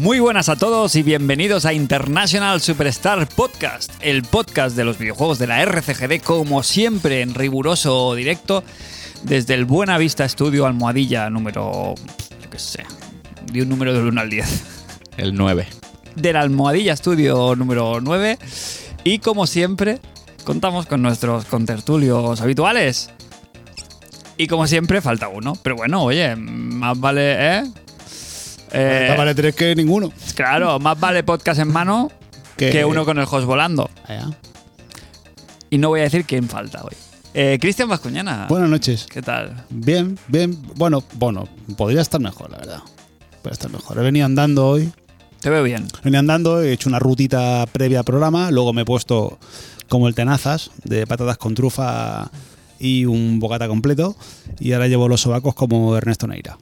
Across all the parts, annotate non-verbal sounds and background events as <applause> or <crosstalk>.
Muy buenas a todos y bienvenidos a International Superstar Podcast, el podcast de los videojuegos de la RCGD, como siempre en riguroso directo, desde el Buena Vista Estudio Almohadilla número. yo qué sé. De un número del 1 al 10 El 9. de la Almohadilla Estudio número 9. Y como siempre, contamos con nuestros contertulios habituales. Y como siempre, falta uno. Pero bueno, oye, más vale, ¿eh? Eh, Más vale tres que ninguno. Claro, más vale podcast en mano Que- que uno con el host volando. Y no voy a decir quién falta hoy. Eh, Cristian Vascuñana. Buenas noches. ¿Qué tal? Bien, bien. Bueno, bueno, podría estar mejor, la verdad. Podría estar mejor. He venido andando hoy. Te veo bien. He venido andando, he hecho una rutita previa al programa. Luego me he puesto como el tenazas de patatas con trufa y un bocata completo. Y ahora llevo los sobacos como Ernesto Neira.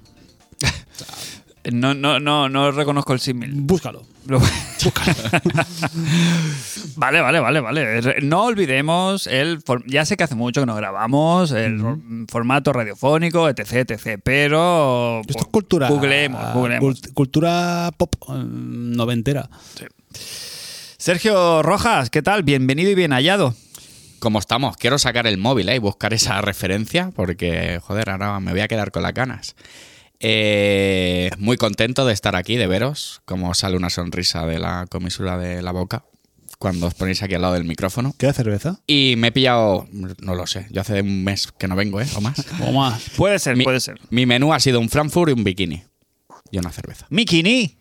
No, no, no, no reconozco el símil. Búscalo. Lo- <laughs> vale, vale, vale, vale. Re- No olvidemos el. for- Ya sé que hace mucho que nos grabamos, el ro- formato radiofónico, etc, etc. Pero. Esto es pu- cultura. Googleemos, googleemos. cult- cultura pop eh, noventera. Sergio Rojas, ¿qué tal? Bienvenido y bien hallado. Como estamos, quiero sacar el móvil ¿eh? y buscar esa referencia porque, joder, ahora me voy a quedar con las ganas. Eh, muy contento de estar aquí, de veros, como sale una sonrisa de la comisura de la boca cuando os ponéis aquí al lado del micrófono. ¿Queda cerveza? Y me he pillado, no lo sé, yo hace un mes que no vengo, ¿eh? <laughs> O más. O más. Puede ser, Mi- puede ser. Mi menú ha sido un Frankfurt y un bikini. Y una cerveza. Mikini.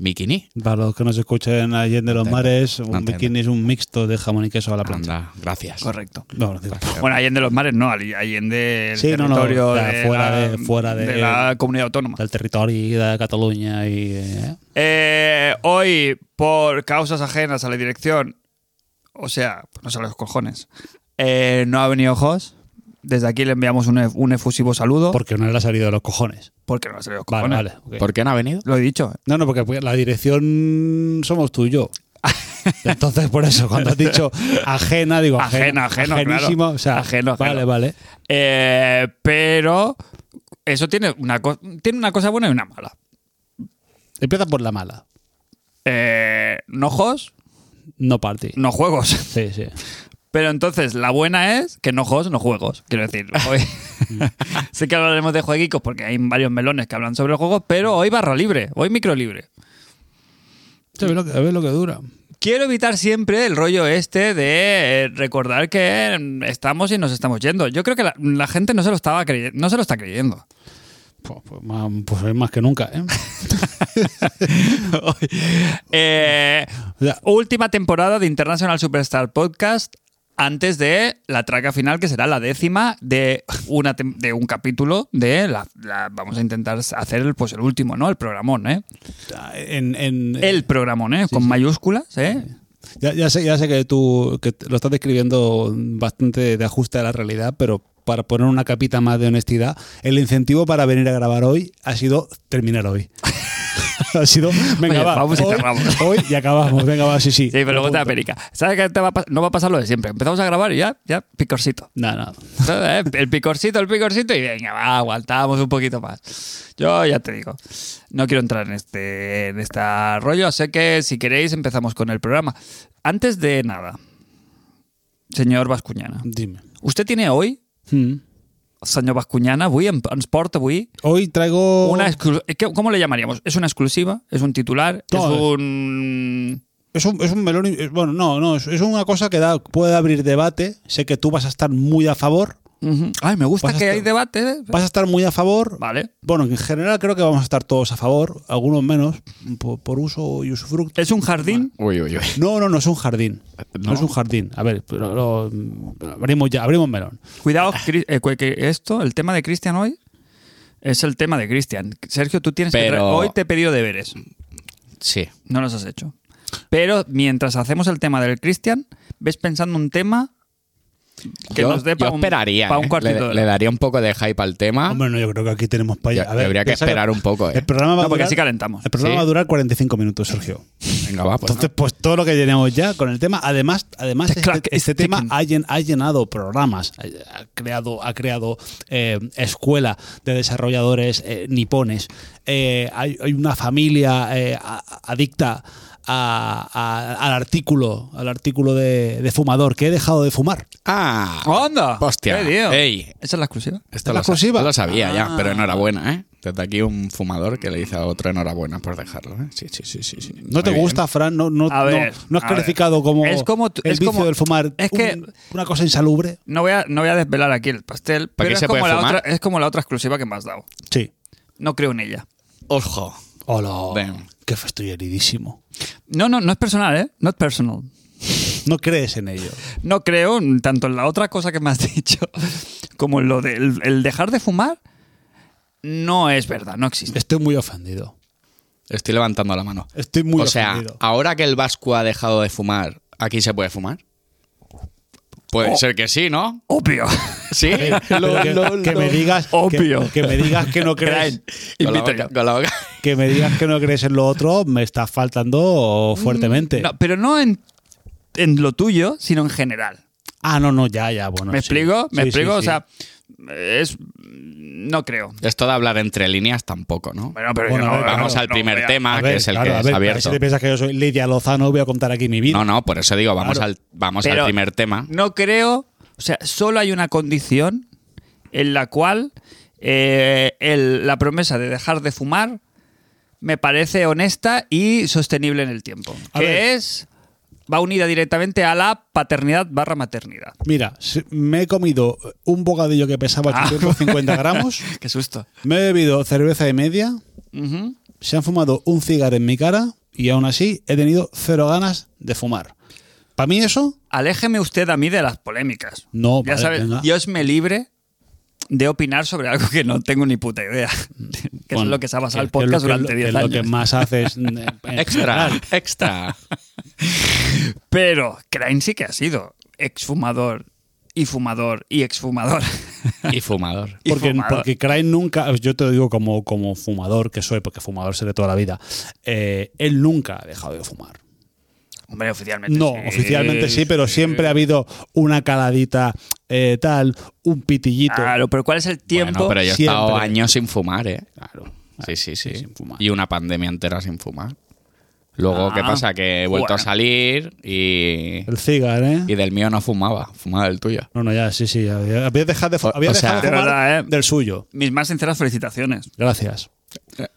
¿Bikini? Para los que nos escuchen allende los Entiendo. mares, un Entiendo. bikini es un mixto de jamón y queso a la plancha. Anda, gracias. Correcto. No, no digo. Bueno, Allende los Mares no, Alli- Allende el Sí, no, no, territorio ya, de, fuera la, de- fuera de- la comunidad autónoma. Del territorio de Cataluña y. eh, Eh, hoy, por causas ajenas a la dirección, o sea, pues no sé los cojones, eh, no ha venido Jos. Desde aquí le enviamos un, ef- un efusivo saludo. Porque no era salido de los cojones. porque no ha salido Oh. los Vale, cojones. vale. ok. ¿Por qué no ha venido? Lo he dicho. No, no, porque pues, la dirección somos tú <laughs> y yo. Entonces, por eso, cuando has dicho ajena, digo Ajena, ajena. ajeno, ajenísimo, claro. o sea, Ajeno, ajeno. Vale, vale. Eh, pero eso tiene una, co- tiene una cosa buena y una mala. Empieza por la mala. Eh, no Jos, No party. no juegos. Sí, sí. Pero entonces, la buena es que no juegos, no juegos. Quiero decir, hoy sé que hablaremos de jueguicos porque hay varios melones que hablan sobre los juegos, pero hoy barra libre, hoy micro libre. Sí, a ver lo que, a ver lo que dura. Quiero evitar siempre el rollo este de eh, recordar que mm, estamos y nos estamos yendo. Yo creo que la, la gente no se lo estaba creyendo, no se lo está creyendo. Pues, pues más, pues es más que nunca, <laughs> ¿eh? Hoy. Eh, Ya. última temporada de International Superstar Podcast antes de la traca final, que será la décima de, una tem- de un capítulo de la, la- Vamos a intentar hacer el, pues, el último, ¿no? El programón, ¿eh? En, en, El programón, ¿eh? Con mayúsculas, ¿eh? Ya, ya sé, ya sé que tú que te- lo estás describiendo bastante de ajuste a la realidad, pero para poner una capita más de honestidad, el incentivo para venir a grabar hoy ha sido terminar hoy. <laughs> ha sido, venga, Oye, va, vamos y hoy, cerramos. hoy y acabamos, venga, va, sí, sí. Sí, pero luego te da perica. ¿Sabes qué te va a pas- No va a pasar lo de siempre. Empezamos a grabar y ya, ya, picorcito. No, no. ¿Sabes? eh, El picorcito, el picorcito y venga, va, aguantamos un poquito más. Yo ya te digo, no quiero entrar en este, en este rollo, así que si queréis empezamos con el programa. Antes de nada, señor Bascuñana, Dime. usted tiene hoy, Mm. señor Bascuñana, avui en, en Sport avui, Hoy traigo. una exclu- eh, ¿qué- ¿cómo le llamaríamos? ¿Es una exclusiva? ¿Es un titular? No, ¿Es es- un...? Es un, es un melón. y- es- Bueno, no, no. Es, es una cosa que da, puede abrir debate. Sé que tú vas a estar muy a favor. Ujú. Ay, me gusta Vas a que estar- hay debate. ¿eh? Vas a estar muy a favor. Vale. Bueno, en general creo que vamos a estar todos a favor, algunos menos, por, por uso y usufructo. ¿Es un jardín? Uy, uy, uy. No, no, no es un jardín. No, es un jardín. A ver, pero lo- abrimos ya, abrimos melón. Cuidado, Ah. Cri- eh, cu- que esto, el tema de Cristian hoy, es el tema de Cristian. Sergio, tú tienes que. Pero- tra- Hoy te he pedido deberes. Sí. No los has hecho. Pero mientras hacemos el tema del Cristian, ves pensando un tema Que yo, nos dé yo pa' un- esperaría. pa' un ¿eh? cuartito de le, hora. le daría un poco de hype al Ah. tema. Hombre, no, yo creo que aquí tenemos para Yo- habría que esperar un poco, ¿eh? El programa No, va a porque durar, así calentamos. el programa Sí. va a durar 45 minutos, Sergio. Venga, va, pues. Entonces, pues todo lo que tenemos ya con el tema. Además, además The clock este, is este tema ticking. ha, llen- ha llenado programas, eh, ha ha creado, ha creado eh, escuela de desarrolladores eh, nipones. Eh, hay, hay una familia eh, a- a- adicta a- a- al artículo, al artículo de, de fumador que he dejado de fumar. Ah, ¡Onda! Hostia. Eh, tío. Ey, ¿Esa es la exclusiva? Esto ¿Es lo, Oh, la sa- exclusiva? lo sabía Ah. ya, pero enhorabuena, ¿eh? Desde aquí un fumador que le dice a otro enhorabuena por dejarlo, ¿eh? Sí, sí, sí, sí. sí. ¿No te Muy bien. gusta, Fran? ¿No, no, A no- ver, no has a ver. clarificado como, Es como tú- el es vicio como- del fumar es que- un- una cosa insalubre? No voy, a, no voy a desvelar aquí el pastel, ¿Para pero qué es se como, puede la fumar? otra, es como la otra exclusiva que me has dado. Sí. No creo en ella. Ojo. Hola. Ven. Que estoy heridísimo. No, no, no es personal, ¿eh? No es personal. No crees en ello. No creo mm, tanto en la otra cosa que me has <laughs> dicho como en lo del el dejar de fumar. No es verdad, no existe. Estoy muy ofendido. Estoy levantando la mano. Estoy muy o sea, ofendido. ahora que el Vasco ha dejado de fumar, ¿aquí se puede fumar? Puede Oh. ser que sí, ¿no? Obvio. Sí. <laughs> Pero que, que me <laughs> digas que- Obvio. Que, me digas <laughs> que no crees Gran. Con la Invito yo. boca- con la boca. que me digas que no crees en lo otro me está faltando fuertemente <laughs> No, pero no en, en lo tuyo, sino en general. ah no no ya ya bueno ¿Me sí. explico? ¿Me Sí, sí, explico? o sí. sea, es. No creo. Esto de hablar entre líneas tampoco, ¿no? Bueno, pero Bueno, yo a no- ver, Vamos no- al no primer voy a- A tema, ver, ah, que es el claro, que a es ver, abierto. si te piensas que yo soy Lidia Lozano voy a contar aquí mi vida No, no, por eso digo, vamos, Claro. al, vamos al Pero primer tema. No creo. O sea, solo hay una condición en la cual eh, el- la promesa de dejar de fumar me parece honesta y sostenible en el tiempo. A que ver. es. Va unida directamente a la paternidad barra maternidad. mira si- me he comido un bocadillo que pesaba Ah. 850 gramos <laughs> Qué susto. me he bebido cerveza y media Ujú. se han fumado un cigarro en mi cara y aún así he tenido cero ganas de fumar para mí eso Aléjeme usted a mí de las polémicas. No, ya vale, sabes, venga. Dios me libre de opinar sobre algo que no tengo ni puta idea. <laughs> que es Bueno, lo que se ha basado el que- que es lo podcast que- durante que 10 es lo años. que más haces <laughs> eh, en- en Extra, extra. Pero Crane sí que ha sido exfumador y fumador y exfumador. Y fumador. Y Porque, fumador. porque Crane nunca, yo te lo digo como, como fumador que soy, porque fumador seré toda la vida, eh, él nunca ha dejado de fumar. <laughs> Hombre, oficialmente No, sí. oficialmente sí, pero siempre ha habido una caladita eh, tal, un pitillito. Claro, pero ¿cuál es el tiempo? Bueno, pero yo he siempre. estado años sin fumar, ¿eh? Claro. Sí, sí, sí. sin fumar. Y una pandemia entera sin fumar. Luego, Ah, ¿qué pasa? Que he vuelto a bueno. salir y, El cigar, ¿eh? y del mío no fumaba, fumaba del tuyo. No, no, ya, sí, sí. Había había dejado de, fu- O- había o dejado sea, de de fumar verdad, ¿eh? del suyo. Mis más sinceras felicitaciones. <laughs> Gracias.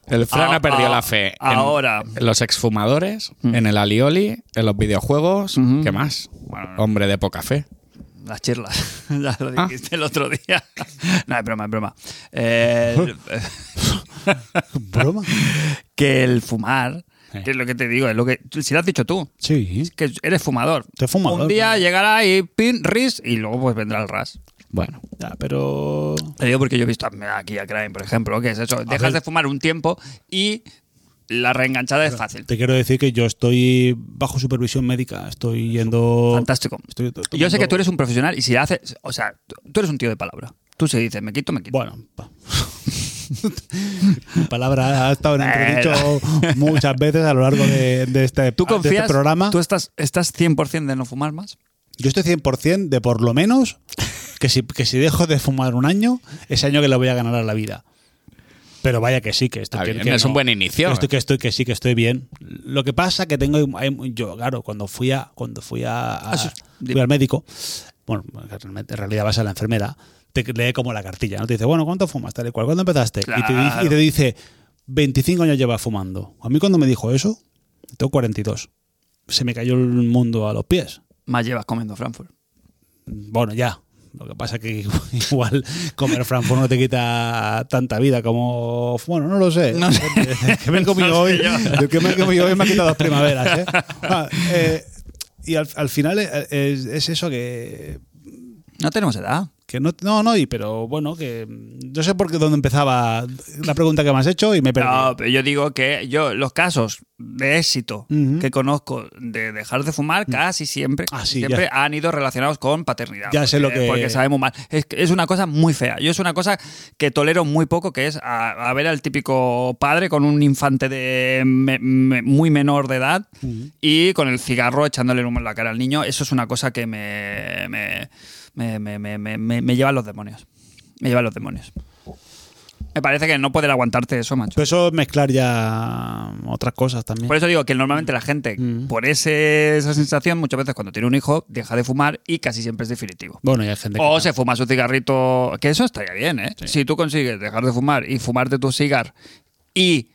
El Fran Ah, ha perdido ah, la fe en- ahora. en los exfumadores, en el alioli, en los videojuegos. ¿Qué más? Hombre de poca fe. Las chirlas. <laughs> ya lo Ah. dijiste el otro día. <laughs> no, es broma, es broma. <laughs> Eh, ¿Broma? que el fumar, Sí. que es lo que te digo, es lo que. Si lo has dicho tú, Sí. es que eres fumador. Soy fumador, Un día claro. llegará y pin, ris, y luego pues vendrá el ras. Bueno, Ya, pero... Te digo porque yo he visto a- aquí a Crane, por ejemplo, que es eso. Dejas ver. de fumar un tiempo y la reenganchada es fácil. Te quiero decir que yo estoy bajo supervisión médica, estoy yendo... Fantástico. Estoy to- Yo sé que tomando- tú eres un profesional y si haces. O sea, tú- tú eres un tío de palabra. Tú se dices, me quito, me quito. Bueno, pa- <laughs> mi palabra ha estado en entredicho muchas veces a lo largo de, de este, ¿Tú de este confías? programa. ¿Tú estás, estás 100% de no fumar más? Yo estoy 100% de por lo menos que si, que si dejo de fumar un año, ese año que le voy a ganar a la vida. Pero vaya que sí, que esto Está que- bien, que es un buen inicio. Que estoy, que estoy, que sí, que estoy bien. Lo que pasa que tengo, hay- yo claro, cuando fui a, cuando fui a, a- Ah, sí. fui al médico, bueno, realmente, en realidad vas a la enfermera, te lee como la cartilla, ¿no? Te dice, bueno, ¿cuánto fumas? Tal y cual, ¿cuándo empezaste? Y, te, di- Claro. y te dice, 25 años llevas fumando. A mí cuando me dijo eso, tengo 42. Se me cayó el mundo a los pies Más llevas comiendo Frankfurt. bueno, ya. Lo que pasa que <laughs> igual comer Frankfurt no te quita tanta vida como. Bueno, no lo sé. No sé. <laughs> El que me he <laughs> comido No sé hoy, yo. el que me he comido hoy me ha quitado dos <laughs> primaveras. ¿eh? Ah, eh, y al, al final eh, es, es- es eso que. No tenemos edad. Que no, no, no, y, pero bueno, que no sé por qué dónde empezaba la pregunta que me has hecho y me perdí. No, pero yo digo que yo los casos de éxito Ujú. que conozco de dejar de fumar casi siempre, Ah, casi sí, siempre han ido relacionados con paternidad. Ya sé lo porque- que- Porque sabemos mal. Es, que es una cosa muy fea. Yo es una cosa que tolero muy poco, que es a, a ver al típico padre con un infante de me- me- muy menor de edad y con el cigarro echándole humo en la cara al niño. Eso es una cosa que me, me, me, me- me- me- me- me lleva a los demonios. Me lleva a los demonios. Me parece que no poder aguantarte eso, macho. Pero eso es mezclar ya otras cosas también. Por eso digo que normalmente la gente, Mm. por ese- esa sensación, muchas veces cuando tiene un hijo, deja de fumar y casi siempre es definitivo. bueno, y hay gente que. O se fuma su cigarrito, que eso estaría bien, ¿eh? Si tú consigues dejar de fumar y fumarte tu cigar y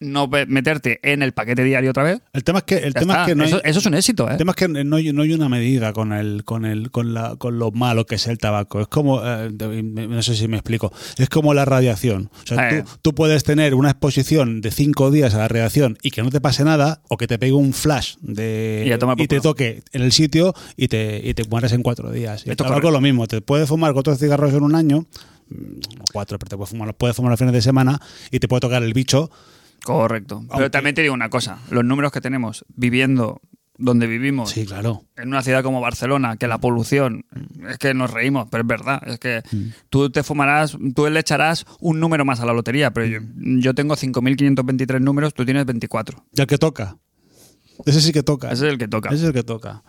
no pe- meterte en el paquete diario otra vez, el tema es que, el ya tema es está. que no eso, hay, eso es un éxito, ¿eh? El tema es que no hay, no hay una medida con el, con el, con la, con lo malo que es el tabaco. Es como, eh, de- no sé si me explico, es como la radiación. O sea, Eh. tú, tú puedes tener una exposición de cinco días a la radiación y que no te pase nada, o que te pegue un flash de Y a tomar por te culo. toque en el sitio y te, y te mueras en cuatro días. Y el Esto tabaco correcto. es lo mismo, te puedes fumar cuatro cigarros en un año, mm, no cuatro, pero te puedes fumar, los puedes fumar a fines de semana y te puede tocar el bicho. Correcto. Aunque- Pero también te digo una cosa, los números que tenemos viviendo donde vivimos, Sí, claro. en una ciudad como Barcelona, que la polución, Mm. es que nos reímos, pero es verdad, es que tú te fumarás, tú le echarás un número más a la lotería, pero yo, Mm. yo tengo 5.523 números, tú tienes 24. Y el que toca. Ese sí que toca. Ese es el que toca. Ese es el que toca.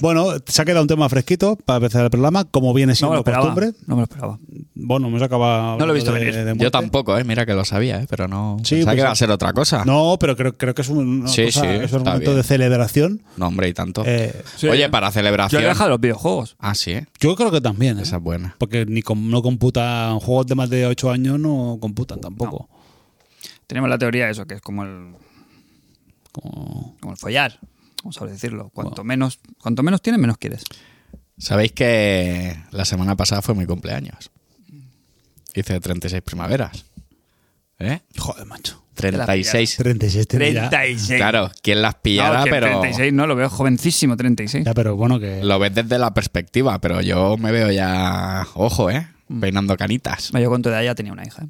Bueno, se ha quedado un tema fresquito para empezar el programa, como viene No me siendo lo esperaba. costumbre. No me lo esperaba. Bueno, hemos acabado. No lo he visto hablando venir. Yo Yo muerte. tampoco, ¿eh? Mira que lo sabía, ¿eh? Pero no. Sí, pensaba que pues- iba a ser otra cosa. No, No, pero creo, creo que es un, una Sí, cosa- sí, es un está momento bien. de celebración. hombre, y tanto. Eh, Sí. Oye, para Yo celebración. he dejado los videojuegos. Ah, sí, ¿eh? yo creo que también. ¿eh? Esa es buena. Porque ni com- no computan juegos de más de 8 años, no computan tampoco. Tenemos la teoría de eso, que es como el, Como- como el follar. Vamos a decirlo. Cuanto menos, cuanto menos tienes, menos quieres. Sabéis que la semana pasada fue mi cumpleaños. Hice 36 primaveras. ¿Eh? Joder, macho. 36. 36 tiene este ya. 36. Claro, quien las No, pillara, que pero 36 no, lo veo jovencísimo, 36. Ya, pero bueno, que. lo ves desde la perspectiva, pero yo me veo ya, ojo, ¿eh? Peinando canitas. Me Yo con tu edad ya tenía una <laughs> hija. ¿eh?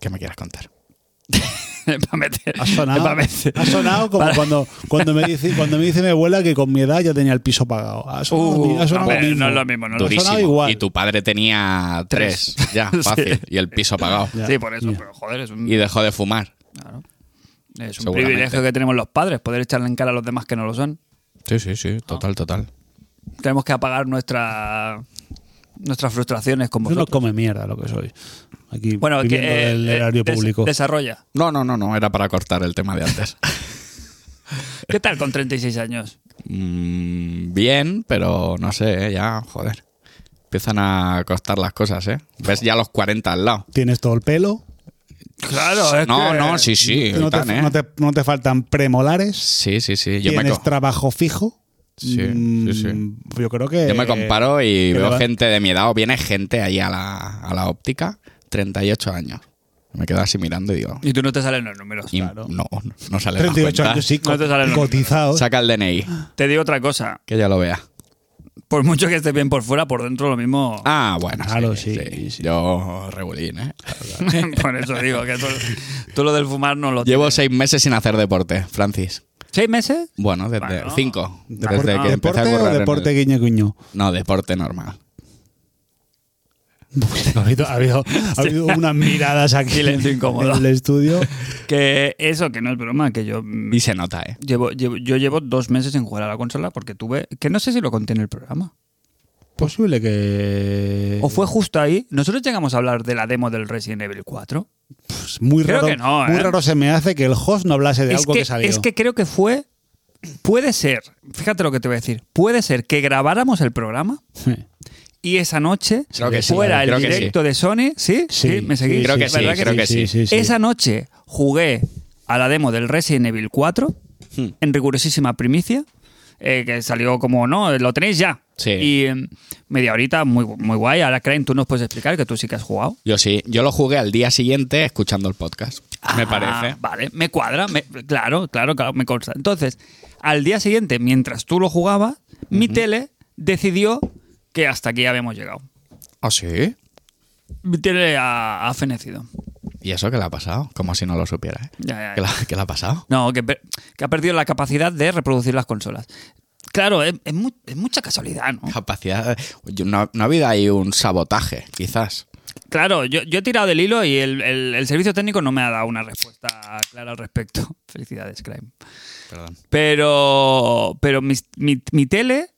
¿Qué me quieras contar? Pa' meter- <laughs> Ha sonado, pa' meter- ha sonado como para- cuando, cuando, me dice, cuando me dice mi abuela que con mi edad ya tenía el piso pagado. Ha sonado, Uh, ha sonado no, lo pero mismo. no es lo mismo, no es lo Ha Durísimo. sonado igual. Y tu padre tenía tres, ya, Sí. fácil. Y el piso pagado. Ya. Sí, por eso, pero joder, es un, Y dejó de fumar. claro. Es un Seguramente. privilegio que tenemos los padres, poder echarle en cara a los demás que no lo son. Sí, sí, sí, total, total. Tenemos que apagar nuestra, nuestras frustraciones con Yo no vosotros. come mierda lo que soy. Aquí Bueno, que, viviendo eh, del eh, erario des- público. desarrolla. No, no, no, no, era para cortar el tema de antes. ¿Qué tal con 36 <laughs> años? Mm, bien, pero no sé, ¿eh? ya, joder. Empiezan a costar las cosas, ¿eh? Ves ya los 40 al lado. Tienes todo el pelo. Claro, es no, que- no, sí, sí. no, están, te, ¿eh? no te- no te faltan premolares. Sí, sí, sí. Yo me, tienes co- trabajo fijo. Sí, Mm, sí, sí. Yo creo que. yo me comparo y que le veo va- gente de mi edad o viene gente ahí a la, a la óptica, 38 años. Me quedo así mirando y digo, Y tú no te salen los números. y claro. no, no sale 38 años, sí, No te salen los cotizado. Saca el DNI, Te digo otra cosa. que ya lo vea. Por mucho que estés bien por fuera, por dentro lo mismo. Ah, bueno. Claro, sí, sí. Yo, regulín, ¿eh? <laughs> por eso digo que tú, tú lo del fumar no lo Llevo seis meses sin hacer deporte, Francis. ¿Seis meses? Bueno, desde Bueno. cinco. Depor- ah, desde que empecé ¿Deporte a o currar en deporte el- guiño <laughs> guiño? No, deporte normal. ha habido, ha habido- ha habido unas miradas aquí en, Silencio incómodo. el <laughs> estudio. Que eso, que no es broma, que yo mm, Y se nota, ¿eh? Llevo, llevo- yo llevo dos meses sin jugar a la consola porque tuve. que no sé si lo conté en el programa. Posible que. O fue justo ahí. Nosotros llegamos a hablar de la demo del Resident Evil 4. Pues muy Creo raro, que no, muy ¿eh? raro se me hace que el host no hablase de Es algo que, que, salió. es que creo que fue. Puede ser, fíjate lo que te voy a decir. Puede ser que grabáramos el programa y esa noche Creo que sí, fuera creo el que sí. directo de Sony. ¿Sí? Sí, ¿Me seguís? Creo que sí, ¿Verdad creo que sí? Esa noche jugué a la demo del Resident Evil 4 Hmm. en rigurosísima primicia, eh, que salió como, no, lo tenéis ya. Sí. Y em, media horita, muy, muy guay. Ahora, Crane, tú nos puedes explicar que tú sí que has jugado. Yo sí. Yo lo jugué al día siguiente escuchando el podcast. me Ah, parece. Vale, me cuadra, me- claro, claro, claro, me consta. Entonces, al día siguiente, mientras tú lo jugabas, mi tele decidió que hasta aquí habíamos llegado. ¿Ah, sí? Tiene ha, ha fenecido. ¿Y eso qué le ha pasado? Como si no lo supiera, ¿eh? Ya, ya, ya. ¿Qué le, qué le ha pasado? No, que, per- que ha perdido la capacidad de reproducir las consolas. Claro, es, es mu- es mucha casualidad, ¿no? Capacidad. yo- No, no ha habido ahí un sabotaje, quizás. Claro, yo, yo he tirado del hilo y el, el- el servicio técnico no me ha dado una respuesta clara al respecto. <laughs> Felicidades, Crime. Perdón. Pero, pero mis- mi, mi tele,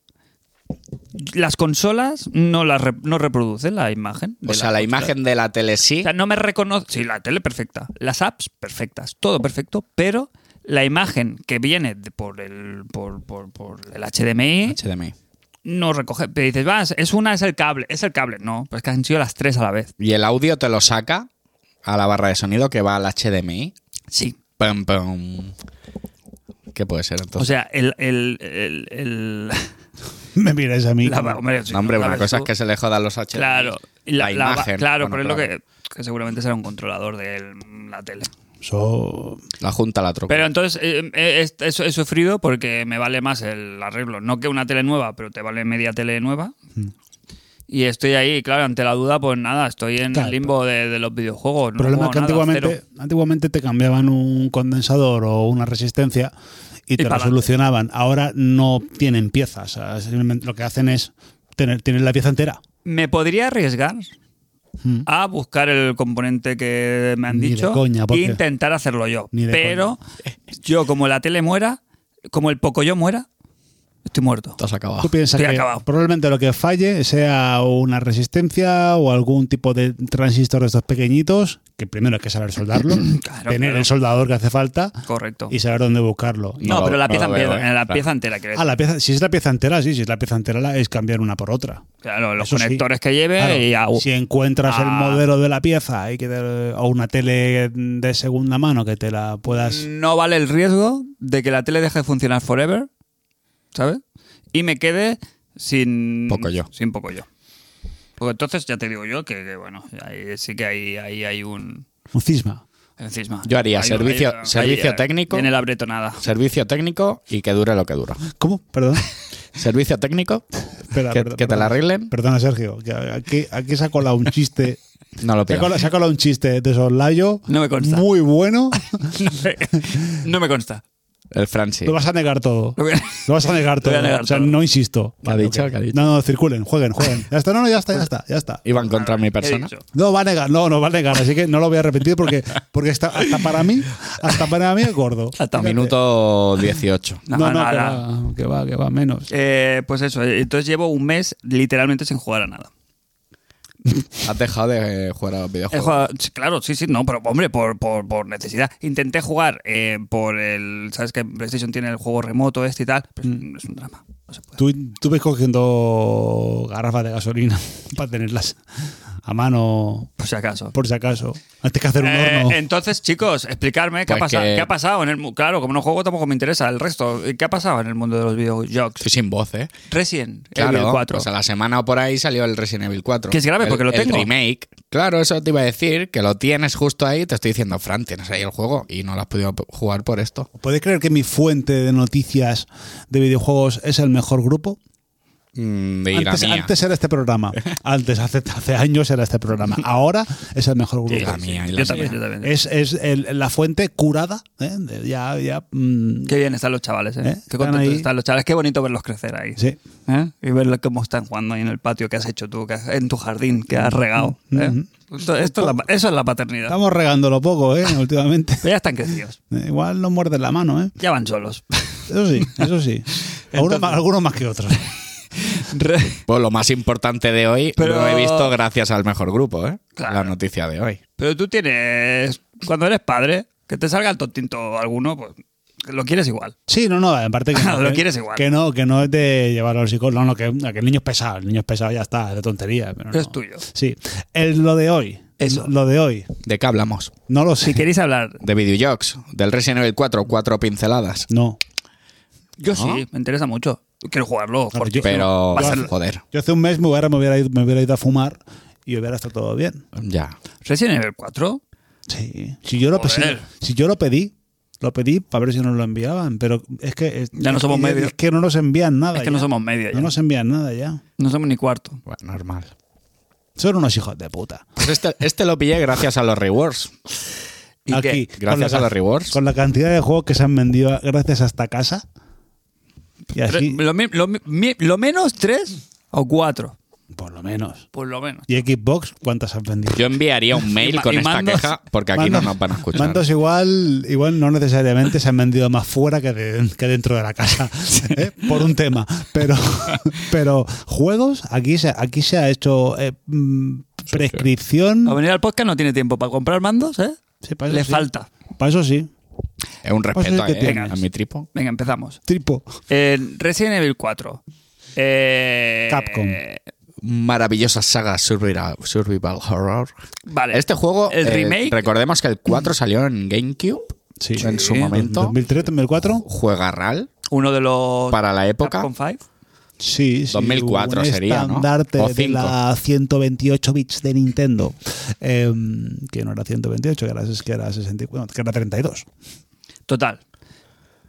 las consolas no, las re- no reproducen la imagen. de O sea, la consola. imagen de la tele sí. O sea, no me reconoce. Sí, la tele perfecta. Las apps perfectas. Todo perfecto, pero la imagen que viene de- por el, por, por- por el HDMI HDMI. no recoge. Te dices, vas, es una, es el cable, es el cable. No, pues que han sido las tres a la vez. Y el audio te lo saca a la barra de sonido que va al HDMI. Sí. Pum, pum. ¿Qué puede ser O entonces? sea, el. el, el- <laughs> el- Me miráis a mí. la- como- hombre, si No, hombre, no una sabes cosa tú- es que se le jodan los HDMI. Claro, y la, la la- imagen, claro, bueno, pero es lo claro. que, que seguramente será un controlador de el- la tele. So- La junta la troca. Pero entonces eh, eh, es- eso he sufrido porque me vale más el arreglo. No que una tele nueva, pero te vale media tele nueva. Hmm. Y estoy ahí, claro, ante la duda, pues nada, estoy en Claro, el limbo de, de los videojuegos. No problema es juego que nada, antiguamente, cero. antiguamente te cambiaban un condensador o una resistencia y te lo pa'lante. solucionaban. Ahora no tienen piezas. o sea, simplemente lo que hacen es tener, tienen la pieza entera. Me podría arriesgar Mm. a buscar el componente que me han Ni de dicho coña, e porque- intentar hacerlo yo. Ni de Pero yo, como la tele muera, como el Pocoyo muera, estoy muerto. Estás acabado. Tú piensas Ah, Estoy que acabado. probablemente lo que falle sea una resistencia o algún tipo de transistor de estos pequeñitos, que primero hay que saber soldarlo, <clears throat> Claro, tener claro. el soldador que hace falta Correcto. y saber dónde buscarlo. No, No, pero la no pieza, lo veo, entera, ¿eh? la Claro. pieza entera, quiero Ah, decir. la pieza, si es la pieza entera, sí, si es la pieza entera la- es cambiar una por otra. Claro, los Eso sí. conectores que lleve Claro, y au. si encuentras el Ah. modelo de la pieza y que te- o una tele de segunda mano que te la puedas No vale el riesgo de que la tele deje de funcionar forever, ¿sabes? Y me quede sin. Poco yo. Sin poco yo. Porque entonces ya te digo yo que, que, bueno, ahí sí que ahí, ahí hay un. un cisma. hay un cisma. Yo haría Hay un- servicio- hay un- servicio ahí, eh, técnico. Viene la <laughs> bretonada. Servicio técnico y que dure lo que dura. ¿Cómo? <laughs> Perdón. Servicio técnico, Espera, que, perdón, que te perdón. la arreglen, Perdona, Sergio, que aquí, aquí se ha <laughs> colado un chiste. no Se lo ha pido. colado, se ha colado un chiste de soslayo. No me consta. Muy bueno. <laughs> No me, no me consta. El Francis. Lo vas a negar todo. Lo voy a- Lo vas a <laughs> negar Lo voy todo. a negar o sea, todo. no insisto. ¿Qué ha dicho? ok. ¿Qué ha dicho? No, no, circulen, jueguen, jueguen. Ya está, no, no, ya está, ya está, ya está. Iban contra mi persona. <laughs> He dicho. No, va a negar, no, no va a negar, así que no lo voy a repetir porque, porque está, hasta para mí, hasta para mí es gordo. Hasta un Minuto 18. No, No, no, no, que, no. Va, que va, que va, menos. Eh, pues eso, eh, entonces llevo un mes literalmente sin jugar a nada. Has dejado de eh, jugar a los He videojuegos. jugado- sí, claro, sí, sí, no, pero hombre, por, por, por necesidad. Intenté jugar eh, por el. ¿Sabes que PlayStation tiene el juego remoto este y tal? Pero es Mm. un- es un drama. No se puede. Tú, tú ves cogiendo garrafas de gasolina <laughs> para tenerlas a mano, Por si acaso. por si acaso. Antes que hacer un Eh, horno. entonces, chicos, explicarme qué, ha Pues pasado, que- qué ha pasado en el mu- Claro, como no juego tampoco me interesa el resto. ¿Qué ha pasado en el mundo de los videojuegos? Estoy sin voz, ¿eh? Resident Claro, Evil 4. pues a la semana o por ahí salió el Resident Evil 4. Que es grave, El- porque lo tengo. El remake. Claro, eso te iba a decir, que lo tienes justo ahí. Te estoy diciendo, Fran, tienes ahí el juego y no lo has podido p- jugar por esto. ¿Podéis creer que mi fuente de noticias de videojuegos es el mejor grupo? Mm, de ir Antes, a mía. antes era este <laughs> programa. Antes, hace, hace años era este programa. Ahora es el mejor Y grupo. la mía, y la yo también, mía. yo también. Es, es el- la fuente curada. ¿eh? De- Ya, ya. mm, Qué bien están los chavales, ¿eh? ¿Eh? Qué Están contentos ahí. están los chavales. Qué bonito verlos crecer ahí. sí. ¿eh? y ver cómo están jugando ahí en el patio que has hecho tú, que has- en tu jardín, que has regado. ¿eh? Esto, esto es la pa- eso es la paternidad. Estamos regándolo poco, ¿eh? <laughs> Últimamente. Pero ya están crecidos, Eh, Igual nos muerden la mano, ¿eh? ya van <laughs> solos. Eso sí, eso <laughs> sí. Algunos, más, algunos más que otros. Re- Pues lo más importante de hoy Pero- lo he visto gracias al mejor grupo, ¿eh? Claro. La noticia de hoy. Pero tú tienes, cuando eres padre, que te salga el tontito alguno, pues lo quieres igual. Sí, no, no, aparte que no. <laughs> Lo que- quieres igual. Que no, que no es de llevarlo al psicólogo. No, no, que, que el niño es pesado. El niño es pesado, ya está, es de tontería. Pero Pero es no. tuyo. Sí. El- lo de hoy. Eso. Lo de hoy. ¿De qué hablamos? No lo Si sé. queréis hablar, De videojuegos, del Resident Evil 4, cuatro pinceladas. No. yo ¿No? sí, me interesa mucho. Quiero jugarlo. No, Jorge. yo- Pero, Va a ser- joder, Yo hace un mes me hubiera, me hubiera, ido, me hubiera ido a fumar y hubiera estado todo bien. ya. Resident Evil 4, Sí. Si yo lo, Joder. si- si yo lo pedí, Lo pedí para ver si nos lo enviaban, pero es que. es- Ya no somos es- medio. Es que no nos envían nada. Es que no ya. somos medio ya. No nos envían nada ya. No somos ni cuarto. Bueno, normal. Son unos hijos de puta. Pues este, este lo pillé gracias a los rewards. ¿Y Aquí, qué? con Gracias la a los ca- rewards. Con la cantidad de juegos que se han vendido gracias a esta casa. Y Tre- así, Lo, mi- lo mi- mi- lo menos tres o cuatro. por lo menos. Por lo menos. ¿Y Xbox cuántas has vendido? Yo enviaría un Y mail ma- con y esta mandos- queja porque aquí Mandos- no nos van a escuchar. Mandos igual, igual no necesariamente se han vendido más fuera que, de- que dentro de la casa, <laughs> <laughs> ¿eh? por un tema. Pero, pero juegos, aquí se, aquí se ha hecho eh, mm, prescripción. Para venir al podcast no tiene tiempo para comprar mandos, ¿eh? Sí, para eso Le sí. falta. Para eso sí. Es un Pues es respeto que eh, tienes. a mi tripo. Venga, empezamos. Tripo. Eh, Resident Evil 4. Eh, Capcom. Maravillosa saga survival, survival horror. Vale. Este juego, El eh, remake. recordemos que el 4 salió en GameCube Sí. en su momento. 2003, 2004. Juegarral Uno de los. para la época. Capcom 5. Sí, sí. 2004 un sería, ¿no? estandarte O de la 128 bits de Nintendo. Eh, que no era 128, que era, que era 64, que era 32. Total.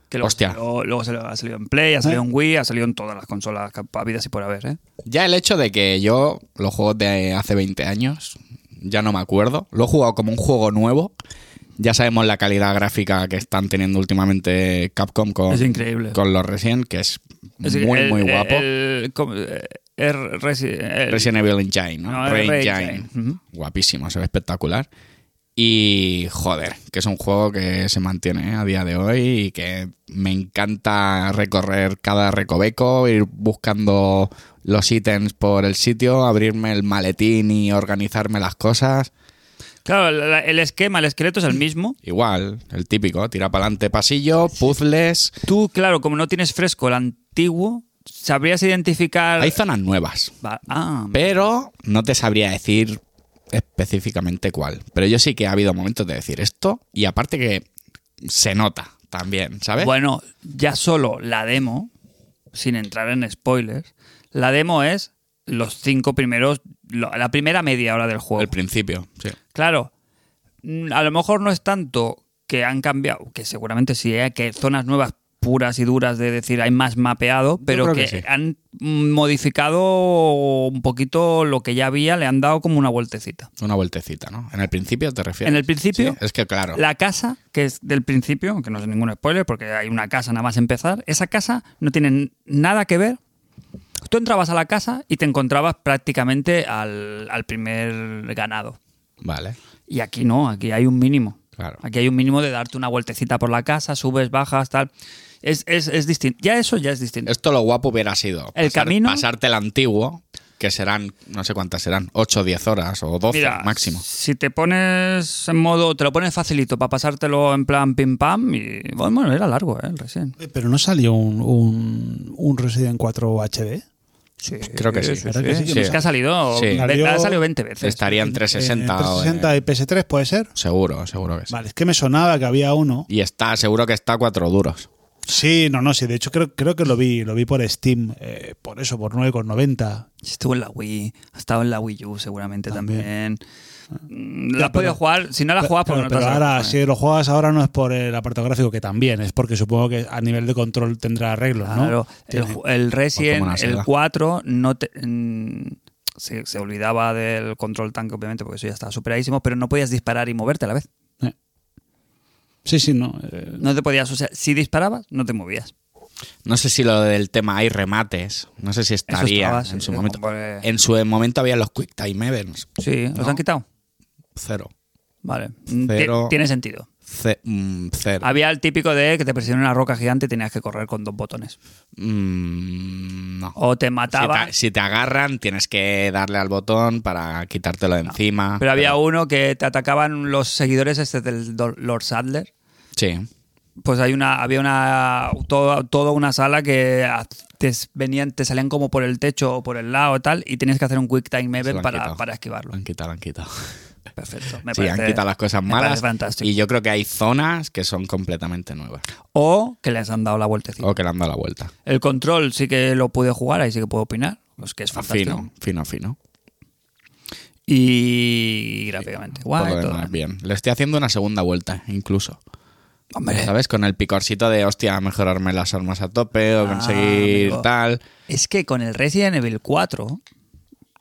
Que luego, Hostia. salió- luego salió- ha salido en Play, ha ¿Eh? salido en Wii, ha salido en todas las consolas cap- habidas y por haber, ¿eh? Ya el hecho de que yo los juegos de hace 20 años, ya no me acuerdo, lo he jugado como un juego nuevo. Ya sabemos la calidad gráfica que están teniendo últimamente Capcom con, Es increíble. Oh, con los Resident, que es, Es decir, muy, el- muy el- guapo. el- com- eh, el Resi- el- Resident Evil Engine, ¿no? No, el Re Re Engine. Engine, ujú. Guapísimo, se ve espectacular. Y joder, que es un juego que se mantiene ¿eh? a día de hoy y que me encanta recorrer cada recoveco, ir buscando los ítems por el sitio, abrirme el maletín y organizarme las cosas. Claro, la- la- el esquema, el esqueleto es el mismo. Igual, el típico, tira para adelante pasillo, puzzles. Tú, claro, como no tienes fresco el antiguo, sabrías identificar. Hay zonas nuevas. Va- Ah, Pero no te sabría decir específicamente cuál. Pero yo sí que ha habido momentos de decir esto y aparte que se nota también, ¿sabes? bueno, ya solo la demo, sin entrar en spoilers, la demo es los cinco primeros, lo- la primera media hora del juego. El principio, sí. Claro, mm, a lo mejor no es tanto que han cambiado, que seguramente sí, ¿eh? que zonas nuevas puras y duras de decir hay más mapeado, pero creo que, que sí. han modificado un poquito lo que ya había, le han dado como una vueltecita. Una vueltecita, ¿no? En el principio te refieres. En el principio, Sí, es que claro. la casa, que es del principio, que no es ningún spoiler, porque hay una casa nada más empezar, esa casa no tiene nada que ver. Tú entrabas a la casa y te encontrabas prácticamente al, al primer ganado. Vale, Y aquí no, aquí hay un mínimo. claro. Aquí hay un mínimo de darte una vueltecita por la casa, subes, bajas, tal. Es, es, es distinto. Ya eso ya es distinto. Esto lo guapo hubiera sido. El camino- Pasarte el antiguo, que serán, no sé cuántas serán, 8 o 10 horas o 12 Mira, máximo. si te pones en modo, te lo pones facilito para pasártelo en plan pim pam y bueno, era largo, eh, recién. Eh, Pero no salió un, un, un Resident 4 HD. Sí, Creo que sí. ¿Verdad que sí? Es que ha salido, Sí. ve- ha salido 20 veces. Estaría en 360, En 360 o en- y PS3 puede ser. Seguro, seguro que sí. Vale, es que me sonaba que había uno. Y está, seguro que está a 4 duros. Sí, no, no, sí. De hecho, creo, creo que lo vi, lo vi por Steam, eh, por eso, por 9,90. Estuvo en la Wii, ha estado en la Wii U seguramente también. También. Mm, La Ya, has podido pero- jugar, si no la has Pero- jugado, pues pero, no te pero has ahora, jugado. si lo juegas ahora no es por el apartado gráfico, que también, es porque supongo que a nivel de control tendrá arreglos, ¿no? Claro, el, Tiene- ju- el Resident, una el seda. 4, no te- mm, se, se olvidaba del control tanque, obviamente, porque eso ya estaba superadísimo, pero no podías disparar y moverte a la vez. Sí, sí, no. eh, No te podías, o sea, si disparabas, no te movías. No sé si lo del tema hay remates. No sé si estaría estaba, sí, en su sí, momento. como que- En su momento había los Quick Time Events. Sí, ¿los No. han quitado? Cero. Vale. Mm, ti- Cero. Tiene sentido. Ce- mm, cero. Había el típico de que te presionaba una roca gigante y tenías que correr con dos botones. Mm, no. O te Si te- mataba. Si te, agarran, tienes que darle al botón para quitártelo de encima. Pero había uno que te atacaban los seguidores este del Dol- Lord Sadler. Sí. pues hay una había una toda, toda una sala que a- te s- venían te salían como por el techo o por el lado tal y tenías que hacer un quick time Se lo event han para, quitado. para Lo esquivarlo han quitado, lo han quitado. perfecto me sí, parece- han quitado las cosas me parece malas. fantástico Y yo creo que hay zonas que son completamente nuevas. o que les han dado la vueltecita O que le han dado la vuelta. el control sí que lo pude jugar ahí sí que puedo opinar pues que es fantástico Fino, fino, fino. y gráficamente Por guay lo todo. demás, bien. Le estoy haciendo una segunda vuelta, incluso. Hombre, ¿Sabes? Con el picorcito de, hostia, mejorarme las armas a tope o Ah, conseguir amigo. tal. es que con el Resident Evil 4,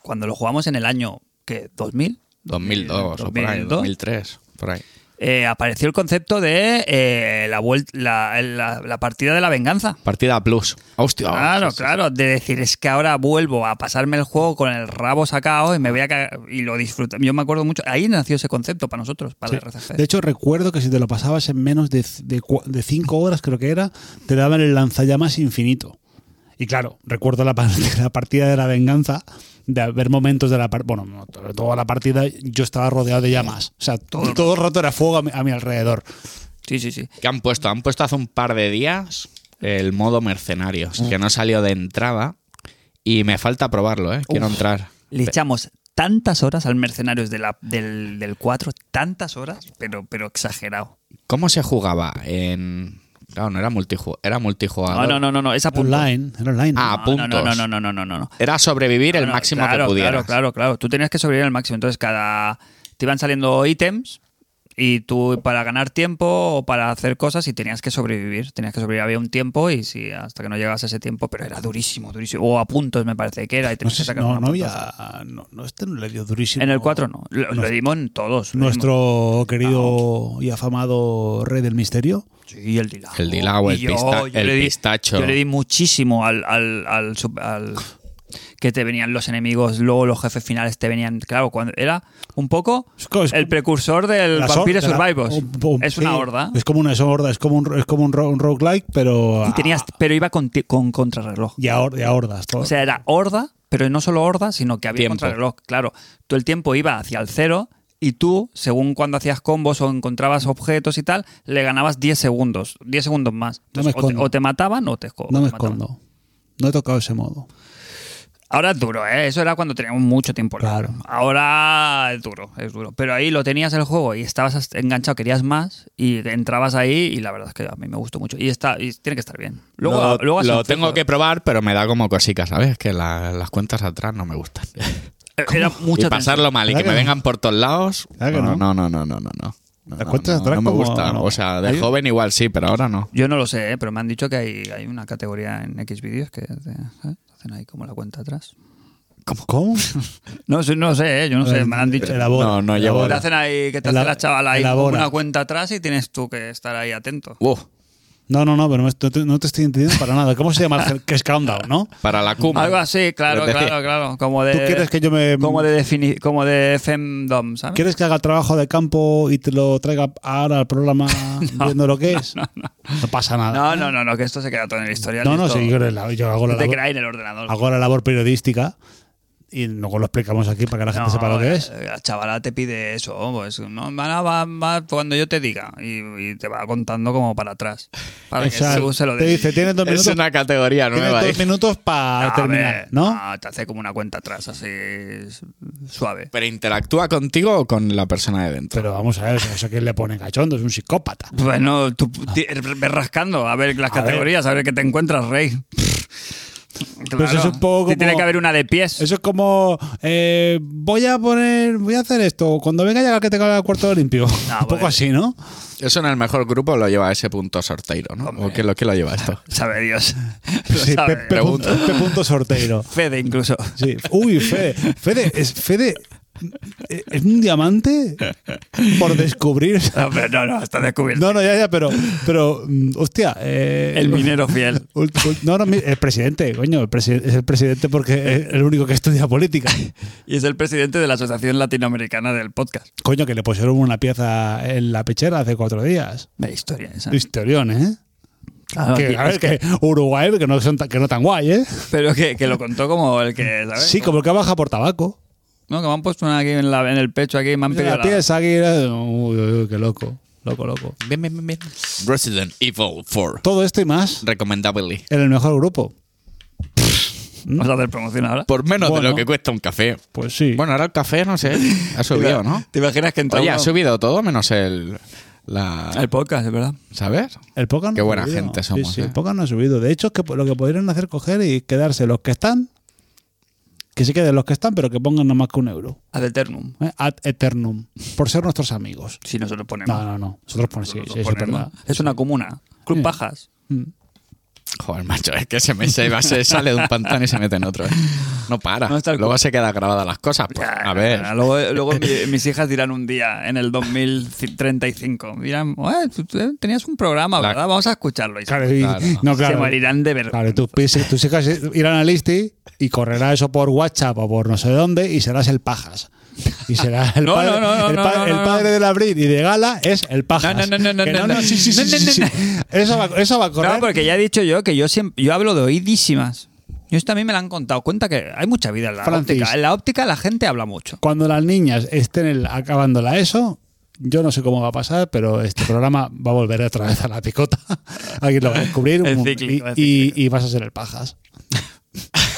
cuando lo jugamos en el año ¿qué? 2000, 2002 o por ahí, 2002. 2003, por ahí. eh, apareció el concepto de eh, la, vuelt- la- la- la partida de la venganza. Partida Plus. Hostia. Claro, Ah, sí, sí, claro, de decir es que ahora vuelvo a pasarme el juego con el rabo sacado y me voy a cagar- y lo disfruto. Yo me acuerdo mucho, ahí nació ese concepto para nosotros, para Sí. el RCG. De hecho, recuerdo que si te lo pasabas en menos de, de, cua- de cinco horas, creo que era, te daban el lanzallamas infinito. Y claro, recuerdo la, par- <laughs> la partida de la venganza, de haber momentos de la partida. Bueno, no, to- toda la partida yo estaba rodeado de llamas. O sea, todo, todo el rato era fuego a mi, a mi alrededor. Sí, sí, sí. ¿Qué han puesto? Han puesto hace un par de días el modo mercenarios, que Mm. no salió de entrada y me falta probarlo, ¿eh? Quiero Uf. entrar. Le echamos tantas horas al Mercenarios de la, del, del 4, tantas horas, pero, pero exagerado. ¿Cómo se jugaba? En... Claro, no era, multiju- era No, multijugador. no, no, no, no, esa punta. Online, era online. Ah, No, puntos. No, no, no, no, no, no, no, no. Era sobrevivir el No, no, máximo claro, que pudieras. Claro, claro, claro. Tú tenías que sobrevivir al máximo. Entonces, cada. Te iban saliendo ítems y tú para ganar tiempo o para hacer cosas y tenías que sobrevivir. Tenías que sobrevivir. Había un tiempo y si hasta que no llegabas a ese tiempo, pero era durísimo, durísimo. O a puntos, me parece que era. Y no, tenías sé que si- sacar no, una no puntuación. había. No, no, este no le dio durísimo. En el 4 no. Lo, lo dimos en todos. lo Nuestro Ah, querido y afamado rey del misterio. dimos- Sí, el Dilao. El Dilao, el Y yo- pista- yo el le di- pistacho. Yo le di muchísimo al- al- al sup- al que te venían los enemigos, luego los jefes finales te venían. Claro, cuando era un poco. Es co- es el co- precursor del la Vampire sor- de la- Survivors. un- un- es una sí, horda. Es como una es horda, es como un, es como un, ro- un roguelike, pero. Y tenías, pero iba con, ti- con contrarreloj. Y a, hor- y a hordas. todo. O sea, era horda, pero no solo horda, sino que había Tiempo. contrarreloj. Claro, tú el tiempo iba hacia el cero y tú, según cuando hacías combos o encontrabas objetos y tal, le ganabas 10 segundos, 10 segundos más. No me Entonces, o, te, escondo. o te mataban o te, esco- no me te mataban. escondo. No he tocado ese modo. Ahora es duro, ¿eh? Eso era cuando teníamos mucho tiempo. libre. Claro. Ahora es duro, es duro. Pero ahí lo tenías el juego y estabas hasta- enganchado, querías más y entrabas ahí y la verdad es que a mí me gustó mucho. Y está, y tiene que estar bien. Luego, lo luego has lo hecho- tengo que probar, pero me da como cosica, ¿sabes? Que la- las cuentas atrás no me gustan. Eh, Era <laughs> mucha y pasarlo mal y que, ¿Verdad me que no? vengan por todos lados. ¿Verdad que no, no, no? no, no, no, no. no. No, Las no, cuentas no, atrás no me como- gustan. O sea, de Hay- joven igual sí, pero ahora no. tensión. Yo no lo sé, ¿eh? pero me han dicho que hay, hay una categoría en X vídeos que te- ¿eh? hacen ahí como la cuenta atrás. ¿Cómo? ¿Cómo? No, sé- no sé, ¿eh? yo <laughs> no sé, me lo han dicho. Elabora, No, no llevo elabora. Te hacen ahí, que te hace Elab- la chavala ahí elabora. una cuenta atrás y tienes tú que estar ahí atento. Uf, No, no, no, pero no es- no te, no te estoy entendiendo para nada. ¿Cómo se llama? el gel- Que es Countdown, ¿no? para la cumbre. Algo así, claro, Pero te- claro, claro. Como de, ¿Tú quieres que yo me- Como de, defini- como de femdom, ¿sabes? ¿Quieres que haga trabajo de campo y te lo traiga ahora <laughs> al programa viendo lo que es? No, pasa No, nada. no, no, no, que esto se queda todo en el historial. No, no, esto- sí, yo, la- yo hago, no la te labor, creáis en el ordenador. hago la labor periodística y luego lo explicamos aquí para que la gente No, sepa lo que eh, es. La chavala te pide eso, pues no, va, va- va cuando yo te diga y, y te va contando como para atrás. Para que Exacto. tú se lo te digas. dice, tienes dos Es minutos, una categoría tienes nueva. dos ¿eh? minutos para A terminar, ver, ah, ¿no? Te hace como una cuenta atrás, así s- suave. Pero interactúa contigo o con la persona de dentro. Pero vamos a ver, eso que le pone cachondo, es un psicópata. Bueno, Pues tú ti- ve rascando a ver las A ver. categorías, a ver qué te encuentras, Rey. Pero eso es un poco Sí, Tiene como- que haber una de pies. Eso es como, eh, voy a poner, voy a hacer esto, cuando venga llega el que tenga el cuarto <laughs> limpio. un poco bueno. así, ¿no? Eso en el mejor grupo lo lleva ese punto sorteiro, ¿no? ¿O qué lo, quién lo lleva esto? Sabe Dios. <laughs> Lo Sí, sabe. Pepe punto- Pepe punto sorteiro. Fede incluso. Sí. Uy, Fede. Fede, es, Fede eh, es un diamante por descubrir. No, pero no, no, está <laughs> descubierto. No, no, ya, ya, pero, pero mm, hostia. eh, El minero fiel. ul- ul- No, no, mi- el presidente, coño, el presi- es el presidente porque es el único que estudia política. Y es el presidente de la Asociación Latinoamericana del Podcast. Coño, que le pusieron una pieza en la pechera hace cuatro días. La historia esa. Ah, Historión, ¿eh? Claro, que, tío, a ver, es que Uruguay, que no, son tan, que no tan guay, ¿eh? Pero que, que lo contó como el que, ¿sabes? Sí, como el que baja por tabaco. No, que me han puesto una aquí en, la- en el pecho, aquí y me han pedido La la- pieza aquí, eh, uy, uy, uy, qué loco, loco, loco. <laughs> Bien, bien, bien, bien. Resident Evil 4. Todo esto y más Recomendable. en el mejor grupo. Vamos a hacer promoción ahora. Pues Por menos de Bueno. lo que cuesta un café. Pues sí. Bueno, ahora el café, no sé, <laughs> ha subido, ¿no? ¿Te imaginas que entra Oye, ha uno- subido todo menos el... La, el podcast, es verdad. ¿Sabes? el Poca no Qué ha buena subido. gente Sí, somos, Sí, eh. el Poca no ha subido. De hecho, es que lo que podrían hacer es coger y quedarse los que están Que se queden los que están, pero que pongan no más que un euro. Ad eternum. ¿eh? Ad eternum. Por ser nuestros amigos. Si nosotros ponemos. No, no, no. Nosotros ponemos. Ah, Sí, Nosotros sí, eso es ponemos. verdad. Es una comuna. Club Sí. Pajas. Joder, macho, es que se me se va- se sale de un pantano y se mete en otro. ¿eh? No para. No está el Luego se quedan grabadas las cosas. Pues, a ver. Luego, luego mi- <laughs> mis hijas dirán un día, en el 2035, dirán, "Ué, tú- tú tenías un programa, La- ¿verdad? Vamos a escucharlo. Y se- Claro, y- Claro. No, Se claro. morirán de vergüenza. Claro, y tus, pis- tus hijas irán al Isti y correrá eso por WhatsApp o por no sé dónde y serás el pajas. Y será <laughs> el No, padre, no, no, no, el no, pa- no, no, el no. padre del abril y de gala es el pajas. No, no, no, no, Que no, no, no. sí, sí, sí, No, no, sí, sí. no, Eso va, eso va a correr. No, porque ya he dicho yo que yo siempre, yo hablo de oídísimas. Yo esto a mí me lo han contado. Cuenta que hay mucha vida en la Francis. óptica. En la óptica la gente habla mucho. Cuando las niñas estén el- acabando la ESO, yo no sé cómo va a pasar, pero <laughs> este programa va a volver otra vez a la picota. <laughs> Alguien lo va a descubrir Es un- cíclico, y- es y, cíclico. y vas a ser el pajas. <laughs>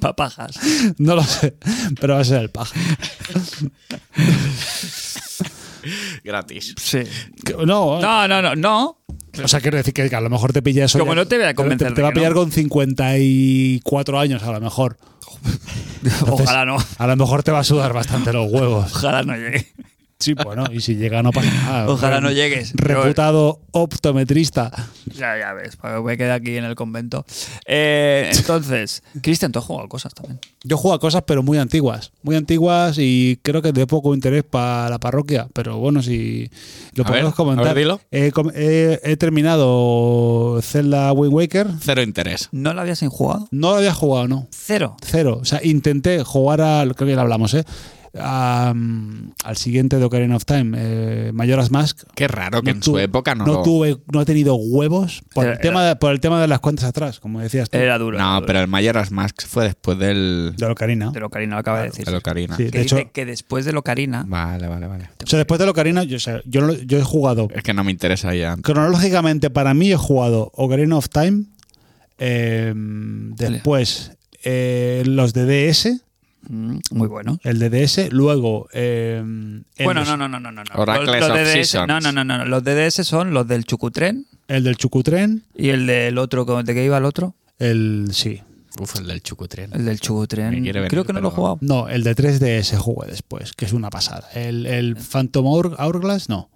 Papajas. No lo sé, pero vas a ser el pajas. Gratis. Sí. Que- No, No, no, no, no. O sea, quiero decir que a lo mejor te pilla eso. Como no te voy a te- convencer Te, de va a que no. pillar con 54 años, a lo mejor. Entonces, Ojalá no. A lo mejor te va a sudar bastante los <laughs> huevos. Ojalá no llegue. Sí, bueno, y si llega no pasa nada. Ojalá Re- no llegues. Reputado optometrista. Ya, ya ves, para que me quede aquí en el convento. Eh, <laughs> entonces, Cristian, tú has jugado a cosas también. Yo juego a cosas, pero muy antiguas. Muy antiguas y creo que de poco interés para la parroquia. Pero bueno, si lo A ver, podemos a comentar. ver, dilo. He, com- he- he terminado Zelda Wind Waker. Cero interés. ¿No la habías enjugado? No lo había jugado, no. Cero. Cero. O sea, intenté jugar al. Creo que ya lo hablamos, ¿eh? A, mm, al siguiente de Ocarina of Time, eh, Mayoras Mask. Qué raro que en tu- su época no, lo- Eh, tuve, no he tenido huevos por, Era- el tema de, por el tema de las cuentas atrás, como decías tú. Era duro. era No, duro. pero el Mayoras Mask fue después del. de Ocarina. eh, Pero Karina lo acaba de decir. del Ocarina. Sí. Que De dice hecho- que después de lo Karina. Vale, vale, vale. O sea, después de Ocarina, yo, o sea, yo, no lo- yo he jugado. Es que no me interesa ya. Cronológicamente, para mí, he jugado Ocarina of Time. eh, después, eh, los de DS. mm, Muy bueno. El de DS. Luego. eh, el Bueno, los- no, no, no, no, no. no. Oracles los, of DDS, Seasons. no, no, no, no, no. Los DDS son los del Chucutren El del Chucutren. y el del otro, ¿cómo- ¿de qué iba el otro? El. Sí. Uf, el del Chucutren. El del Chucutren. Me quiere venir, Creo que no lo he pero- jugado. No, el de 3DS jugué después, que es una pasada. El, el Phantom Hour- Hourglass, no.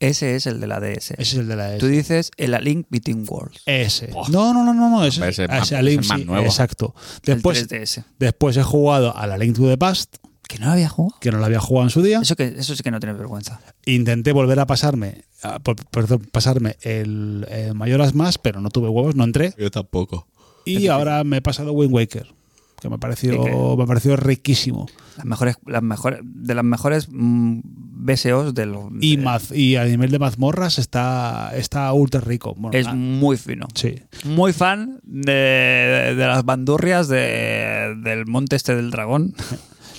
Ese es el de la DS. Ese es el de la Tú DS. dices el A Link Between Worlds. Ese. No, no, no, no, no. Ese, Ese es ah, más- ese, ese es Link, más sí, nuevo. Exacto. el Después, 3DS. después he jugado a la Link to the Past, Que no lo había jugado. que no la había jugado en su día. Eso, que, eso sí que no tienes vergüenza. Intenté volver a pasarme, a- por- perdón, pasarme el, Mayoras más, pero no tuve huevos, no entré. Yo tampoco. Y ahora me he pasado Wind Waker, que me pareció, ¿Y qué? me pareció riquísimo. Las mejores, las mejores, de las mejores mm, BSOs de los. Y, de- maz- y a nivel de mazmorras está, está ultra rico. Bueno, Es ah, muy fino. sí. Muy fan de, de las bandurrias de- del monte este del dragón.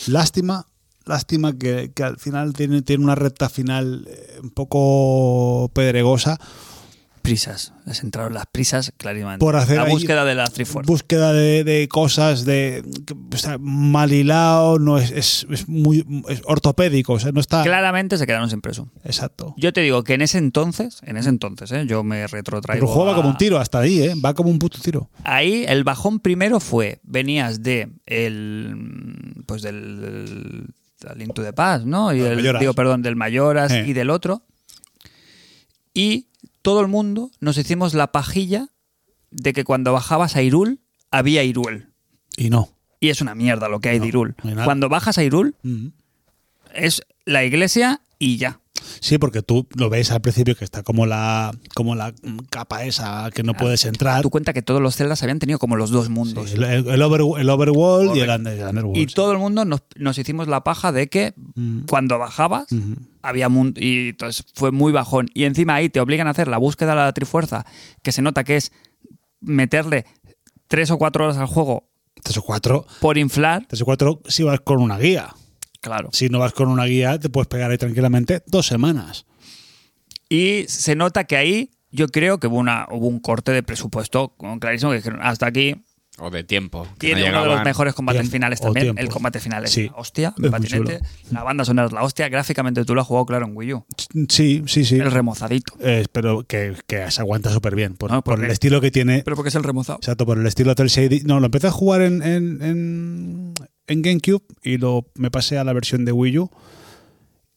Lástima, lástima que, que al final tiene, tiene una recta final eh, un poco pedregosa. Prisas. Les entraron las prisas clarísimamente. Por hacer la ahí- búsqueda de la Trifuerza. Búsqueda de, de cosas de que- o sea, mal hilado, no es, es- es muy es ortopédico, o sea, no está Claramente se quedaron sin preso. exacto. Yo te digo que en ese entonces, en ese entonces, ¿eh? yo me retrotraigo. Pero el juego va a- como un tiro hasta ahí, ¿eh? va como un puto tiro. Ahí el bajón primero fue, venías de el pues del aliento de paz, ¿no? Y Del el- Mayoras. digo, perdón, del Mayoras Eh. y del otro. Y todo el mundo nos hicimos la pajilla de que cuando bajabas a Irul había Irul. Y no. Y es una mierda lo que hay de Irul. no hay nada. cuando bajas a Irul Mm. es la iglesia y ya. Sí, porque tú lo ves al principio que está como la como la mm, capa esa que no puedes entrar. Ah, Tú cuenta que todos los celdas habían tenido como los dos Ah. Sí, mundos. el, el over- el overworld y el, under- el underworld. Y sí. Mm. todo el mundo nos, nos hicimos la paja de que cuando bajabas había mun- y entonces fue muy bajón. Y encima ahí te obligan a hacer la búsqueda de la trifuerza, que se nota que es meterle tres o cuatro horas al juego Tres o cuatro. por inflar. Tres o cuatro si vas con una guía. Claro. Si no vas con una guía, te puedes pegar ahí tranquilamente dos semanas. Y se nota que ahí yo creo que hubo, una, hubo un corte de presupuesto con clarísimo que dijeron, hasta aquí O de tiempo. que no Tiene uno de los llegaban. mejores combates Tiempo, finales o también. tiempo. El combate final es Sí, la hostia, es muy patinete. chulo. La banda sonora es la hostia. Gráficamente tú lo has jugado, claro, en Wii U. Sí, sí, sí. El remozadito. Eh, pero que, que se aguanta súper bien. Por, No, por porque- el estilo que tiene. Pero porque es el remozado. Exacto, por el estilo Hotel Shady. No, lo empecé a jugar en, en, en, en GameCube y lo me pasé a la versión de Wii U.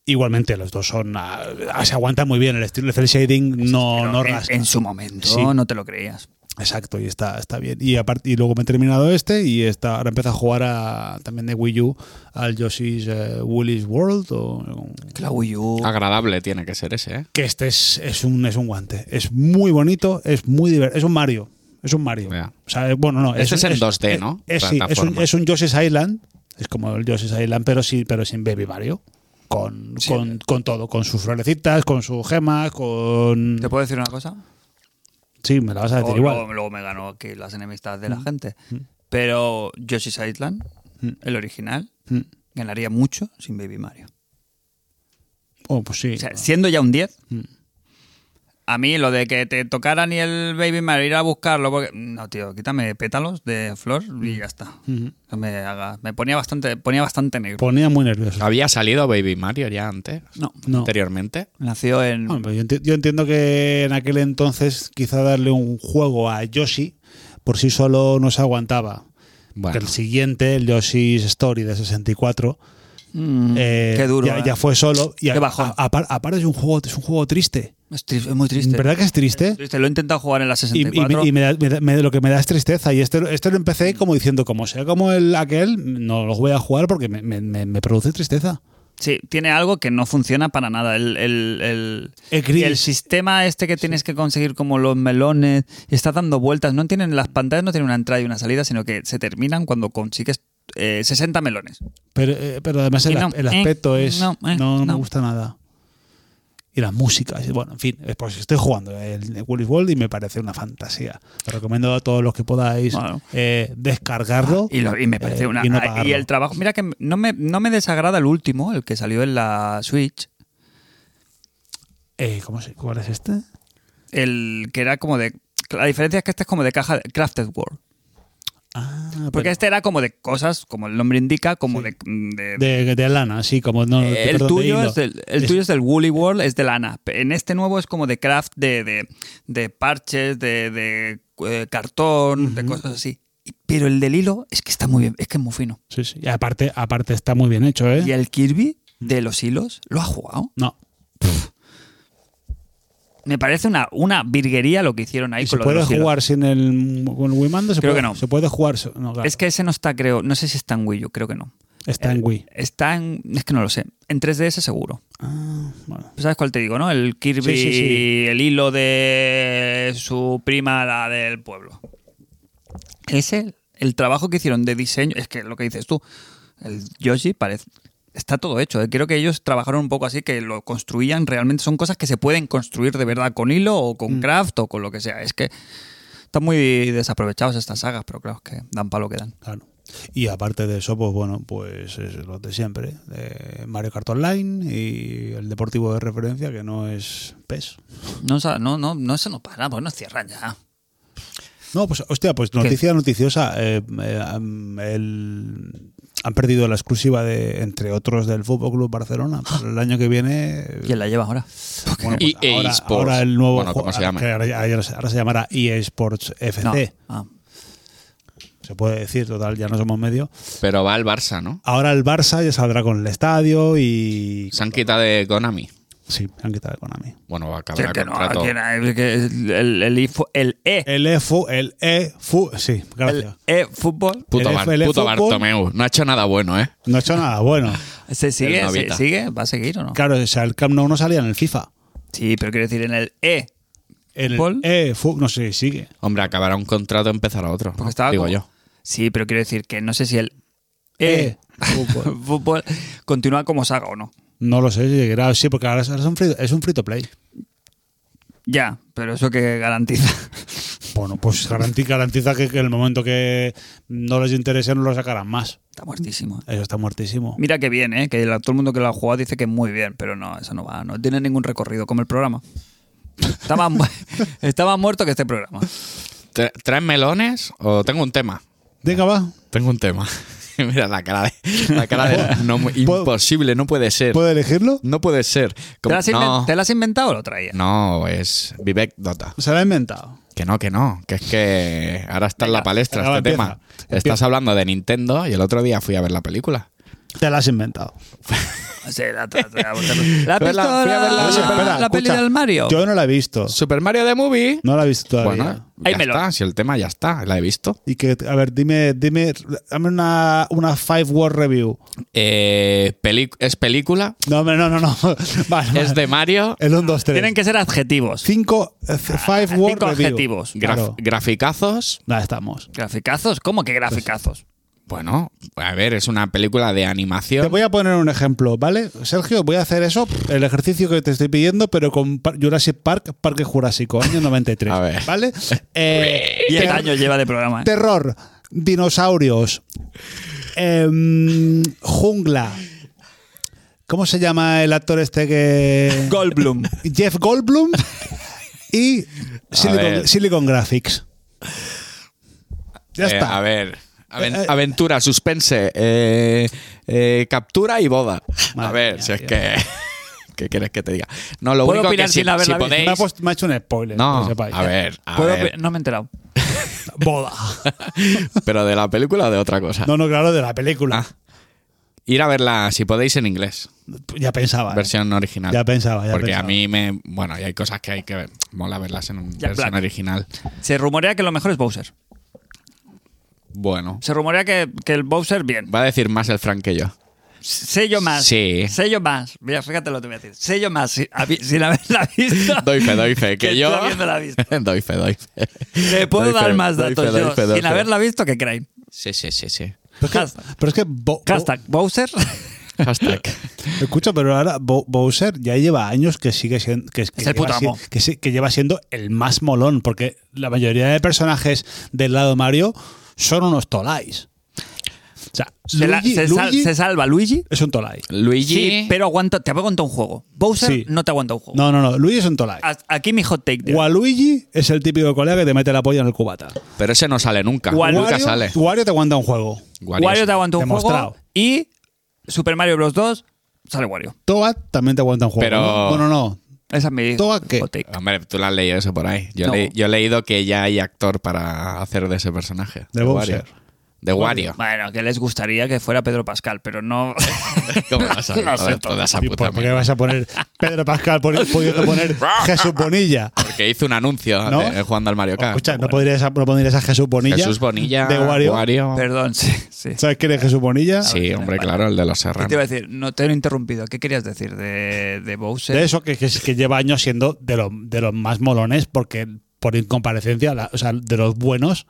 Igualmente, los dos son. ah, ah, se aguanta muy bien el estilo Hotel Shading, no, Pero no en, rasca. en su momento Sí. no te lo creías. Exacto, y está, está bien. Y aparte, y luego me he terminado este y está, ahora empiezo a jugar a, también de Wii U al Yoshi's eh, Woolly's World. o- Que la Wii U. Agradable tiene que ser ese, ¿eh? que este es, es un, es un guante. Es muy bonito, es muy divertido. Es un Mario. Es un Mario. Ya. O sea, bueno, no. Este es en un- 2D, ¿no? Es, sí, es un, Plataforma. es un Yoshi's Island. Es como el Yoshi's Island, pero sí, pero sin Baby Mario. Con, Sí. con, con todo, con sus florecitas, con sus gemas, con. ¿Te puedo decir una cosa? Sí, me la vas a decir Oh, Luego, Ah, igual. Mm. luego- luego me ganó aquí las enemistades de la gente. Pero Yoshi's Island, el original, Mm. ganaría mucho sin Baby Mario. Oh, pues sí. O sea, siendo ya un 10, Mm. a mí lo de que te tocaran y el Baby Mario ir a buscarlo, porque, no, tío, quítame pétalos de flor Mm. y ya está. Mm-hmm. Que me, haga- me ponía bastante ponía bastante negro. Ponía muy nervioso. ¿Había salido Baby Mario ya antes? No, No. Anteriormente. nació en... Bueno, pero yo, enti- yo entiendo que en aquel entonces quizá darle un juego a Yoshi por sí solo no se aguantaba. Bueno. Que el siguiente, el Yoshi's Story de 64, Mm, eh, qué duro. ya, eh. ya fue solo. Y a- Qué bajón. a- apar- aparte es un juego, es un juego triste. Es, tri- es muy triste. ¿Verdad que es triste? Triste, Lo he intentado jugar en la Y, y- 64. y me da- me da- me- lo que me da es tristeza. Y este, lo- este lo empecé como diciendo, como sea como el aquel, no los voy a jugar porque me, me- me- me produce tristeza. Sí, tiene algo que no funciona para nada. El, el, el, El gris. el sistema este que tienes que conseguir como los melones, y estás dando vueltas, no tienen las pantallas no tienen una entrada y una salida, sino que se terminan cuando consigues eh, 60 melones. Pero, eh, pero además el, Y no, as- el eh, aspecto es. no, No, eh, no me no. gusta nada. Y las músicas. y Bueno, en fin, eh, pues estoy jugando el Willy's World y me parece una fantasía. Lo recomiendo a todos los que podáis Bueno. Ah, eh, descargarlo. Y, lo- y me parece eh, una... Y, no ah, pagarlo. el trabajo... Mira que no me, no me desagrada el último, el que salió en la Switch, Eh, ¿cómo se- ¿Cuál es este? el que era como de... La diferencia es que este es como de caja de Crafted World. Ah, Porque este era como de cosas, como el nombre indica, como de- Sí. de pero- de, de lana, sí, como no. Eh, el perdón, de tuyo, hilo. es del, el tuyo es del Woolly World, es de lana. En este nuevo es como de craft, de, de, de parches, de, de, eh, cartón, de cosas así. Y- Pero el del hilo es que está muy bien, es que es muy fino. Sí, sí. Y aparte, aparte está muy bien hecho, ¿eh? Y el Kirby de los hilos, ¿lo ha jugado? No. Me parece una, una virguería lo que hicieron ahí ¿Y con se lo de puede los hilos. jugar sin el, con el Wii Mando? ¿Se Creo puede- que no. Se puede jugar. so- no, claro. Es que ese no está, creo, no sé si está en Wii U, creo que no. está en Wii. Está en, es que no lo sé, en 3DS seguro. Ah, bueno. ¿Sabes cuál te digo, no? El Kirby, Sí, sí, sí. el hilo de su prima, la del pueblo. Ese, el trabajo que hicieron de diseño, es que lo que dices tú, el Yoshi parece... Está todo hecho. eh. Creo que ellos trabajaron un poco así, que lo construían realmente. Son cosas que se pueden construir de verdad con hilo o con Mm. craft o con lo que sea. Es que están muy desaprovechados estas sagas, pero claro, es que dan palo que dan. Claro. Y aparte de eso, pues bueno, pues es lo de siempre. eh, Mario Kart Online y el deportivo de referencia que no es PES. No, o sea, no, no, no, eso no para, pues no cierran ya. No, pues hostia, pues noticia noticiosa. eh, eh, am- el- han perdido la exclusiva de, entre otros, del Fútbol Club Barcelona. Para el año que viene. eh, ¿Quién la lleva ahora? Bueno, pues Y EA ahora, Sports. ahora el nuevo Bueno, ¿cómo juego- se llama? que ahora, ya- ahora se- ahora se llamará EA Sports No. FC. Ah. Se puede decir, total, ya no somos medio. Pero va al Barça, ¿no? Ahora el Barça ya saldrá con el estadio y. Se han quitado de Konami. Sí, han quitado con Konami. Bueno, va a acabar Sí, el que no, contrato. que no, es que el, el ifo- el E, El EFU, el EFU, sí, el gracias. E fútbol Puto, El Bar- FL puto Fútbol. Bartomeu. No ha hecho nada bueno, ¿eh? No ha hecho <laughs> nada bueno. se sigue, El se Novita. sigue, va a seguir o no? Claro, o sea, el Camp Nou no salía en el FIFA. Sí, pero quiero decir en el E, El Paul. EFU, no sé, sigue. Hombre, acabará un contrato y empezará otro. ¿no? porque Pues estaba Digo como- yo. Sí, pero quiero decir que no sé si el E E. fútbol. fútbol continúa como saga o no. <laughs> No lo sé si llegará, sí, porque ahora es ahora es un free, es un free to play. Ya, pero eso que garantiza. <laughs> Bueno, pues garanti- garantiza que, que en el momento que no les interese no lo sacarán más. Está muertísimo. Eso está muertísimo. Mira que bien, ¿eh? que la- todo el mundo que lo ha jugado dice que muy bien, pero no, eso no va, no tiene ningún recorrido como el programa. <laughs> Estaba, mu- estaba muerto que este programa. Tre- ¿Tres melones o tengo un tema? Venga, va. Tengo un tema. <laughs> Mira la cara de. La cara de. No, ¿Puedo- imposible, no puede ser. ¿Puedo elegirlo? No puede ser. ¿Te Como- la has, inven- no, te la has inventado o lo traía? no, es Vivek Dota. Se lo ha inventado. Que no, que no. Que es que ahora está en la palestra acaba, este empieza. tema. Estás Empieza. hablando de Nintendo y el otro día fui a ver la película. Te la has inventado. Sí, la, tra- tra- la, has Fui a visto ver la- la- Oye, Ah, la, espera, peli escucha, del Mario? Yo no la he visto. Super Mario The Movie. Oh. No la he visto todavía. Bueno, ya Ahí me lo- está. Si el tema ya está, la he visto. Y que, a ver, dime, dime, dame una, una five word review. Eh, peli- es película. No, hombre, no, no, no. <laughs> Vale, Es vale. de Mario. El 1, 2, 3. Tienen que ser adjetivos. Cinco, eh, five word Cinco review. adjetivos. graf- Claro. Graficazos. Nada, estamos. ¿Graficazos? ¿Cómo que graficazos? Bueno, a ver, es una película de Te animación. voy a poner un ejemplo, ¿vale? Sergio, voy a hacer eso, el ejercicio que te estoy pidiendo, pero con Par- Jurassic Park, Parque Jurásico, año 93. <laughs> A ver. ¿Vale? Eh, <laughs> Diez ter- años lleva de programa. ¿eh? Terror, dinosaurios, em, jungla. ¿Cómo se llama el actor este que. Goldblum. Jeff Goldblum <laughs> y Silicon, ver. Silicon Graphics. Ya Eh, está. a ver. aven- Eh, eh. aventura, suspense, eh, eh, captura y boda. a Madre ver, mía, si es tío. que. <laughs> ¿Qué quieres que te diga? No, lo ¿Puedo único que opinar si, sin haberla si visto? podéis. me, ha puesto- me ha hecho un spoiler. que No, sepáis. ¿eh? a ver, a Puedo ver, opi- No me he enterado. Boda. pero de la película o de otra cosa. No, no, claro, de la película. Ah. Ir a verla, si podéis, en inglés, Ya pensaba. ¿eh? versión original. Ya pensaba, ya Porque pensaba. a mí me. Bueno, y hay cosas que hay que ver. Mola verlas en un- Ya, versión Black. original. Se rumorea que lo mejor es Bowser. Bueno, Se rumorea que, que el Bowser, bien. va a decir más el Frank que yo. Sé yo más. Sí. Sé yo más. Mira, fíjate lo que te voy a decir. Sé yo más si- habi- sin haberla visto. <laughs> Doy fe, doy fe, que Que yo. tú habiéndola visto. <laughs> doy fe, doy fe. Te puedo Doy fe, dar más doy datos fe, doy yo. fe, doy sin fe. haberla visto, que creen? Sí, sí, sí, sí. Pero es que, Hashtag. pero es que Bo- Bo- Hashtag Oh. Bowser. <laughs> Hashtag. escucha, pero ahora Bo- Bowser ya lleva años que sigue siendo que, que Es el lleva puto si- amo. que si- que lleva siendo el más molón, porque la mayoría de personajes del lado Mario son unos tolais. O sea, se, la- Luigi- se sal- Luigi se salva Luigi. es un tolai. Luigi. Sí, pero aguanta, te aguanta un juego. Bowser Sí. no te aguanta un juego. No, no, no. Luigi es un tolai. Haz- Aquí mi hot take. de- Waluigi es el típico colega que te mete la polla en el cubata. Pero ese no sale nunca. Wario- Nunca sale. Wario te aguanta un juego. Wario, te aguanta un Demostrado. juego. Y Super Mario Bros. 2 sale Wario. Toad también te aguanta un juego. Pero- ¿no? Bueno, no. Esa es mi ¿Toba qué? hot take. Hombre, tú lo has leído eso por ahí. Yo, No. leí- yo he leído que ya hay actor para hacer de ese personaje. De Bowser. Wario. De Wario. <laughs> Bueno, que les gustaría que fuera Pedro Pascal, pero no. ¿Cómo vas a No <laughs> ver sé toda todo. esa ¿Y puta ¿Por qué mierda? vas a poner Pedro Pascal <laughs> por, pudiendo poner Jesús Bonilla? Porque hizo un anuncio ¿No? de- jugando al Mario Kart. Escucha, ¿no podrías no pondrías a Jesús Bonilla? Jesús Bonilla. De Wario. Perdón, sí. sí. ¿Sabes quién es Jesús Bonilla? Sí, hombre, claro, el de los ¿Qué te iba serranos. a decir? No te he interrumpido. ¿Qué querías decir de, de Bowser? De eso que, que- que lleva años siendo de, los- de los más molones porque por incomparecencia, la- o sea, de los buenos.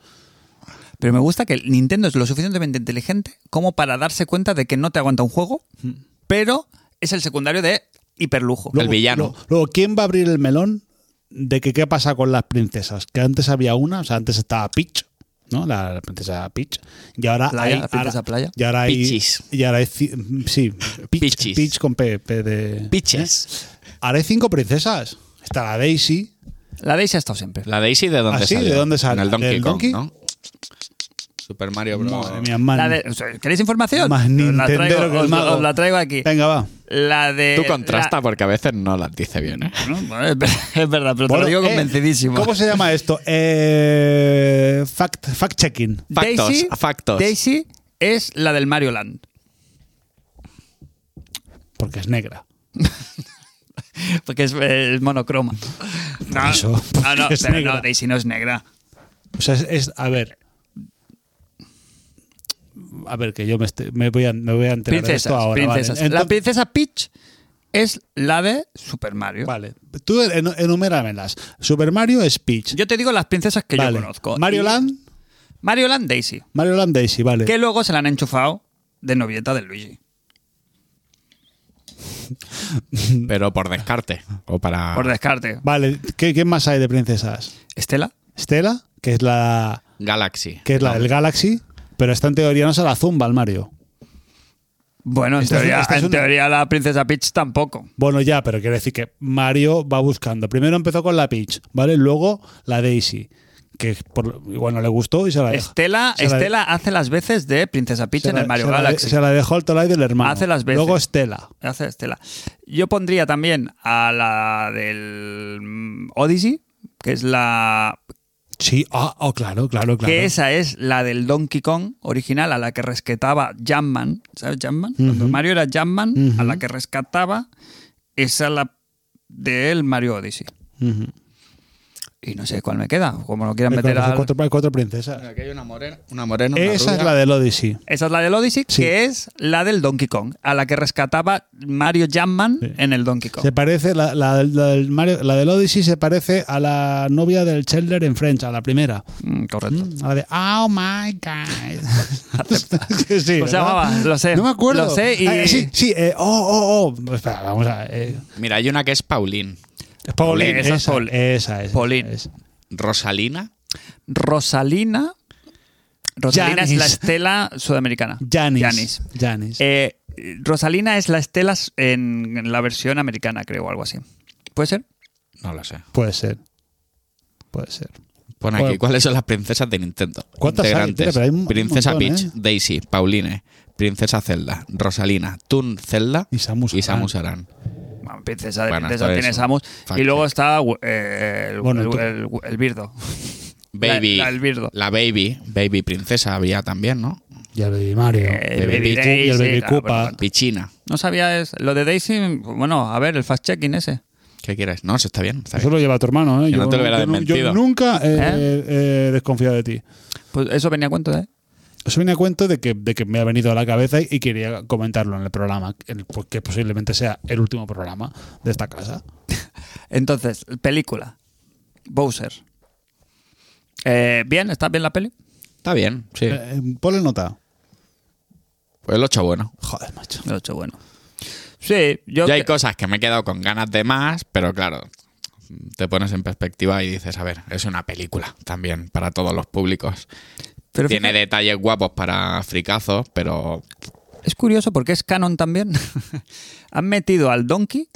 Pero me gusta que el Nintendo es lo suficientemente inteligente como para darse cuenta de que no te aguanta un juego, Mm. pero es el secundario de hiperlujo. Lo- El villano. lo- Luego, ¿quién va a abrir el melón de que qué pasa con las princesas? Que antes había una, o sea, antes estaba Peach, ¿no? La, la princesa Peach. Y ahora Playa, hay. la princesa ahora- Playa. Y ahora hay. Peaches. Y ahora hay. ci- Sí, Peach, Peaches. Peach con P, P de. ¿eh? Piches. Ahora hay cinco princesas. Está la Daisy. La Daisy ha estado siempre. ¿La Daisy de dónde ¿Ah, sí? salió? ¿De dónde sale? En el Donkey ¿Del Kong, Donkey? ¿no? Super Mario Bros. Madre mía, man- La de- o sea, ¿Queréis información? Más Os la Nintendero traigo, que el os la- mago. os la traigo aquí. Venga, va. La de. Tú contrasta la- porque a veces no las dice bien, ¿eh? No, bueno, es verdad- <laughs> es verdad, pero te Bueno, lo digo eh, convencidísimo. ¿Cómo se llama esto? Eh, fact, fact checking. Factos, Daisy, factos. Daisy es la del Mario Land. Porque es negra. Porque es, eh, es monocroma. No, eso, no, no, porque <laughs> es pero negra. no, Daisy no es negra. O sea, es, es- a ver. A ver, que yo me, este- me voy a, me voy a enterar Princesas, de esto ahora. vale. princesas. La Entonces- princesa Peach es la de Super Mario. vale. Tú en- enuméramelas. Super Mario es Peach. Yo te digo las princesas que Vale. yo conozco. Mario Y- Land, Mario Land Daisy. Mario Land Daisy, vale. Que luego se la han enchufado de novieta de Luigi. Pero por descarte. O para. Ah. Por descarte. Vale, ¿qué, qué más hay de princesas? Estela. Estela, que es la Galaxy. que es la No. del Galaxy, pero esta en teoría no se la zumba al Mario. Bueno, en, Esta es- teoría, esta es en una- teoría la princesa Peach tampoco. Bueno, ya, pero quiero decir que Mario va buscando. Primero empezó con la Peach, ¿vale? Luego la Daisy. que por- igual no le gustó y se la dejó. Estela, se la- Estela hace las veces de Princesa Peach en el Mario se la de- Galaxy. se la dejó al Tolai del hermano. Hace las veces. Luego Estela. Hace Estela. Yo pondría también a la del mm, Odyssey, que es la. Sí, ah, oh, claro, claro, claro. Que esa es la del Donkey Kong original, a la que rescataba Jumpman. ¿Sabes Jumpman? Cuando Mario era Jumpman, a la que rescataba, esa la del Mario Odyssey. Ujú. Y no sé cuál me queda, como lo quieran Hay meter cuatro, al... cuatro- hay cuatro princesas. Aquí hay una morena, una morena, una Esa es rubia. la del Odyssey. Esa es la del Odyssey, Sí. que es la del Donkey Kong, a la que rescataba Mario Jumpman Sí. en el Donkey Kong. Se parece, la, la- la del Mario- la del Odyssey se parece a la novia del Chandler en French, a la primera. Mm, correcto. A la de Oh my God. <laughs> ¿Cómo Sí, sí, se ¿verdad? llamaba? Lo sé. No me acuerdo. Lo sé y... Ah, sí, sí. eh, oh, oh, oh. Espera, vamos a. eh, Mira, hay una que es Pauline. Pauline, esa esa, es Paul- esa es. Pauline. esa es. Rosalina. Rosalina. Rosalina es la Janis. estela sudamericana. Janis. Janis. Janis. Eh, Rosalina es la estela s- en, en la versión americana, creo, o algo así. ¿Puede ser? No lo sé. Puede ser. Puede ser. Pon aquí, Bueno. ¿cuáles son las princesas de Nintendo? ¿Cuántas hay? Integrantes. Tira, pero hay un- un Princesa montón, Peach, ¿eh? Daisy, Pauline, Princesa Zelda, Rosalina, Toon Zelda Y Samus Aran. Aran. Bueno, princesa de Bueno, princesa todo tiene eso. Samus. Fact Y luego check. está eh, el, Bueno, el- tú- el- el birdo. Baby. La- la Elbirdo. la Baby. Baby Princesa había también, ¿no? Y el Baby Mario. Eh, Baby Baby Cu- Daisy, y el Baby claro, Koopa. bueno, Pichina. no sabía eso. Lo de Daisy, bueno, a ver, el fact-checking ese. ¿Qué quieres? No, eso está bien. está Eso bien. lo lleva tu hermano, ¿eh? Que no te lo hubiera yo, nu- yo desmentido. nunca eh, ¿Eh? eh, he desconfiado de ti. Pues eso venía a cuento, ¿eh? Eso viene a cuento de que, de que me ha venido a la cabeza y quería comentarlo en el programa, el- porque posiblemente sea el último programa de esta casa. Entonces, película. Bowser. Eh, bien, ¿está bien la peli? Está bien, sí. Eh, eh, ponle nota. Pues lo he hecho bueno. Joder, macho. Lo he hecho bueno. Sí, yo. Yo hay te- cosas que me he quedado con ganas de más, pero claro, te pones en perspectiva y dices, a ver, es una película también para todos los públicos. pero Tiene fíjate, detalles guapos para fricazos, pero Es curioso porque es canon también. <laughs> Han metido al Donkey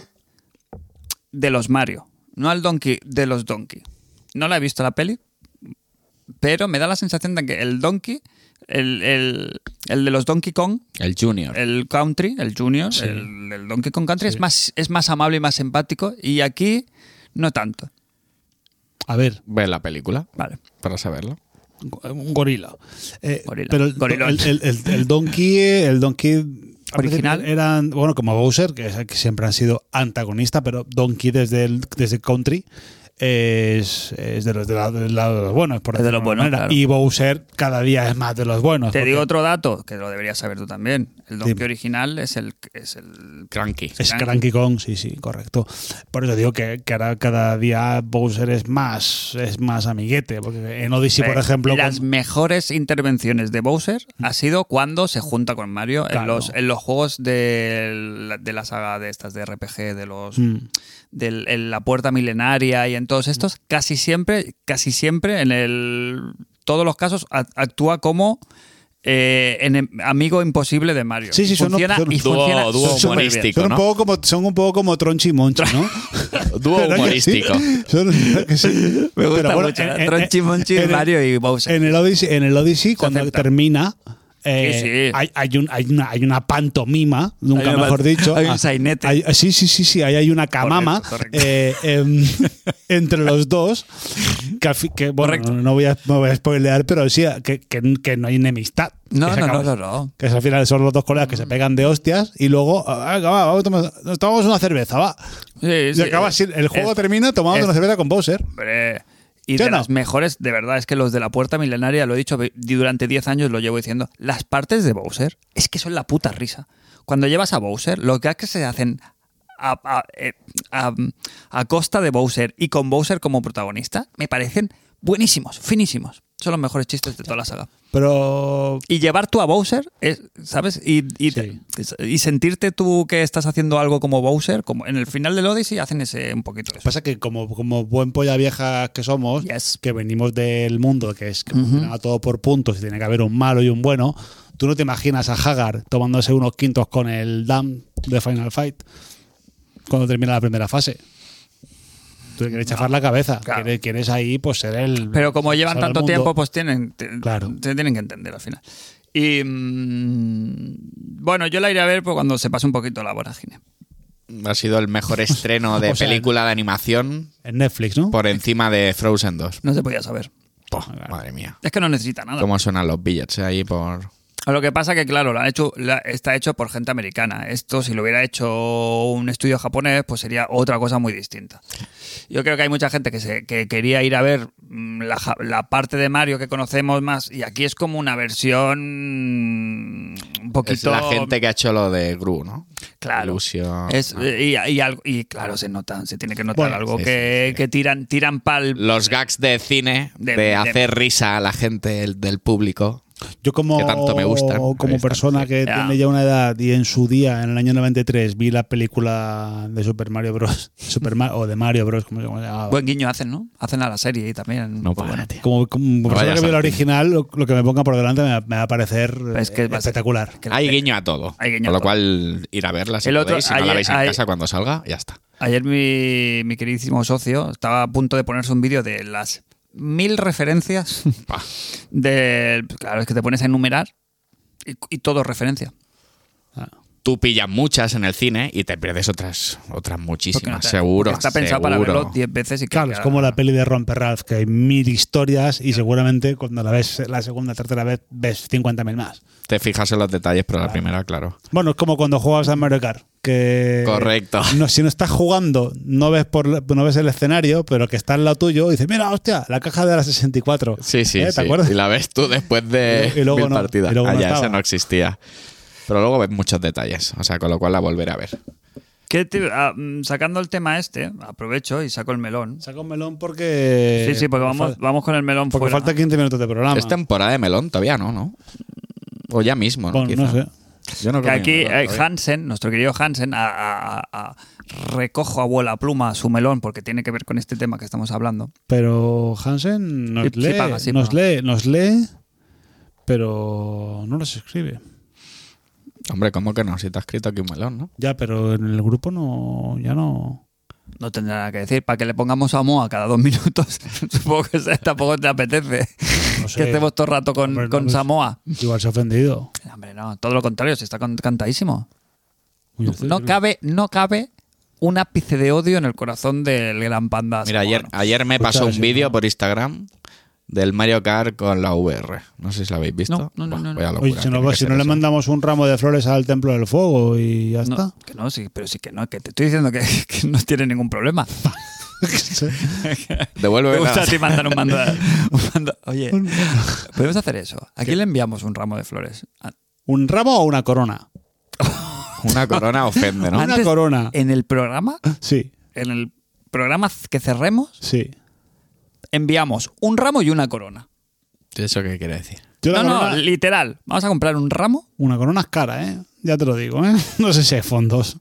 de los Mario. No al Donkey de los Donkey. No la he visto la peli, pero me da la sensación de que el Donkey, el, el- el de los Donkey Kong, el Junior. el Country, el Junior, el, el Donkey Kong Country es, más, es más amable y más simpático. Y aquí no tanto. A ver, Ve la película Vale. para saberlo. un gorila. Eh, Gorila. Pero el, Gorilón. el, el, el- el Donkey, el Donkey al Original. principio eran, bueno, como Bowser, que, es- que siempre han sido antagonistas, pero Donkey desde el desde Country es, es de los de la- del lado de los buenos, por Es de decirlo los alguna buenos, manera. claro. Y Bowser cada día es más de los buenos. Te porque digo otro dato que lo deberías saber tú también. El Donkey Dime. original es el, es el Cranky. es Cranky. Cranky Kong, sí, sí, correcto. Por eso digo que, que ahora cada día Bowser es más, es más amiguete. Porque en Odyssey, por Eh, ejemplo, las con- mejores intervenciones de Bowser ha sido cuando se junta con Mario en, Claro. los, en los juegos de la, de la saga de estas de RPG, de los Mm. del- en la puerta milenaria y en todos estos, casi siempre, casi siempre, en el todos los casos a- actúa como eh, enem- amigo imposible de Mario. Sí, sí, son funciona opciones. y funciona Dúo- dúo súper bien. humorístico. son, ¿no? un poco como, son un poco como Tronchi y Monchi, <laughs> ¿no? Dúo ¿Verdad que humorístico. sí? <laughs> Son- ¿verdad que sí? Me gusta Pero bueno, eh, mucho. en- en- Tronchi, Monchi, en el- eh, Mario y Bowser. En el Odyssey, en el Odyssey cuando acepta. termina, eh, Sí, sí. Hay, hay un- hay una, hay una pantomima, nunca Hay una mejor pan- dicho. hay un Ah, sainete. hay- sí, sí, sí, sí, ahí hay una camama correcto. eh, em, <laughs> entre los dos. Que, al fi- que, bueno, Correcto. no voy, a, no voy a spoilear, pero sí, que, que- que no hay enemistad. No, Que se no, acaba- no, Mm. no, no. que al final son los dos colegas que se pegan de hostias y luego, ah, va, vamos, a tomar- nos tomamos una cerveza, va. Sí, Y sí. acaba así, el juego Es- termina tomando es- una cerveza con Bowser. Hombre. Y ¿Sí de o no? las mejores, de verdad, es que los de la puerta milenaria, lo he dicho ve- durante 10 años, lo llevo diciendo. Las partes de Bowser es que son la puta risa. Cuando llevas a Bowser, lo que es que se hacen a, a- eh, a- a costa de Bowser y con Bowser como protagonista, me parecen buenísimos, finísimos. Son los mejores chistes de toda la saga. Pero Y llevar tú a Bowser, es- ¿sabes? Y, y, Sí. y sentirte tú que estás haciendo algo como Bowser, como en el final del Odyssey hacen ese un poquito eso. pasa que como, como buen polla vieja que somos, Yes. que venimos del mundo que es que funciona todo por puntos y tiene que haber un malo y un bueno, tú no te imaginas a Hagar tomándose unos quintos con el Dam de Final Fight cuando termina la primera fase. Tú le quieres chafar la cabeza. Claro. Quieres, quieres ahí, pues, ser el. Pero como llevan salvar al tanto mundo. tiempo, pues tienen, te- Claro. se tienen que entender al final. Y mm, bueno, yo la iré a ver pues, cuando se pase un poquito la vorágine. Ha sido el mejor estreno <laughs> de O sea, película de animación En Netflix, ¿no? por encima de Frozen 2. No se podía saber. Poh, madre mía. Es que no necesita nada. ¿Cómo suenan los billets eh, ahí por. Lo que pasa que, claro, lo han hecho, la- está hecho por gente americana. Esto, si lo hubiera hecho un estudio japonés, pues sería otra cosa muy distinta. Yo creo que hay mucha gente que, se, que quería ir a ver mm, la, ja- la parte de Mario que conocemos más, y aquí es como una versión mm, un poquito... Es la gente que ha hecho lo de Gru, ¿no? Claro. Ilusio- Es- y, y algo- y claro, se nota, se tiene que notar Bueno, algo sí, que, sí, sí. que tiran, tiran pal. Los gags de cine, De- de, de- hacer risa a la gente el- del público. Yo como, que tanto me gustan. Ahí como están, persona sí. que Ya. tiene ya una edad y en su día, en el año 93, vi la película de Super Mario Bros. <laughs> Super Ma- o de Mario Bros. Como se llamaba. Buen guiño hacen, ¿no? Hacen a la serie y también. No pues para, bueno. tío. como, como persona vayas que vio la al cine. original, lo, lo que me ponga por delante me, va- me va a parecer Pues Es que eh, va a ser- espectacular. que la Hay pe- guiño a todo. Hay guiño a Con lo todo. cual, ir a verla si El el otro- si no ayer- la veis en ayer- casa cuando salga, ya está. Ayer mi, mi queridísimo socio estaba a punto de ponerse un vídeo de las mil <laughs> referencias Pa. del. Claro, es que te pones a enumerar y, y todo es referencia. Tú pillas muchas en el cine y te pierdes otras, otras Porque muchísimas, no te- seguro. Está pensado para seguro. verlo 10 veces y que- Claro, es como la peli de Romper Ralph, que hay mil historias y seguramente cuando la ves la segunda, tercera vez, ves 50.000 más. Te fijas en los detalles, pero la primera, claro. Bueno, es como cuando juegas a Mario Kart, que... Correcto. Eh, <laughs> No, si no estás jugando, no ves por la- no ves el escenario, pero que está al lado tuyo y dices, mira, hostia, la caja de la 64. <laughs> Sí, sí, ¿Eh? ¿Te sí. acuerdas? Y la ves tú después de Y- y luego mil no, partidas. y luego Ah, no ya, estaba. esa no existía. Pero luego ves muchos detalles, o sea, con lo cual la volveré a ver. ¿Qué te- ah, mm, sacando el tema este, aprovecho y saco el melón. Saca un melón porque... Sí, sí, porque vamos, fal- vamos con el melón Eh, porque fuera. falta 15 minutos de programa. Es temporada de melón todavía, ¿no? ¿No? O ya mismo, ¿no? Bueno, no Quizá. sé. Yo no Que creo aquí que melón eh, todavía. Hansen, nuestro querido Hansen, a, a- a- a- recojo a bola pluma su melón porque tiene que ver con este tema que estamos hablando. Pero Hansen nos Sí, sí lee, paga, sí nos paga. lee, nos lee, pero no los escribe. Hombre, ¿cómo que no? Si te has escrito aquí un melón, ¿no? Ya, pero en el grupo no, ya no. No tendrá nada que decir. Para que le pongamos a Moa cada dos minutos, <laughs> supongo que se- tampoco te apetece no <laughs> sé. que estemos todo el rato con, Hombre, no, con pues- Samoa. Igual se ha ofendido. Hombre, no, todo lo contrario, se está con- cantadísimo. Uy, este- No cabe, no cabe un ápice de odio en el corazón del gran panda. Mira, ayer, samoano. ayer me Escucha, pasó un sí, vídeo ¿no? por Instagram del Mario Kart con la VR. No sé si lo habéis visto. No, no, no, Buah, no, no. vaya locura, Oye, si tiene no, que si ser no le eso. mandamos un ramo de flores al Templo del Fuego y ya No, está. <laughs> que no, sí, pero sí que no, que te estoy diciendo que, <laughs> que no tiene ningún <laughs> problema. <laughs> Devuelve Me gusta la- a ti mandar un mando, <laughs> un mando- Oye, podemos hacer eso. ¿A quién le enviamos un ramo de flores? A- ¿Un ramo o una corona? Una corona <laughs> ofende, ¿no? Ah, Una corona. En el programa, Sí, en el programa que cerremos, sí. enviamos un ramo y una corona. ¿Eso qué quiere decir? Yo la no, corona- no, literal. Vamos a comprar un ramo, una corona es cara, ¿eh? Ya te lo digo, ¿eh? <laughs> No sé si hay fondos.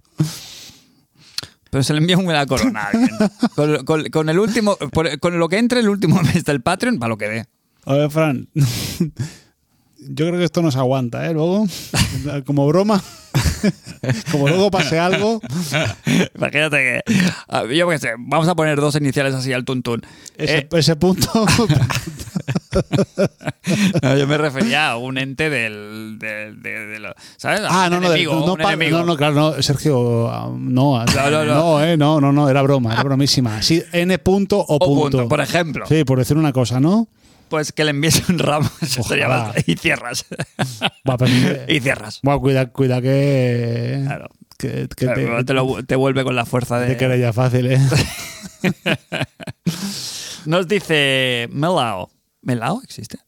pero se le envía una corona a <laughs> alguien. con, con- con el último, por- con lo que entre el último mes del Patreon, para lo que dé. <laughs> A ver, Fran. <laughs> Yo creo que esto nos aguanta, ¿eh? Luego, <laughs> como broma, <laughs> como luego <laughs> pase algo, Imagínate que. a- Yo qué sé, vamos a poner dos iniciales así al tuntún. ese, Eh, ese punto. <laughs> <laughs> No, yo me refería a un ente del. del- de, de lo- ¿Sabes? ah, Un no, no, enemigo, no, un pa- enemigo. no, no, claro, no, Sergio, ah, no, No, no, no. no, eh, no, no, no, era broma, era bromísima. Sí, N punto o O punto, punto. por ejemplo. Sí, por decir una cosa, ¿no? Pues que le envíes un ramo. <laughs> eso sería Ojalá. bastante- y cierras. Va, pero, <laughs> y cierras. Buah, cuida, cuida que, Claro. que, que Claro, pero te, te, lo- te vuelve con la fuerza te de. queréis ya <laughs> fácil, ¿eh? Nos dice Melao. ¿Melao existe?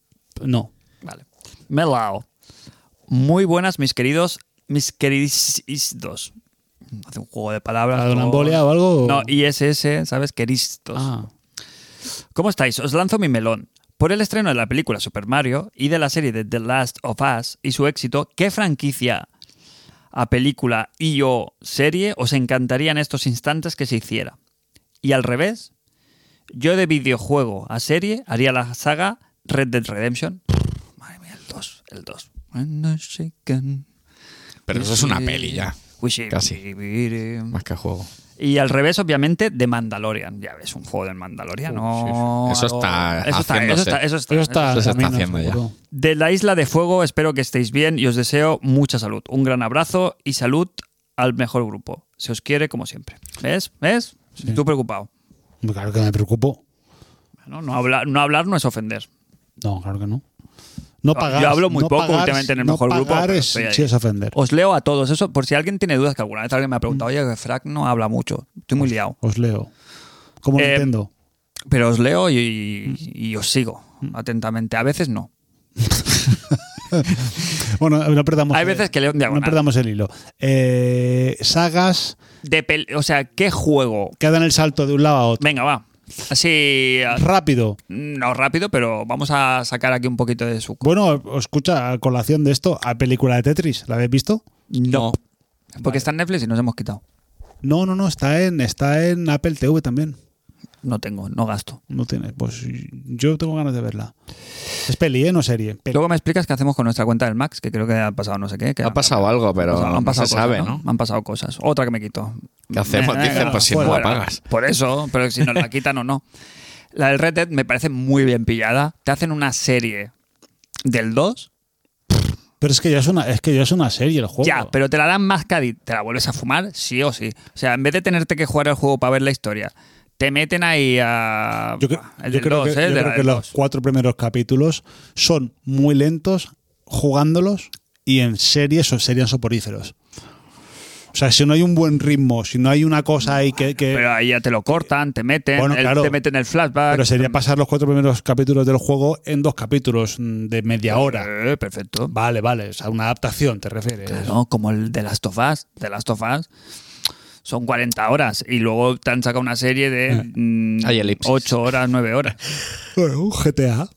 No. Vale. Melao. Muy buenas, mis queridos. Mis queridis dos. Hace un juego de palabras. ¿Una con- embolia o algo? No, ISS, ¿sabes? Queristos. Ah, ¿Cómo estáis? Os lanzo mi melón. Por el estreno de la película Super Mario y de la serie de The Last of Us y su éxito, ¿qué franquicia a película y o serie os encantaría en estos instantes que se hiciera? Y al revés, yo de videojuego a serie haría la saga Red Dead Redemption. Madre mía, el 2, el 2. Pero eso es una peli ya, We should Casi. be- más que juego. Y al revés, obviamente, de Mandalorian. Ya ves, un juego del Mandalorian. no, sí, sí. Eso algo- está eso está, eso haciéndose. está, eso está, Eso está, Eso se está camino, haciendo ya. seguro. De la Isla de Fuego, espero que estéis bien y os deseo mucha salud. Un gran abrazo y salud al mejor grupo. Se os quiere como siempre. ¿Ves? ¿Ves? Tú preocupado. Claro que me preocupo. No, no, hablar, no hablar no es ofender. No, claro que no. No Yo pagar. hablo muy no poco pagar- últimamente en el no mejor grupo, pagar pero es- estoy ahí. sí es ofender. Os leo a todos. Eso, por si alguien tiene dudas, que alguna vez alguien me ha preguntado, oye, que Frack no habla mucho. Estoy Pues muy liado. Os leo. Como Eh, Nintendo. Pero os leo Mm. y, y os sigo atentamente. A veces no. Bueno, eh, no perdamos. Hay el- veces que leo en No diagonal. perdamos el hilo. Eh, sagas De pel- o sea, ¿qué juego? que dan el salto de un lado a otro. Venga, va. Así. a- Rápido. No rápido, pero vamos a sacar aquí un poquito de su. Bueno, o- escucha, a colación de esto, a película de Tetris, ¿la habéis visto? No. Porque está en Netflix y nos hemos quitado. No, no, no, está en, está en Apple TV también. No tengo, no gasto. No tiene, pues yo tengo ganas de verla. Es peli, ¿eh? No serie. Peli. Luego me explicas qué hacemos con nuestra cuenta del Max, que creo que ha pasado no sé qué. que Ha han- pasado algo, pero han pasado no se cosas, sabe, ¿no? Han pasado cosas. Otra que me quitó. ¿Qué hacemos? Eh, Dicen, eh, pues si no la fuera. pagas. Por eso, pero si nos la quitan o no. La del Red Dead me parece muy bien pillada. Te hacen una serie del 2, Pero es que ya es una, es que ya es una serie el juego. ya, pero te la dan más cadi. Te la vuelves a fumar, sí o sí. O sea, en vez de tenerte que jugar el juego para ver la historia, te meten ahí a. Yo, cre- el yo del creo, 2, que, ¿eh? yo De la creo que del los 2. cuatro primeros capítulos son muy lentos jugándolos y en series o serían soporíferos. O sea, si no hay un buen ritmo, si no hay una cosa ahí que... que- Pero pero, ahí ya te lo cortan, te meten, Bueno, el- claro. te meten el flashback. Eh, sería pasar los cuatro primeros capítulos del juego en dos capítulos mm, de media hora. Eh, perfecto. Vale, vale, o sea, una adaptación te refieres. Claro, como el de Last of Us. De Last of Us son 40 horas y luego te han sacado una serie Eh. de mm, Hay elipsis. 8 horas, 9 horas. Bueno, un GTA.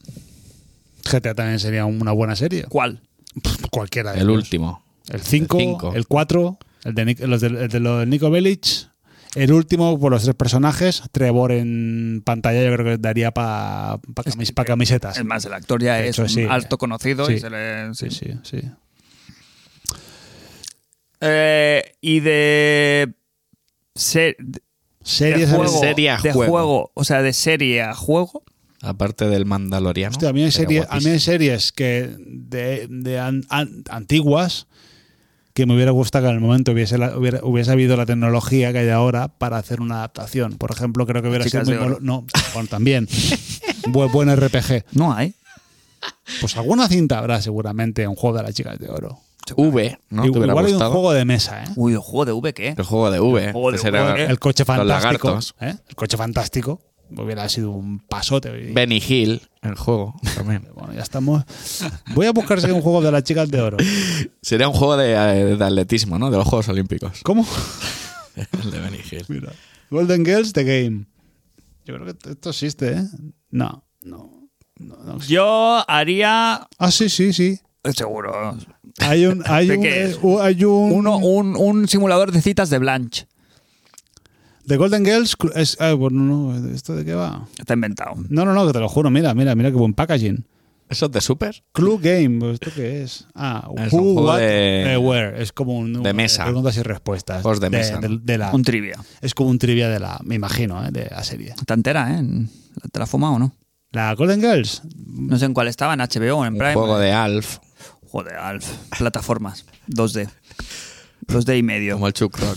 GTA también sería una buena serie. ¿Cuál? Pff, Cualquiera de El ellos. último. El 5, cinco. el 4, el de, Nic- los de, el de los de Nico Bellic. El último, por los tres personajes. Trevor en pantalla, yo creo que daría para camisetas. Es más, el actor ya De es hecho, un sí. alto conocido y Sí. se le- Sí, sí, sí. Eh, y de. se- de Series. juego, serie a de juego. O sea, de serie a juego. Aparte del Mandaloriano. Hostia, a, mí hay que era series, a mí hay guapísimo. series que de, de an- an- antiguas que me hubiera gustado que en el momento hubiese, la- hubiera, hubiese habido la tecnología que hay ahora para hacer una adaptación. Por ejemplo, creo que hubiera Chicas de sido muy oro. molo- No, bueno, <laughs> también. buen, buen RPG. No hay. Pues alguna cinta habrá seguramente un juego de las chicas de oro. V, ¿no? ¿Te hubiera Igual hay un gustado? juego de mesa, ¿eh? Uy, el juego de V, ¿qué? El juego de V. juego de que será V. ¿eh? El coche Los fantástico. lagartos. ¿eh? El coche fantástico. Hubiera sido un pasote. Y- Benny Hill, el juego también. Bueno, ya estamos. Voy a buscarse un juego de las chicas de oro. <laughs> Sería un juego de, eh, de atletismo, ¿no? De los Juegos Olímpicos. ¿Cómo? <laughs> El de Benny Hill. Mira. Golden Girls The Game. Yo creo que esto existe, ¿eh? No, no. no, no existe. Yo haría. eh, Ah, sí, sí, sí. Seguro. Hay un. Hay ¿De un, qué es? eh, u- hay un- Uno, un, un simulador de citas de Blanche. The Golden Girls. cru- Es, ah, bueno, no. ¿Esto de qué va? Está inventado. No, no, no, que te lo juro. Mira, mira, mira qué buen packaging. ¿Eso es de Super? Clue Game, pues, ¿esto qué es? Ah, Es un juego de- eh, Where. Es como un. eh, de mesa. Preguntas y respuestas. Juegos de mesa, de- ¿no? de la- Un trivia. es como un trivia de la. Me imagino, ¿eh? De la serie. Está entera, ¿eh? ¿Te la has fumado o no? La Golden Girls. <laughs> No sé en cuál estaba, en HBO o en Un Prime. juego de Alf, Joder, Alf. Plataformas. 2D. 2D y medio. como el Chuck <laughs> Rock. <laughs>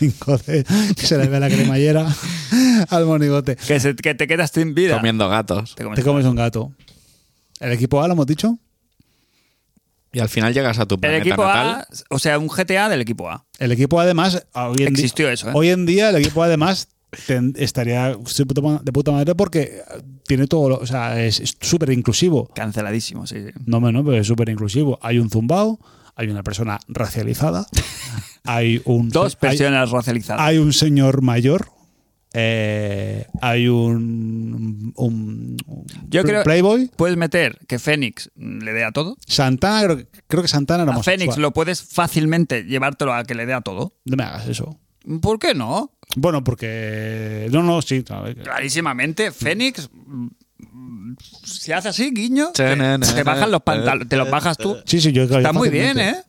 5D. Que se le ve la cremallera <laughs> al monigote. Que, se- que te quedas sin vida. Comiendo gatos. Te Te comes- comes un gato. ¿El equipo A lo hemos dicho? Y al final llegas a tu El planeta equipo natal. A, ¿eh? o sea, un GTA del equipo A. El equipo A, además. Hoy en di- Existió eso, ¿eh? Hoy en día, el equipo A, además. ten- estaría de puta ma- de puta madre porque tiene todo. lo- o sea, es súper inclusivo. Canceladísimo, sí, sí. No, no, pero es súper inclusivo. Hay un zumbao, hay una persona <laughs> racializada, hay un. Dos hay, personas racializadas. hay un señor mayor, eh, hay un. un, un Yo creo- Playboy. Puedes meter que Fénix mm, le dé a todo. Santana, creo, creo que Santana era A homosexual. Fénix lo puedes fácilmente llevártelo a que le dé a todo. No me hagas eso. ¿Por qué no? Bueno, porque. No, no, sí. no, eh, Clarísimamente, Fénix. mm, Si hace así, guiño, te, Chanana. te bajan los pantalones, te los bajas tú. Sí, sí, yo Está muy bien, fácilmente. ¿eh?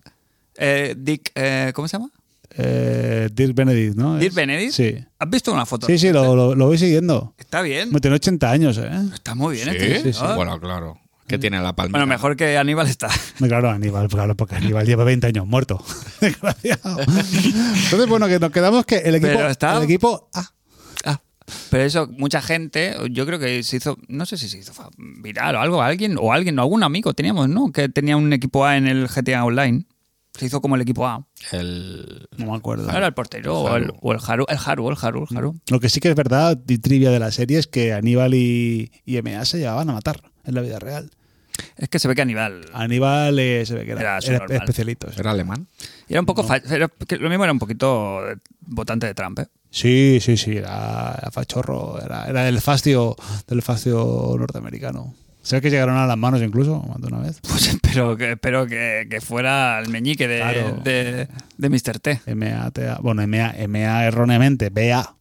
Eh, Dick, eh, ¿cómo se llama? eh, Dirk Benedict, ¿no? ¿Dirk Es- Benedict? Sí. ¿Has visto una foto? Sí, sí, lo, lo- lo voy siguiendo. Está bien. Me tiene 80 años, ¿eh? Está muy bien ¿Sí? este Sí, señor. Bueno, claro. Que tiene la palma. Bueno, mejor que Aníbal está. No, Claro, Aníbal, claro, porque Aníbal lleva 20 años muerto. <laughs> Desgraciado. Entonces, bueno, que nos quedamos que el equipo, Pero está- el equipo ah, A. Pero eso, mucha gente, yo creo que se hizo, no sé si se hizo fa- viral o algo, alguien, o alguien, o algún amigo teníamos, ¿no? Que tenía un equipo A en el GTA Online. Se hizo como el equipo A. El... No me acuerdo. No era el portero o el, o el Haru, el Haru, el Haru, el Haru. Lo que sí que es verdad, y trivia de la serie, es que Aníbal y, y MA se llevaban a matar en la vida real. Es que se ve que Aníbal Aníbal eh, se ve que Era era, era, subnormal. especialito. sí. ¿Era alemán? era un poco, fa- era- que lo mismo era un poquito votante de Trump, ¿eh? <laughs> Sí, sí, sí, era, era fachorro, era, era del fascio, del fascio norteamericano. ¿Sabes que llegaron a las manos incluso más de una vez? Pues espero que, espero que, que fuera el meñique de, Claro. de, de Mr. T MA, TA, bueno, MA, MA erróneamente, BA.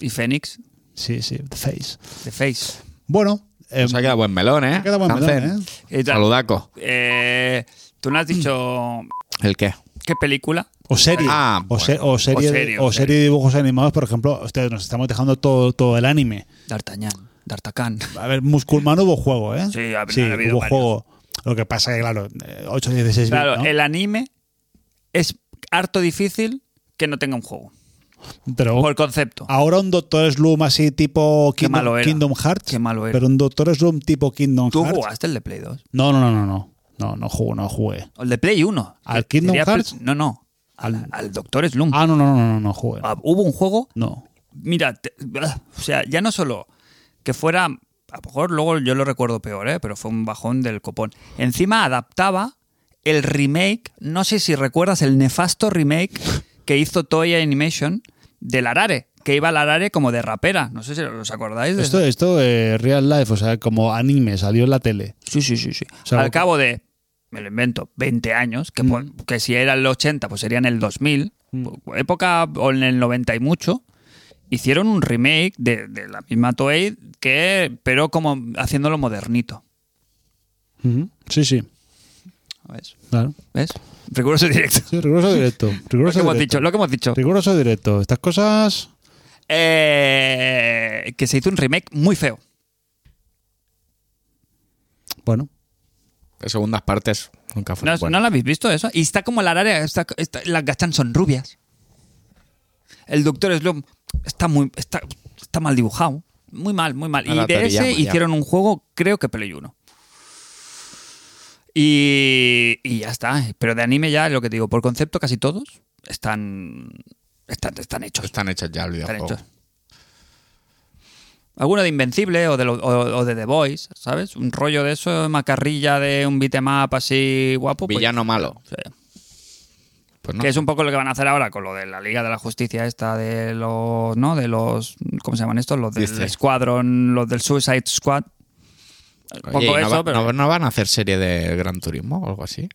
y Fénix Sí, sí, The Face. de Face. Bueno, eh, Nos ha quedado buen melón, ¿eh? ha quedado buen melón, Hansen. ¿eh? Y tal. Saludaco. Eh, Tú no has dicho ¿El qué? qué película. o serie, Ah, o, se- o serie, O de- serie, o o serie de dibujos animados, por ejemplo, hostia, nos estamos dejando todo, todo el anime. D'Artagnan, D'Artacán. A ver, Musculman hubo juego, ¿eh? Sí, ha- ha habido hubo varios. juego. Lo que pasa que, claro, 8, 16 Claro, ¿no? el anime es harto difícil que no tenga un juego. pero Por concepto. ahora un Doctor Sloom así tipo Qué malo Kingdom, era. Kingdom Hearts. Qué malo era. Pero un Doctor Sloom tipo Kingdom ¿Tú Hearts. jugaste el de Play 2? No, no, no, no, no. No, no jugué, no jugué. O el de Play 1. ¿Al Kingdom Sería- Hearts? No, no. Al, al Doctor Slump. Ah, no, no, no, no, no jugué. Ah, Hubo un juego No. Mira, te- ah, o sea, ya no solo que fuera, a lo mejor luego yo lo recuerdo peor, ¿eh? pero fue un bajón del copón. Encima adaptaba el remake, no sé si recuerdas el nefasto remake que hizo Toei Animation del Arare, que iba al Arare como de rapera. No sé si os acordáis de Esto, eso. esto eh, real life, o sea, como anime, salió en la tele. Sí, sí, sí, sí. sea, Mm. al cabo de, me lo invento, 20 años, que, pon- que si era el 80, pues sería en el 2000, época o en el 90 y mucho, hicieron un remake de, de la misma Toei, que, pero como haciéndolo modernito. Ujú. Sí, sí, ¿Ves? claro. ¿Ves? Riguroso <laughs> directo. Sí, riguroso <laughs> directo. Lo que Riguroso hemos directo. dicho, lo que hemos dicho. Riguroso directo. Estas cosas. Eh, que se hizo un remake muy feo. Bueno. De segundas partes nunca fue ¿No, bueno. no lo habéis visto eso? Y está como la área, está, está- las gachas son rubias. El Doctor Slump está muy está, está mal dibujado. Muy mal, muy mal. Ahora y de Toriyama, ese ya. hicieron un juego, creo que Play 1. Y, y ya está. Pero de anime ya, es lo que te digo, por concepto casi todos están, están, están hechos. Están hechos ya el Están videojuego. hechos. Alguno de Invencible o de, lo- o- o de The Voice, ¿sabes? Un rollo de eso, macarrilla de un beatmap así guapo. pues- Villano malo. Sí. Pues no. Que es un poco lo que van a hacer ahora con lo de la Liga de la Justicia esta de los, ¿no? De los, ¿cómo se llaman estos? Los del Dice. Escuadrón, los del Suicide Squad. Un Oye, ¿y poco no, eso, va- pero no- no van a hacer serie de Gran Turismo o algo así?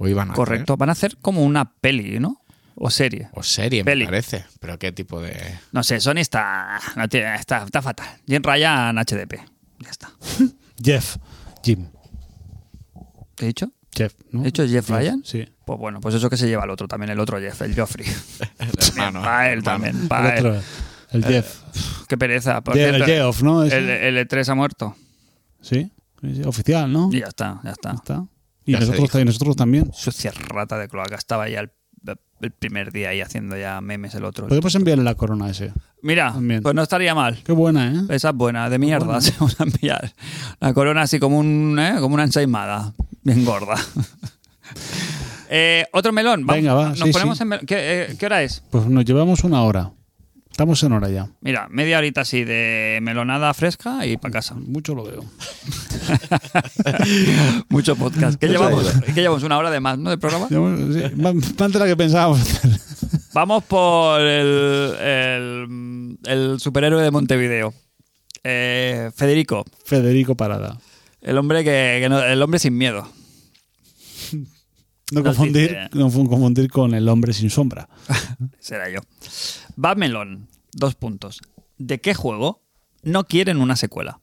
¿O iban a correcto. Van a hacer como una peli, ¿no? O serie. hacer? O serie, Peli. me parece. Pero qué tipo <laughs> de... No sé, Sony está, no tiene- está, está fatal. Jim Ryan HDP. Ya está. Jeff. Jim. ¿Te he dicho? Jeff, ¿no? ¿He dicho Jeff Ryan? Sí. Pues bueno, pues eso que se lleva el otro también, el otro Jeff, el Joffrey. El hermano. <laughs> Pa' él hermano. también, El pa' él. otro. El Jeff. Qué pereza. Por Jeff- cierto, el eh, Jeff, ¿no? Ese. el, el E3 ha muerto. Sí. Sí, sí, Oficial, ¿no? Y ya está, ya está. Está. Y Ya se nosotros, dijo. y nosotros también. sucia rata de cloaca. Estaba ya el, el primer día ahí haciendo ya memes el otro. Podemos enviarle la corona a ese. Mira, Pues También. pues no estaría mal. Qué buena, ¿eh? Esa es buena, de mierda, se <laughs> van a enviar. La corona así como, un, ¿eh? como una ensaimada, bien gorda. <laughs> Eh, otro melón. Vamos, Venga, va, Nos sí, ponemos sí. en melón. ¿Qué, eh, qué hora es? Pues nos llevamos una hora. Estamos en hora ya. Mira, media horita así de melonada fresca y para casa. Mucho lo veo. Mucho podcast. ¿Qué llevamos? ¿Qué llevamos? ¿Una hora de más, no? De programa. Llevamos- sí, más, más de la que pensábamos. <laughs> Vamos por el, el, el superhéroe de Montevideo. Eh, Federico, Federico Parada. el hombre que, que no- el hombre sin miedo. No No confundir, existe. no fun- confundir con el hombre sin sombra. Será yo. Batmelon, dos puntos. ¿De qué juego no quieren una secuela?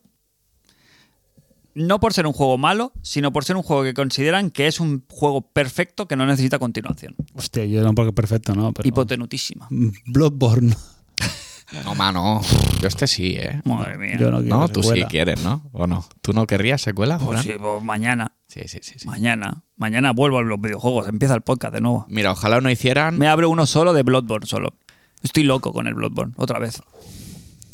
no por ser un juego malo, sino por ser un juego que consideran que es un juego perfecto que no necesita continuación. Hostia, yo era un poco perfecto, ¿no? Pero... Hipotenutísima. Bloodborne. No, mano. Yo este sí, ¿eh? Madre mía. Yo no quiero No, tú sí secuela. quieres, ¿no? ¿O no? ¿Tú no querrías secuela, Pues Fran? sí, pues mañana, sí, sí, sí, sí. mañana, mañana vuelvo a los videojuegos, empieza el podcast de nuevo. Mira, ojalá no hicieran. Me abro uno solo de Bloodborne solo. Estoy loco con el Bloodborne, otra vez.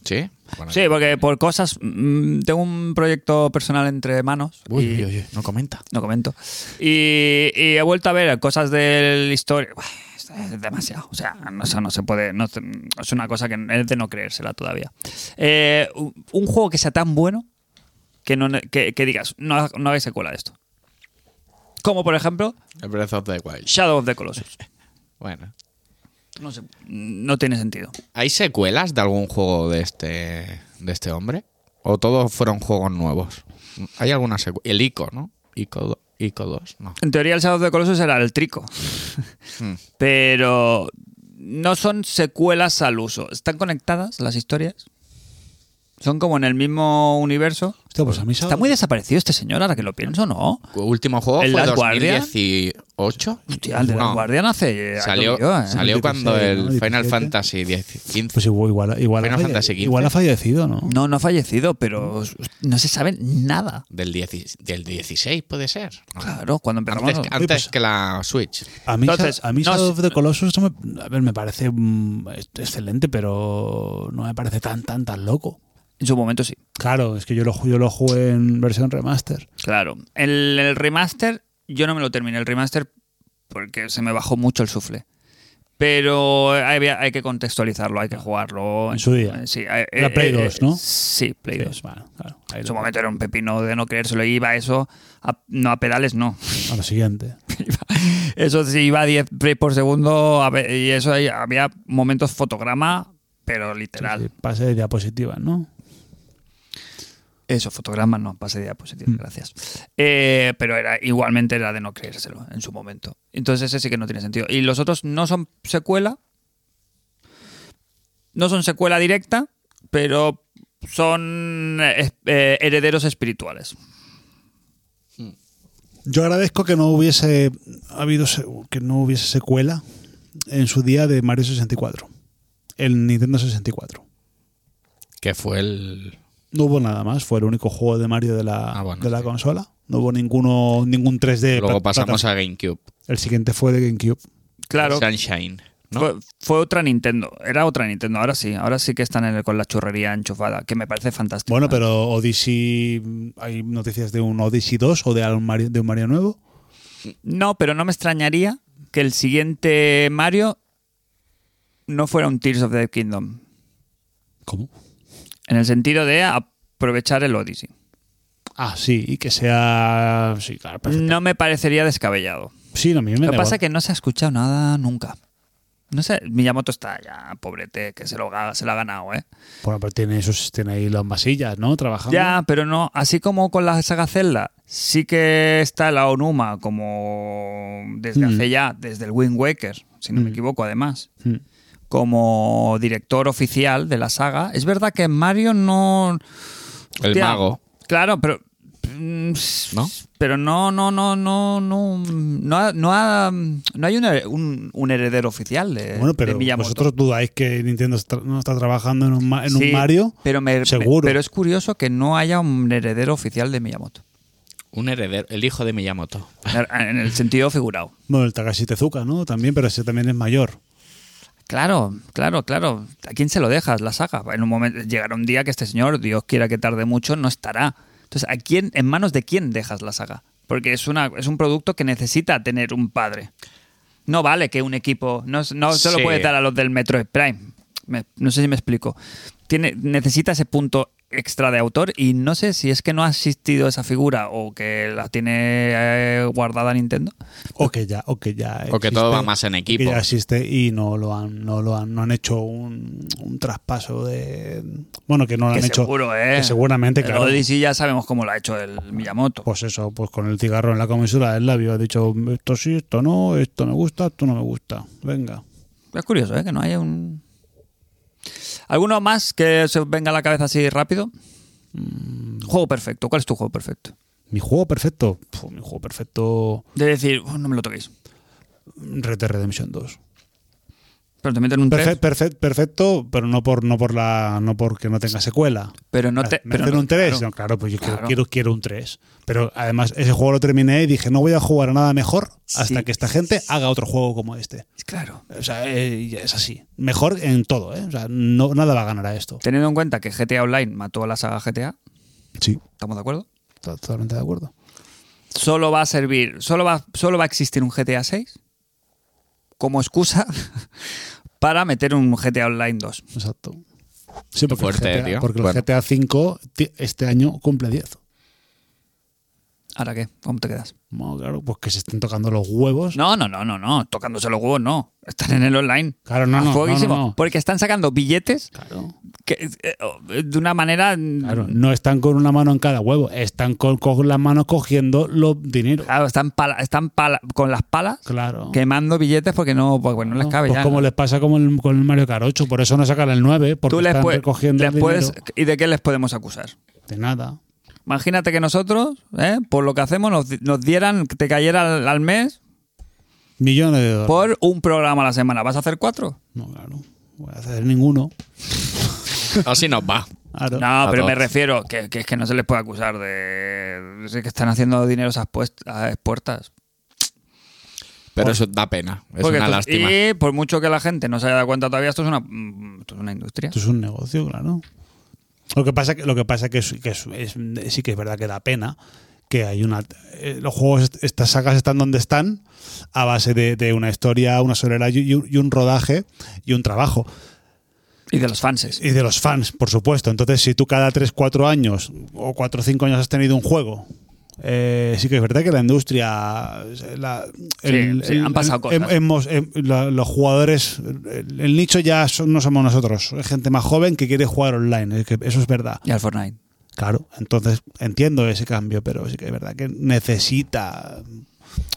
Sí. Bueno, Sí, porque por cosas. mm, tengo un proyecto personal entre manos. Uy, y- uy, uy, no comenta. No comento. Y, y he vuelto a ver cosas del historia. Buah, esto Es demasiado. O sea, no, eso no se puede. no se- es una cosa que es de no creérsela todavía. Eh, un un juego que sea tan bueno que, no, que, que digas, no, ha- no hagáis secuela de esto. Como por ejemplo, El Breath of the Wild. Shadow of the Colossus. Bueno. No, sé, no tiene sentido. ¿Hay secuelas de algún juego de este, de este hombre? ¿O todos fueron juegos nuevos? ¿Hay alguna secuela? El ICO, ¿no? ICO, do- ICO 2, no. Hmm. En teoría, el Shadow of the Colossus era el trico. Pero no son secuelas al uso. ¿Están conectadas las historias? ¿Son como en el mismo universo? Hostia, pues a mí Está muy desaparecido este señor, ahora que lo pienso, ¿no? ¿Cu- Último juego ¿El fue Last Guardian? 2018. Hostia, el de la No, Guardian hace... Salió, aquello, ¿eh? salió cuando 16, el ¿no? Final 17. Fantasy 10, 15. Pues igual, igual, igual, Final ha, falle- Fantasy XV. igual ha fallecido, ¿no? No, no ha fallecido, pero no se sabe nada. Del, 10 del 16 puede ser. No. Claro, cuando empezamos... Antes, no. antes que la Switch. A mí, Entonces, Sha- a mí no Shadow sé- of the Colossus no me, a ver, me parece mm, es- excelente, pero no me parece tan, tan, tan loco. En su momento sí. Claro, es que yo lo, ju- yo lo jugué en versión remaster. Claro. El, el remaster, yo no me lo terminé. El remaster, porque se me bajó mucho el sufle. Pero hay, hay que contextualizarlo, hay que jugarlo. En su día. Sí, eh, Era eh, Play eh, 2, ¿no? Sí, Play 2. Sí, bueno, claro, ahí En lo- su momento era un pepino de no creérselo. Iba eso, a- no a pedales, <laughs> no. A lo siguiente. Eso sí, iba a 10 frames por segundo a ve- y eso ahí había momentos fotograma, pero literal. Sí, pase de diapositivas, ¿no? Eso, fotogramas, no, pase de diapositivas, Mm. gracias. Eh, pero era igualmente era de no creérselo en su momento. Entonces ese sí que no tiene sentido. Y los otros no son secuela, no son secuela directa, pero son eh, eh, herederos espirituales. Yo agradezco que no hubiese habido se- que no hubiese secuela en su día de Mario 64. El Nintendo 64. Que fue el. No hubo nada más, fue el único juego de Mario de la, Ah, bueno, de la sí. consola. No hubo ninguno, ningún 3D. Luego pla- pasamos plata- a GameCube. El siguiente fue de GameCube. Claro, Pues, Sunshine. ¿no? fue, fue otra Nintendo, era otra Nintendo, ahora sí, ahora sí que están en el- con la churrería enchufada, que me parece fantástico. Bueno, pero Odyssey. Hay noticias de un Odyssey 2 o de un Mario, de un Mario nuevo. No, pero no me extrañaría que el siguiente Mario no fuera un Tears of the Kingdom. ¿Cómo? En el sentido de aprovechar el Odyssey. Ah, sí, y que sea. Sí, claro, perfecto. No me parecería descabellado. Sí, no, a mí me Mm. Lo da que pasa igual. es que no se ha escuchado nada nunca. No sé, Miyamoto está ya, pobrete, que se lo, ga- se lo ha ganado, ¿eh? Bueno, pero tiene, esos, tiene ahí las masillas, ¿no? Trabajando. Ya, pero no, así como con la saga Zelda, sí que está la Onuma como Hmm. desde hace ya, desde el Wind Waker, si no me equivoco, además. Mm. como director oficial de la saga. Es verdad que Mario no. El Hostia, mago. Claro, pero. mm, ¿No? Pero no, no, no, no, no. No, ha- no, ha- no hay un, her- un- un heredero oficial de, Eh, Bueno, pero de Miyamoto. vosotros dudáis que Nintendo está- no está trabajando en un, ma- en un Sí, Mario. Pero me- me- seguro. pero es curioso que no haya un heredero oficial de Miyamoto. Un heredero. El hijo <laughs> de Miyamoto. En el sentido figurado. Bueno, el Takashi Tezuka, ¿no? También, pero ese también es mayor. Claro, claro, claro. ¿A quién se lo dejas la saga? En un momento llegará un día que este señor, Dios quiera que tarde mucho, no estará. Entonces, ¿a quién, en manos de quién dejas la saga? Porque es una, es un producto que necesita tener un padre. No vale que un equipo no, es- no se lo Sí. puedes dar a los del Metro Prime. Me- no sé si me explico. Tiene, necesita ese punto extra de autor y no sé si es que no ha existido esa figura o que la tiene eh, guardada Nintendo. O que ya, o que ya. O que existe, todo va más en o que equipo. ya existe y no lo han, no lo han, no han hecho un, un traspaso de. Bueno, que no lo Que han hecho. seguro, ¿eh? que seguramente, El claro. Odyssey ya sabemos cómo lo ha hecho el Miyamoto. Pues eso, pues con el cigarro en la comisura del labio. Ha dicho esto sí, esto no, esto me gusta, esto no me gusta. Venga. Es curioso, ¿eh? Que no haya un... ¿Alguno más que se os venga a la cabeza así rápido? Mm, Juego perfecto. ¿Cuál es tu juego perfecto? Mi juego perfecto. Puf, mi juego perfecto. De decir, "Oh, no me lo toquéis. Red Dead Redemption 2. Pero te meten un Perfe- 3. perfect- perfecto, pero no por no por la no porque no tenga secuela. Pero no te. Ah, Me pero hacen no- un 3. claro. No, claro, pues yo quiero- Claro. Quiero, quiero un 3. Pero además, ese juego lo terminé y dije, no voy a jugar a nada mejor hasta Sí. que esta gente haga otro juego como este. Claro. O sea, eh, ya es así. Mejor en todo, ¿eh? O sea, no, nada va a ganar a esto. Teniendo en cuenta que GTA Online mató a la saga GTA, Sí, ¿estamos de acuerdo? to- totalmente de acuerdo. Solo va a servir, solo va, solo va a existir un GTA 6 como excusa <laughs> para meter un GTA Online 2. Exacto. Sí, porque, fuerte, el, GTA, tío. porque el Bueno. GTA 5 ti- este año cumple 10. ¿Ahora qué? ¿Cómo te quedas? Bueno, claro, pues que se estén tocando los huevos. No, no, no, no, no. Tocándose los huevos, no. Están en el online. Claro, no, A no, fueguísimo. no, no, no. Porque están sacando billetes Claro. que, eh, oh, de una manera. mm, Claro, no están con una mano en cada huevo, están con, con las manos cogiendo los dineros. Claro, están, pala- están pala- con las palas Claro. quemando billetes porque no, pues, bueno, no les ¿no? cabe Pues ya. como les pasa como el- con el Mario Kart 8, por eso no sacan el 9, porque Tú les están puedes- recogiendo les el puedes- dinero. ¿Y de qué les podemos acusar? De nada. Imagínate que nosotros, ¿eh? por lo que hacemos, nos, di- nos dieran, que te cayera al, al mes Millones de dólares. por un programa a la semana. ¿Vas a hacer cuatro? No, claro. No voy a hacer ninguno. Así nos va. Claro. No, A pero me todos. refiero que, que es que no se les puede acusar de es que están haciendo dinero a puest- a expuestas. Pero eso da pena. Es Porque una esto- lástima. Y por mucho que la gente no se haya dado cuenta todavía, esto es una, mm, esto es una industria. Esto es un negocio, claro. Lo que pasa que lo que pasa que, es, que es- es- sí que es verdad que da pena que hay una eh, los juegos est- estas sagas están donde están a base de, de una historia, una solera y, un- y un rodaje y un trabajo Y de los fanses. y de los fans, por supuesto. Entonces, si tú cada 3, 4 años o 4 o 5 años has tenido un juego eh, sí que es verdad que la industria la- sí, han pasado cosas. hem- hemos- hem- la- los jugadores el, el nicho ya son- no somos nosotros es gente más joven que quiere jugar online es que eso es verdad Y al Fortnite. Claro, entonces entiendo ese cambio, pero sí que es verdad que necesita.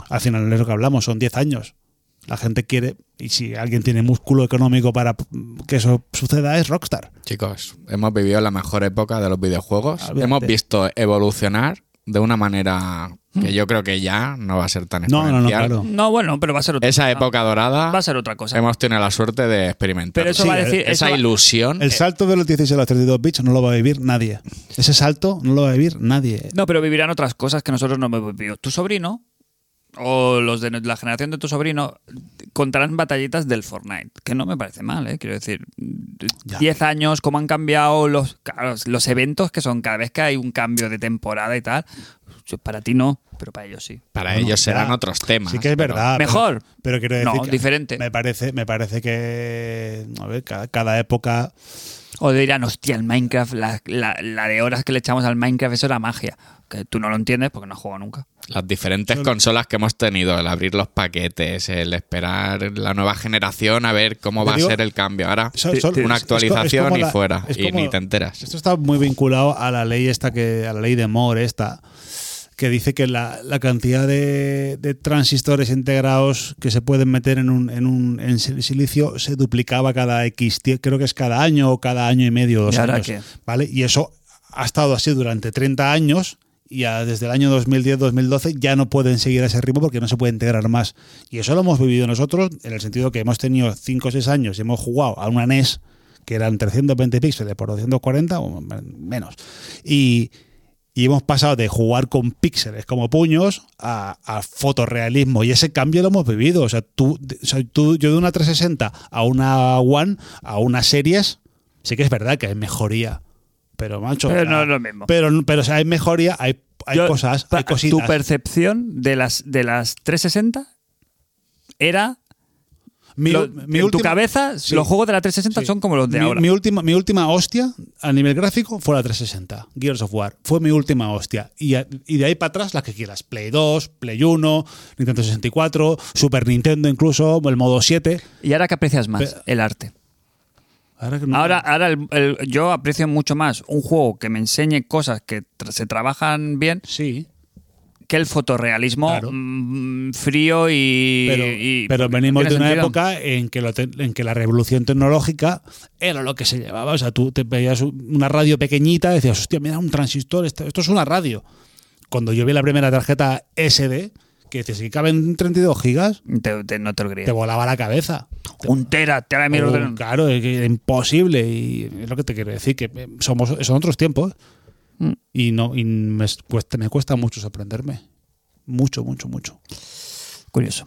Al final es lo que hablamos, son 10 años. La gente quiere, y si alguien tiene músculo económico para que eso suceda, es Rockstar. Chicos, hemos vivido la mejor época de los videojuegos. Obviamente. Hemos visto evolucionar de una manera que yo creo que ya no va a ser tan Hmm. No, exponencial. no, no, claro. No, bueno, pero va a ser otra Esa cosa. época dorada Va a ser otra cosa. hemos tenido la suerte de experimentar. Pero eso Sí, va a decir. eso esa va- Mm. ilusión. Eh. El salto de los 16 a los 32 bits no lo va a vivir nadie. Ese salto no lo va a vivir nadie. No, pero vivirán otras cosas que nosotros no hemos vivido. Tu sobrino o los de la generación de tu sobrino contarán batallitas del Fortnite, que no me parece mal, ¿eh? quiero decir, 10 años, cómo han cambiado los, claro, los eventos que son cada vez que hay un cambio de temporada y tal. Yo- Para ti no, pero para ellos sí. Para Bueno, ellos ya. serán otros temas. Sí que es pero- verdad. pero- Mejor. Pero, quiero decir. No, que diferente. Me parece, me parece que. A ver, cada, cada época. O dirán, hostia, el Minecraft, la, la- la de horas que le echamos al Minecraft, eso era magia. Que tú no lo entiendes porque no has jugado nunca. Las diferentes consolas que hemos tenido, el abrir los paquetes, el esperar la nueva generación a ver cómo Te va digo- a ser el cambio. Ahora, so- so- una es- es co- es como actualización y la- fuera. es Y como- ni te enteras. Esto está muy vinculado a la ley esta que, a la ley de Moore esta, que dice que la, la cantidad de, de transistores integrados que se pueden meter en un, en un en sil- silicio se duplicaba cada X, tie- creo que es cada año o cada año y medio, dos ¿Y ahora años. qué? ¿Vale? Y eso ha estado así durante 30 años. Y ya desde el año 2010-2012 ya no pueden seguir a ese ritmo porque no se puede integrar más. Y eso lo hemos vivido nosotros en el sentido que hemos tenido 5 o 6 años y hemos jugado a una E NES que eran 320 píxeles por 240 o menos. Y, y hemos pasado de jugar con píxeles como puños a, a fotorrealismo. Y ese cambio lo hemos vivido. O sea, tú, de- o sea, tú- yo de una 360 a una One, a unas series, sí que es verdad que hay mejoría. Pero, macho. Pero no ah, es lo mismo. Pero, pero, o sea, hay mejoría, hay, hay Yo- cosas, pa- hay cositas. Tu percepción de las, de las 360 era. Mi- lo- mi en tu última- cabeza, sí. los juegos de la 360 Sí. son como los de mi, ahora. Mi última, mi última hostia a nivel gráfico fue la 360, Gears of War. Fue mi última hostia. Y, a- y de ahí para atrás las que quieras. Play 2, Play 1, Nintendo 64, Super Nintendo incluso, el modo 7. ¿Y ahora qué aprecias más? Pe- el arte. Ahora, que no- Ahora, ahora el- el- yo aprecio mucho más un juego que me enseñe cosas que tra- se trabajan bien Sí. que el fotorrealismo Claro. mm, frío y. Pero, y- pero no venimos tiene de una sentido. época en que, lo te- en que la revolución tecnológica era lo que se llevaba. O sea, tú te veías una radio pequeñita, decías, hostia, mira, un transistor, esto, esto es una radio. Cuando yo vi la primera tarjeta SD, que decías, si caben 32 gigas, Te- te- no te lo creía. te volaba la cabeza. Te- Un tera, tera de mi Oh, ordenador. claro, es que era imposible y es lo que te quiero decir, que eh, somos, son otros tiempos Mm. y no y me, es- cuesta, me cuesta mucho sorprenderme. Mucho, mucho, mucho. Curioso.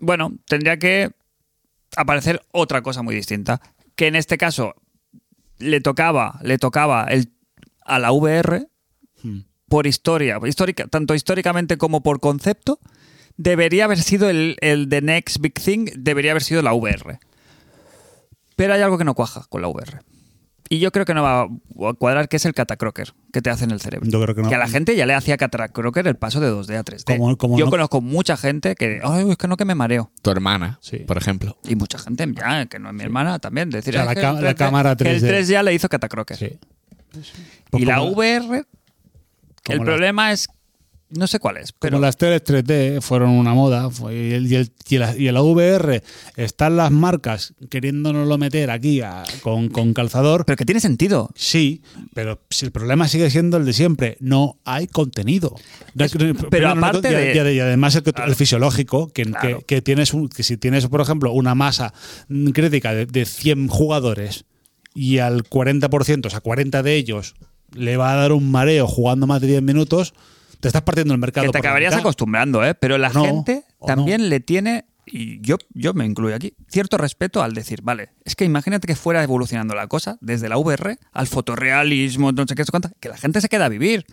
Bueno, tendría que aparecer otra cosa muy distinta. Que en este caso le tocaba, le tocaba el, a la VR Mm. por historia, por histórica, tanto históricamente como por concepto, debería haber sido el, el The Next Big Thing, debería haber sido la VR. Pero hay algo que no cuaja con la VR. Y yo creo que no va a cuadrar, que es el catacroker que te hace en el cerebro. Yo creo que no. a la gente ya le hacía catacroker el paso de 2D a 3D. Como- como yo no- conozco mucha gente que, ay, es que no, que me mareo. Tu hermana, Sí. por ejemplo. Y mucha gente, ya, que no es mi hermana también. Decir, O sea, "Ay, la que ca- el la 3D cámara que 3D. El 3 ya le hizo catacroker. Sí. y Pues la como- VR, el como las- problema es, no sé cuál es, pero Como las teles 3D fueron una moda fue- y, el, y, el- y la, y el AVR están las marcas queriéndonoslo meter aquí a- con, con calzador. Pero que tiene sentido. Sí, pero si el problema sigue siendo el de siempre, no hay contenido. No hay- primero, no hay aparte con- de- y, ade- y además el, que- el fisiológico, que, Claro. que- que tienes un- que si tienes, por ejemplo, una masa mm, crítica de, de 100 jugadores y al 40%, o sea, 40 de ellos le va a dar un mareo jugando más de 10 minutos, te estás partiendo el mercado. Que te por la acabarías mitad. acostumbrando, ¿eh? Pero la No, gente o también le tiene, y yo, yo me incluyo aquí, cierto respeto al decir, vale, es que imagínate que fuera evolucionando la cosa desde la VR al fotorrealismo, no sé qué, no sé cuántas, que la gente se queda a vivir.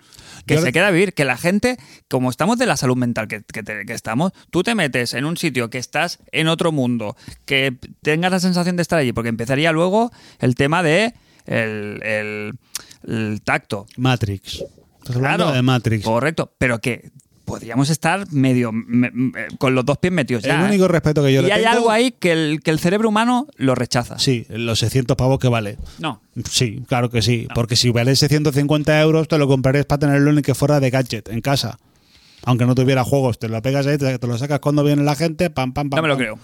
Que Yo- se queda a vivir, que la gente, como estamos de la salud mental que, que te- que estamos, tú te metes en un sitio que estás en otro mundo, que tengas la sensación de estar allí, porque empezaría luego el tema de el- el- el tacto, Matrix. Estás hablando de Matrix. Correcto, pero que podríamos estar medio me- me- con los dos pies metidos ya. el ¿eh? único respeto que yo y le hay tengo- algo ahí que el, que el cerebro humano lo rechaza. Sí, los 600 pavos que vale. No. Sí, claro que Ah. sí. Porque si valiese 150 euros, te lo comprarías para tenerlo en que fuera de gadget, en casa. Aunque no tuviera juegos, te lo pegas ahí, te te lo sacas cuando viene la gente, pam, pam, pam. No me lo pam. creo.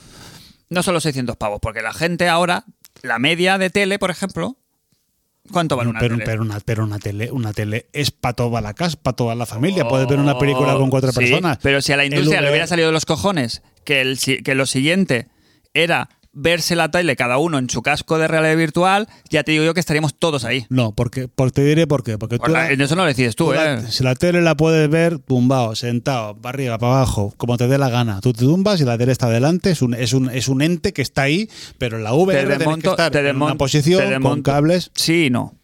No son los 600 pavos, porque la gente ahora, la media de tele, por ejemplo, ¿cuánto vale una pero, tele? pero una, pero una tele, una tele es para toda la casa, para toda la familia. Puedes ver una película con cuatro Oh, Sí, personas. Pero si a la El E industria le VR hubiera salido de los cojones que, el, si- que lo siguiente era verse la tele cada uno en su casco de realidad virtual, ya te digo yo que estaríamos todos ahí. No, porque, porque te diré por qué. Porque tú Por la- la- eso no lo decides tú, tú la- ¿eh? Si la tele la puedes ver tumbado, sentado, para arriba, para abajo, como te dé la gana. Tú te tumbas y la tele está delante, es un, es un, es un ente que está ahí, pero en la VR tienes que desmonto- estar te en una desmon- te posición con desmonto- cables. Sí, y no.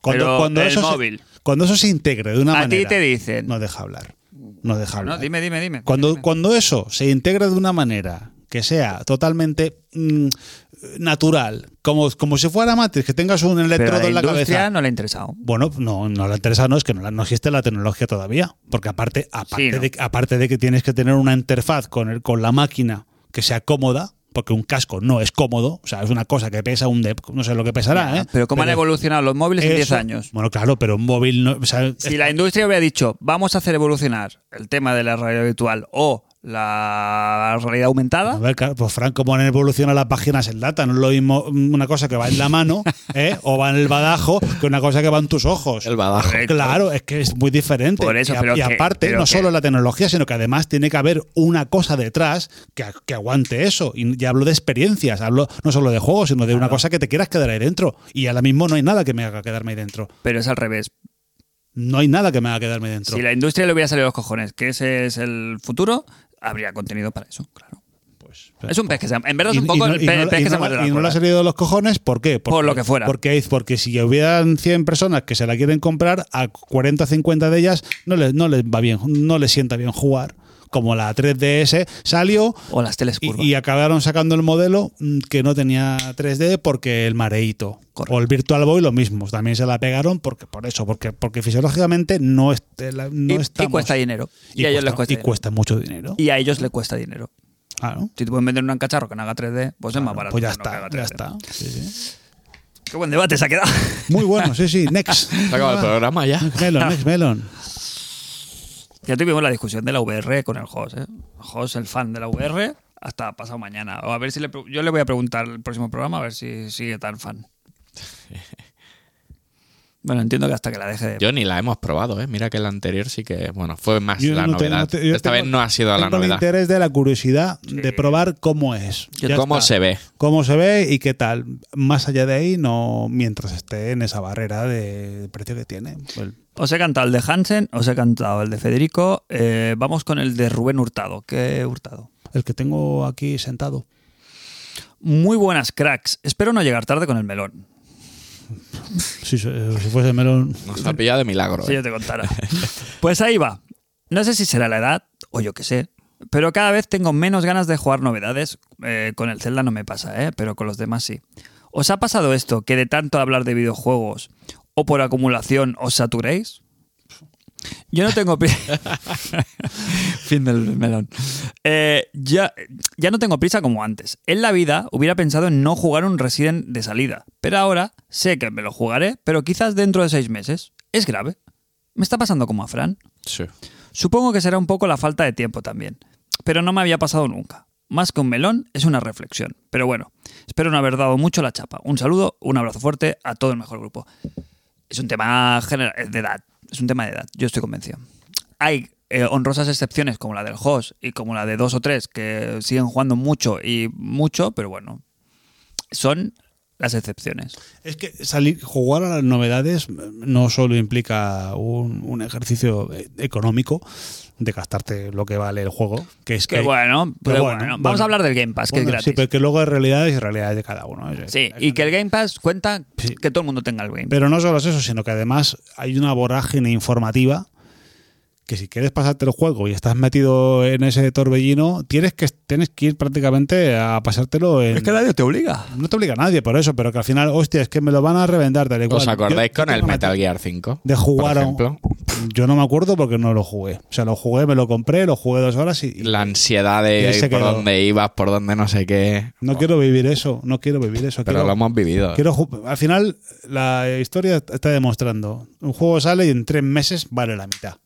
Cuando, Pero cuando del eso móvil. Se, cuando eso se integre de una A ti manera. te dicen. No deja hablar. No deja No, hablar. dime, dime, dime. Cuando, Dime. cuando eso se integra de una manera que sea totalmente mm, natural, como, como si fuera Matrix, que tengas un Pero a electrodo la en la industria cabeza. no le ha interesado. Bueno, no, no le interesa, no, es que no, la- no existe la tecnología todavía. Porque aparte, aparte, Sí, ¿no? de, aparte de que tienes que tener una interfaz con, el, con la máquina que sea cómoda, porque un casco no es cómodo, o sea, es una cosa que pesa un... de- no sé lo que pesará, Ya, ¿eh? Pero cómo han evolucionado los móviles en 10 eso- años. Bueno, claro, pero un móvil no... o sea, Si la industria hubiera dicho, vamos a hacer evolucionar el tema de la realidad virtual o la realidad A aumentada, ver, claro, pues Franco, ponen evoluciona las páginas en lata. No es lo mismo una cosa que va en <laughs> la mano ¿eh? o va en el badajo que una cosa que va en tus ojos. El badajo. Correcto. Claro, es que es muy diferente. Por eso, y, a- pero y que- aparte, pero no que- solo la tecnología, sino que además tiene que haber una cosa detrás que, que aguante eso. Y ya hablo de experiencias, hablo no solo de juegos, sino de una cosa que te quieras quedar ahí dentro. Y ahora mismo no hay nada que me haga quedarme ahí dentro. pero es al revés. No hay nada que me haga quedarme dentro. Si la industria le hubiera salido los cojones, que ese es el futuro, habría contenido para eso, claro. es un pez que se... En verdad es un Pues, Y- y poco no- el y pe- no- el pez y que se no- muerde la y no le cola. ha salido de los cojones, ¿por qué? Por lo que fuera. Porque, porque si hubieran 100 personas que se la quieren comprar, a 40 o 50 de ellas no les, no les va bien, no les sienta bien jugar. Como la 3DS salió O las teles y, curvas. y acabaron sacando el modelo mm, que no tenía 3D porque el mareito. Correcto. O el Virtual Boy lo mismo, también se la pegaron porque por eso, porque, porque fisiológicamente no, est- la- no Y- y, estamos- cuesta dinero. Y, y a ellos cuesta- les cuesta y dinero. cuesta mucho dinero. Y a ellos les cuesta dinero. Claro. Si te pueden vender un cacharro que no haga 3D, pues es más barato. Pues ya que no está, haga ya 3D. está. Sí, sí. Qué buen debate se ha quedado. <laughs> Muy bueno, sí, sí. Next. <laughs> Se acaba el programa ya. Melon, next melon. Ya tuvimos la discusión de la VR con el host, ¿eh? El host, el fan de la VR, hasta pasado mañana. O a ver si le, pre- yo le voy a preguntar el próximo programa a ver si sigue tan <laughs> fan. Bueno, entiendo que hasta que la deje de... Yo ni la hemos probado, ¿eh? Mira que la anterior sí que, bueno, fue más Yo la no tengo- novedad. te- yo Esta tengo- vez no ha sido la Tengo el novedad. interés de la curiosidad de probar cómo es. Ya ¿Cómo está. se ve? Cómo se ve y qué tal. Más allá de ahí, no mientras esté en esa barrera de precio que tiene. Pues, Os he cantado el de Hansen, os he cantado el de Federico. eh, vamos con el de Rubén Hurtado. ¿Qué Hurtado? el que tengo aquí sentado. Muy buenas cracks. Espero no llegar tarde con el melón. Si, se- si fuese melón. Nos ha pillado de milagro. Si ¿eh? yo te contara. <laughs> Pues ahí va. No sé si será la edad, o yo qué sé, pero cada vez tengo menos ganas de jugar novedades. Eh, con el Zelda no me pasa, ¿eh? pero con los demás sí. ¿Os ha pasado esto, que de tanto hablar de videojuegos o por acumulación os saturéis? Yo no <laughs> tengo... pri- <laughs> fin del melón. Eh, ya, ya no tengo prisa como antes. En la vida hubiera pensado en no jugar un Resident de salida, pero ahora sé que me lo jugaré, pero quizás dentro de seis meses. Es grave. Me está pasando como a Fran. Sí. Supongo que será un poco la falta de tiempo también, pero no me había pasado nunca. Más que un melón es una reflexión. Pero bueno, espero no haber dado mucho la chapa. Un saludo, un abrazo fuerte a todo el mejor grupo. Es un tema genera- de edad, es un tema de edad, yo estoy convencido. Hay eh, honrosas excepciones como la del host y como la de dos o tres que siguen jugando mucho y mucho, pero bueno, son las excepciones. Es que salir, jugar a las novedades no solo implica un, un ejercicio e- económico de gastarte lo que vale el juego, que es Que que bueno, pero bueno, bueno, vamos bueno. a hablar del Game Pass, que Bueno, es sí, gratis. pero que luego hay realidades y realidades de cada uno. ¿eh? Sí, y que el Game Pass cuenta Sí. que todo el mundo tenga el Game Pass. Pero no solo es eso, sino que además hay una vorágine informativa que si quieres pasarte el juego y estás metido en ese torbellino, tienes que, tienes que ir prácticamente a pasártelo en... nadie te obliga. No te obliga a nadie por eso, pero que al final, hostia, es que me lo van a reventar tal y cual. ¿Os acordáis Yo- yo con el tengo una Metal Gear 5? de jugar Por a un- ejemplo, Yo no me acuerdo porque no lo jugué. O sea, lo jugué, me lo compré, lo jugué dos horas y... y la ansiedad Y de él se por quedó. dónde ibas, por dónde no sé qué. No quiero vivir eso, no quiero vivir eso. Pero quiero- lo hemos vivido. Quiero ju- al final, la historia está demostrando. Un juego sale y en tres meses vale la mitad.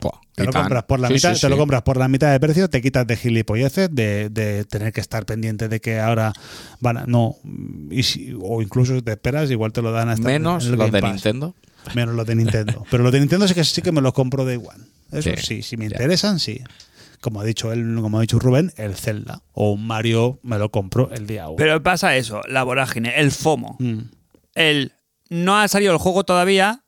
Buah, Te lo, y tan. compras por la Sí, mitad, sí, te lo sí. compras por la mitad de precio, te quitas de gilipolleces, de, de tener que estar pendiente de que ahora van a, No. Y si- o incluso te esperas, igual te lo dan hasta en Menos el los Game de Pass. Nintendo. Menos los de Nintendo. Pero los de Nintendo sí que, sí que me los compro de igual. Eso Sí, sí, si me ya. interesan, sí. Como ha dicho él, como ha dicho Rubén, el Zelda o un Mario me lo compro el día uno. Pero pasa eso, la vorágine, el FOMO. Mm. El no ha salido el juego todavía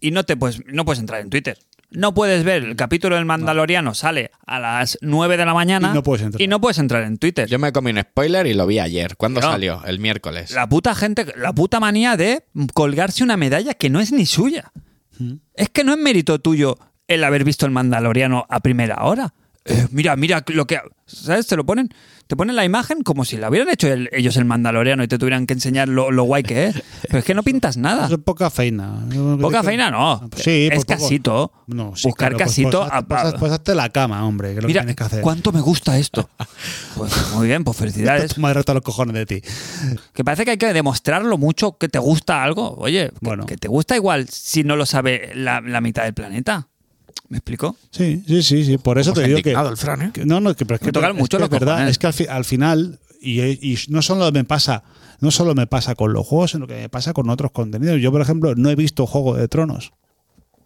y no te puedes, no puedes entrar en Twitter. No puedes ver el capítulo del Mandaloriano, sale a las 9 de la mañana Y no puedes entrar. y no puedes entrar en Twitter. Yo me comí un spoiler y lo vi ayer. ¿Cuándo No. salió? El miércoles. La puta gente, la puta manía de colgarse una medalla que no es ni suya. Mm. Es que no es mérito tuyo el haber visto el Mandaloriano a primera hora. Eh, mira, mira lo que. ¿Sabes? Te lo ponen. Te ponen la imagen como si la hubieran hecho el- ellos el Mandaloriano y te tuvieran que enseñar lo, lo guay que es. Pero es que no pintas nada. Eso es poca feina. Yo creo Poca que- feina no. Pues sí, es por poco. casito. No, sí, Buscar claro, pues casito pasate- a- pasas- pasaste la cama, hombre, que es lo Mira, que tienes que hacer. ¿cuánto me gusta <laughs> esto? Pues muy bien, pues felicidades. Tu madre está a los cojones de ti. Que parece que hay que demostrarlo mucho que te gusta algo. Oye, que, Bueno. que te gusta igual si no lo sabe la, la mitad del planeta. ¿Me explico? Sí, sí, sí, sí. Por eso Pues te digo que, indignado el Fran, ¿eh? que- No, no, que, pero es Me que, tocan es mucho que los es verdad. cojones. Es que al, fi- al final, y, y no solo me pasa, no solo me pasa con los juegos, sino que me pasa con otros contenidos. Yo, por ejemplo, no he visto Juego de Tronos.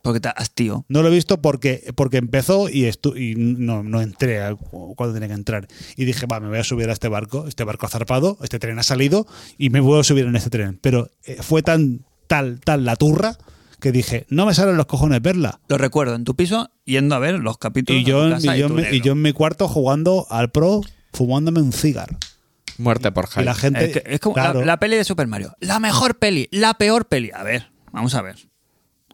Porque te hastío. No lo he visto porque, porque empezó y, estu- y no, no entré a cu- cuando tenía que entrar. Y dije, va, me voy a subir a este barco, este barco ha zarpado, este tren ha salido y me voy a subir en este tren. Pero eh, fue tan, tal, tal la turra que dije, no me salen los cojones verla. Lo recuerdo en tu piso yendo a ver los capítulos. Y de tu yo, en- casa y yo tú en mi- y negro. yo en mi cuarto jugando al pro, fumándome un cigarro. Muerte por Y Jaime. la gente. Es, que- Este, es como claro, la, la peli de Super Mario. La mejor peli, la peor peli. A ver, vamos a ver.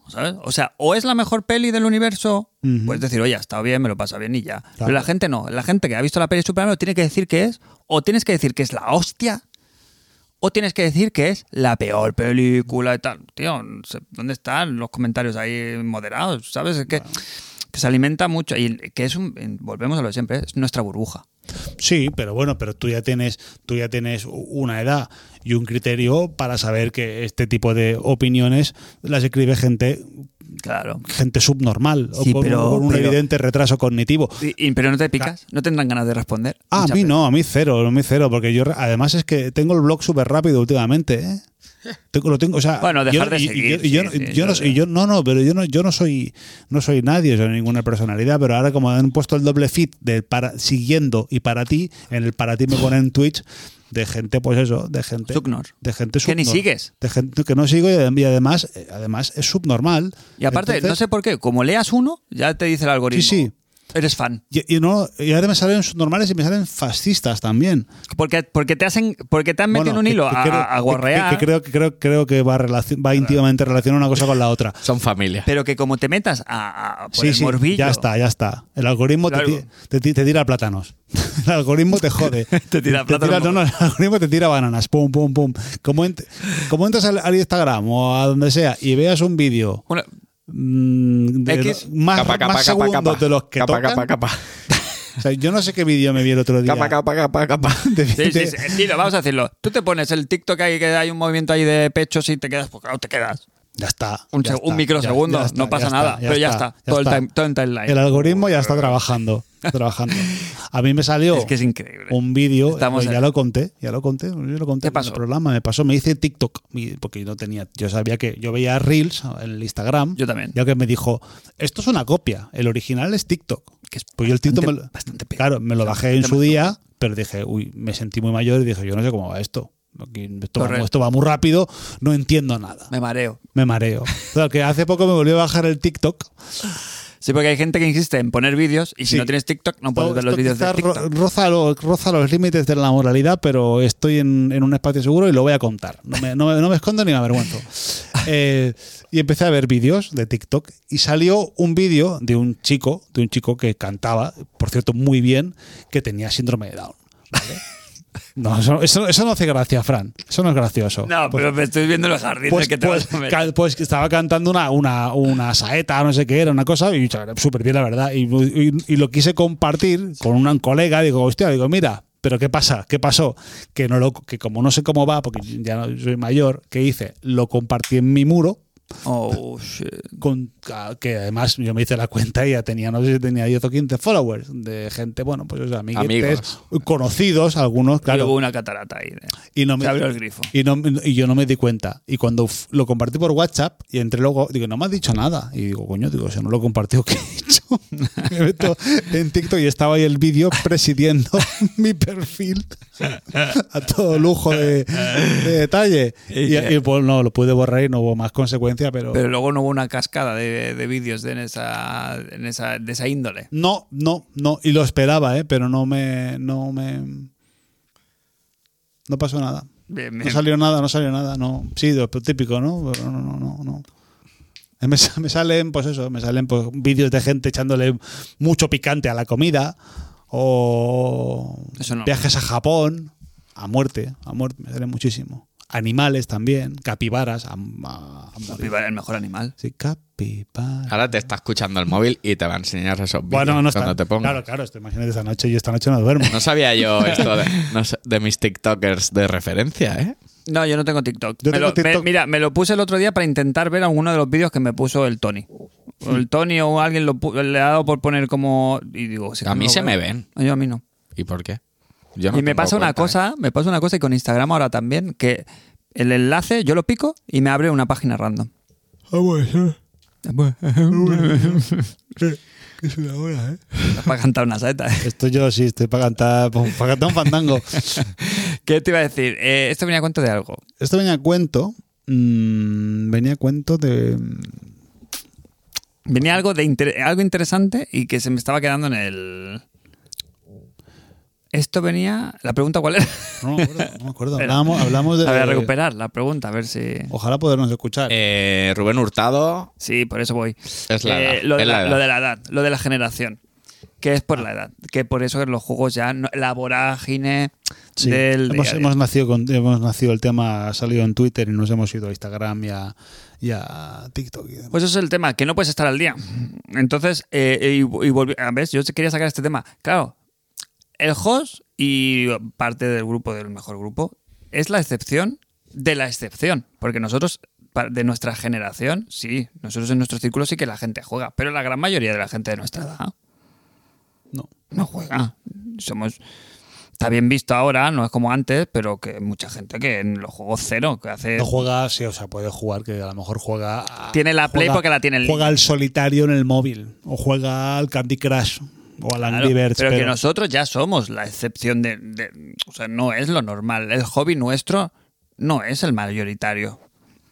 ¿Sabes? O sea, o es la mejor peli del universo, puedes decir, oye, ha estado bien, me lo pasa bien y ya. Pero la gente no. La gente que ha visto la peli de Super Mario tiene que decir que es, o tienes que decir que es la hostia, o tienes que decir que es la peor película y tal. Tío, no sé, ¿dónde están los comentarios ahí moderados? ¿Sabes? Es que, que se alimenta mucho y que es un. Volvemos a lo de siempre, ¿eh? es nuestra burbuja. Sí, pero bueno, pero tú ya tienes, tú ya tienes una edad y un criterio para saber que este tipo de opiniones las escribe gente Claro. gente subnormal Sí, o con, pero- con un pero- evidente retraso cognitivo. Y- y- pero no te picas, no tendrán ganas de responder. Ah, a Muchas mí no, a mí cero, a mí cero, porque yo re- además es que tengo el blog súper rápido últimamente, ¿eh? Tengo- lo tengo, o sea, Bueno, dejar yo, de y- y- seguir, y yo- y sí, sí, yo- yo no yo soy- creo. yo- no, no, pero yo no, yo no soy, no soy nadie, soy ninguna personalidad, pero ahora como han puesto el doble fit de para siguiendo y para ti, en el para ti me ponen Twitch de gente, pues eso, de gente, Subnor. de gente Que ni subnor, sigues. de gente que no sigo y adem- y además, eh, además es subnormal. Y aparte, no Entonces- sé por qué, como leas uno, ya te dice el algoritmo. Sí, sí. Eres fan. y, y no, y ahora me salen subnormales y me salen fascistas también. Porque, porque, te, hacen, porque te han metido Bueno, un que- hilo que a, creo- a que- guarrear. Que, que creo, que creo, creo que va, relacion- va íntimamente relacionada una cosa con la otra. Son familia. Pero que como te metas a, a- por sí, el sí, morbillo. ya está, ya está. El algoritmo te, Claro. ti- te, ti- te tira plátanos. <laughs> El algoritmo te jode. <laughs> Te tira plátanos. no, no, el algoritmo te tira bananas. Pum, pum, pum. Como, ent- como entras al, al Instagram o a donde sea y veas un vídeo Bueno, mm, de X, más, capa, capa, más capa, segundos capa. de los que capa, tocan. capa, capa, O sea, yo no sé qué vídeo me vi el otro día. <laughs> capa, capa, <laughs> capa, capa. De- sí, sí, de- sí, dilo, vamos a decirlo. Tú te pones el TikTok ahí que hay un movimiento ahí de pechos y te quedas, pues claro, te quedas. Ya está. Un, ya seg- está, un microsegundo, ya- ya está, no pasa ya está, nada, pero ya está, todo, el está. time- todo en timeline. El algoritmo ya está trabajando, <laughs> trabajando. A mí me salió Es que es increíble. un vídeo, Estamos eh, ya en- lo conté, ya lo conté, yo lo conté ¿Qué en pasó? el programa, me pasó, me hice TikTok, mi- porque yo no tenía, yo sabía que yo veía Reels en el Instagram, Yo también. ya que me dijo, esto es una copia, el original es TikTok. Que es Pues yo el TikTok, me bastante- lo- bastante peor. claro, me lo bajé en Bastante su más día, pero dije, uy, me sentí muy mayor y dije, yo no sé cómo va esto. Aquí Esto va, Correcto. esto va muy rápido, no entiendo nada. Me mareo. Me mareo. Claro, que hace poco me volvió a bajar el TikTok. Sí, porque hay gente que insiste en poner vídeos y si Sí. no tienes TikTok no puedes ver Pues los Esto vídeos de quizás ro- TikTok. Roza, lo- roza los límites de la moralidad, pero estoy en, en un espacio seguro y lo voy a contar. No me, no me- no me escondo ni me avergüenzo. Eh, y empecé a ver vídeos de TikTok y salió un vídeo de un chico, de un chico que cantaba, por cierto, muy bien, que tenía síndrome de Down. ¿vale? <laughs> No, eso, eso- eso no hace gracia, Fran. Eso no es gracioso. No, Pues- pero me estoy viendo los jardines pues, que te pues, vas a ver. ca- pues que estaba cantando una, una, una saeta, no sé qué era, una cosa, y chaval, súper bien, la verdad. Y, y- y lo quise compartir con un colega, digo, hostia, digo, mira, pero ¿qué pasa? ¿Qué pasó? Que, no lo, que como no sé cómo va, porque ya no soy mayor, ¿qué hice? Lo compartí en mi muro. Oh, shit. Con, ca- que además yo me hice la cuenta y ya tenía, no sé si tenía 10 o 15 followers de gente, bueno, pues o sea, amiguetes, conocidos, algunos, Claro. <laughs> claro. Hubo una catarata ahí. ¿eh? de- Y no me, Se abrió el grifo. Y, no- y yo no me di cuenta. Y cuando f- lo compartí por WhatsApp y entré luego, digo, no me has dicho nada. Y digo, coño, digo, si no lo compartió, ¿qué he hecho? <laughs> me meto en TikTok y estaba ahí el vídeo presidiendo <laughs> mi perfil a todo lujo de, de detalle. Y, y, pues no, lo pude borrar y no hubo más consecuencia, pero... Pero luego no hubo una cascada de, de vídeos de en esa, en esa, de esa índole. no, no, no. Y lo esperaba, ¿eh? Pero no me... No me... No pasó nada. Bien, No bien. salió nada, no salió nada, no. Sí, lo típico, ¿no? Pero no, no, no, no. Eh, Me, sa- me salen, pues eso, me salen pues, vídeos de gente echándole mucho picante a la comida o Eso no. viajes a Japón, a muerte, a muerte, me salen muchísimo. Animales también, capibaras, a, a- a morir. Viva El mejor animal. Sí, capibaras. Ahora te está escuchando el móvil y te va a enseñar esos vídeos Bueno, no cuando está. te ponga. Claro, claro, esto, imagínate esta noche, yo esta noche no duermo. No sabía yo <laughs> esto de, no sé, de mis TikTokers de referencia, ¿eh? No, yo no tengo TikTok. Yo Me tengo lo- me- TikTok. mira, me lo puse el otro día para intentar ver alguno de los vídeos que me puso el Tony. Mm. O El Tony o alguien lo, pu- le ha dado por poner como. Y digo, si A no mí lo se veo. me ven. Yo a mí no. ¿Y por qué? Yo no y me tengo pasa una cuenta, ¿eh? cosa, me pasa una cosa y con Instagram ahora también, que el enlace yo lo pico y me abre una página random. Ah, bueno, <laughs> eh, que es una hora, ¿eh? <laughs> Para cantar una saeta. Esto yo sí estoy para cantar, pues, para cantar un fandango. ¿Qué te iba a decir? Eh, esto venía a cuento de algo. Esto venía a cuento. mm, venía a cuento de. Venía algo, de inter- algo interesante y que se me estaba quedando en el... Esto venía... ¿La pregunta cuál era? No me acuerdo. No <laughs> me acuerdo. Espera. Hablábamos, hablamos de. La voy a recuperar, la pregunta, a ver si... Ojalá podernos escuchar. Eh, Rubén Hurtado Sí, por eso voy. es la, Eh, edad, Lo, de es la la, edad. lo de la edad, lo de la generación. Que es por la edad. Que por eso en los juegos ya... no- la vorágine Sí. del... día hemos, a día. hemos nacido con, hemos nacido, el tema ha salido en Twitter y nos hemos ido a Instagram y a, y a TikTok. y demás. Pues eso es el tema, que no puedes estar al día. Entonces, eh, eh, y, y volvi- a ver, yo quería sacar este tema. Claro, el host y parte del grupo, del mejor grupo, es la excepción de la excepción, porque nosotros pa- de nuestra generación, sí, nosotros en nuestro círculo sí que la gente juega, pero la gran mayoría de la gente de nuestra edad No. no juega. Somos. Está bien visto ahora, no es como antes, pero que hay mucha gente que en los juegos cero, que hace. No juega, sí, o sea, puede jugar, que a lo mejor juega. a- Eh. Tiene la Play juega- porque la tiene en Juega al solitario en el móvil, o juega al Candy Crush, o al Claro, Angry Birds. pero, que pero- nosotros ya somos la excepción de, de- O sea, no es lo normal. El hobby nuestro no es el mayoritario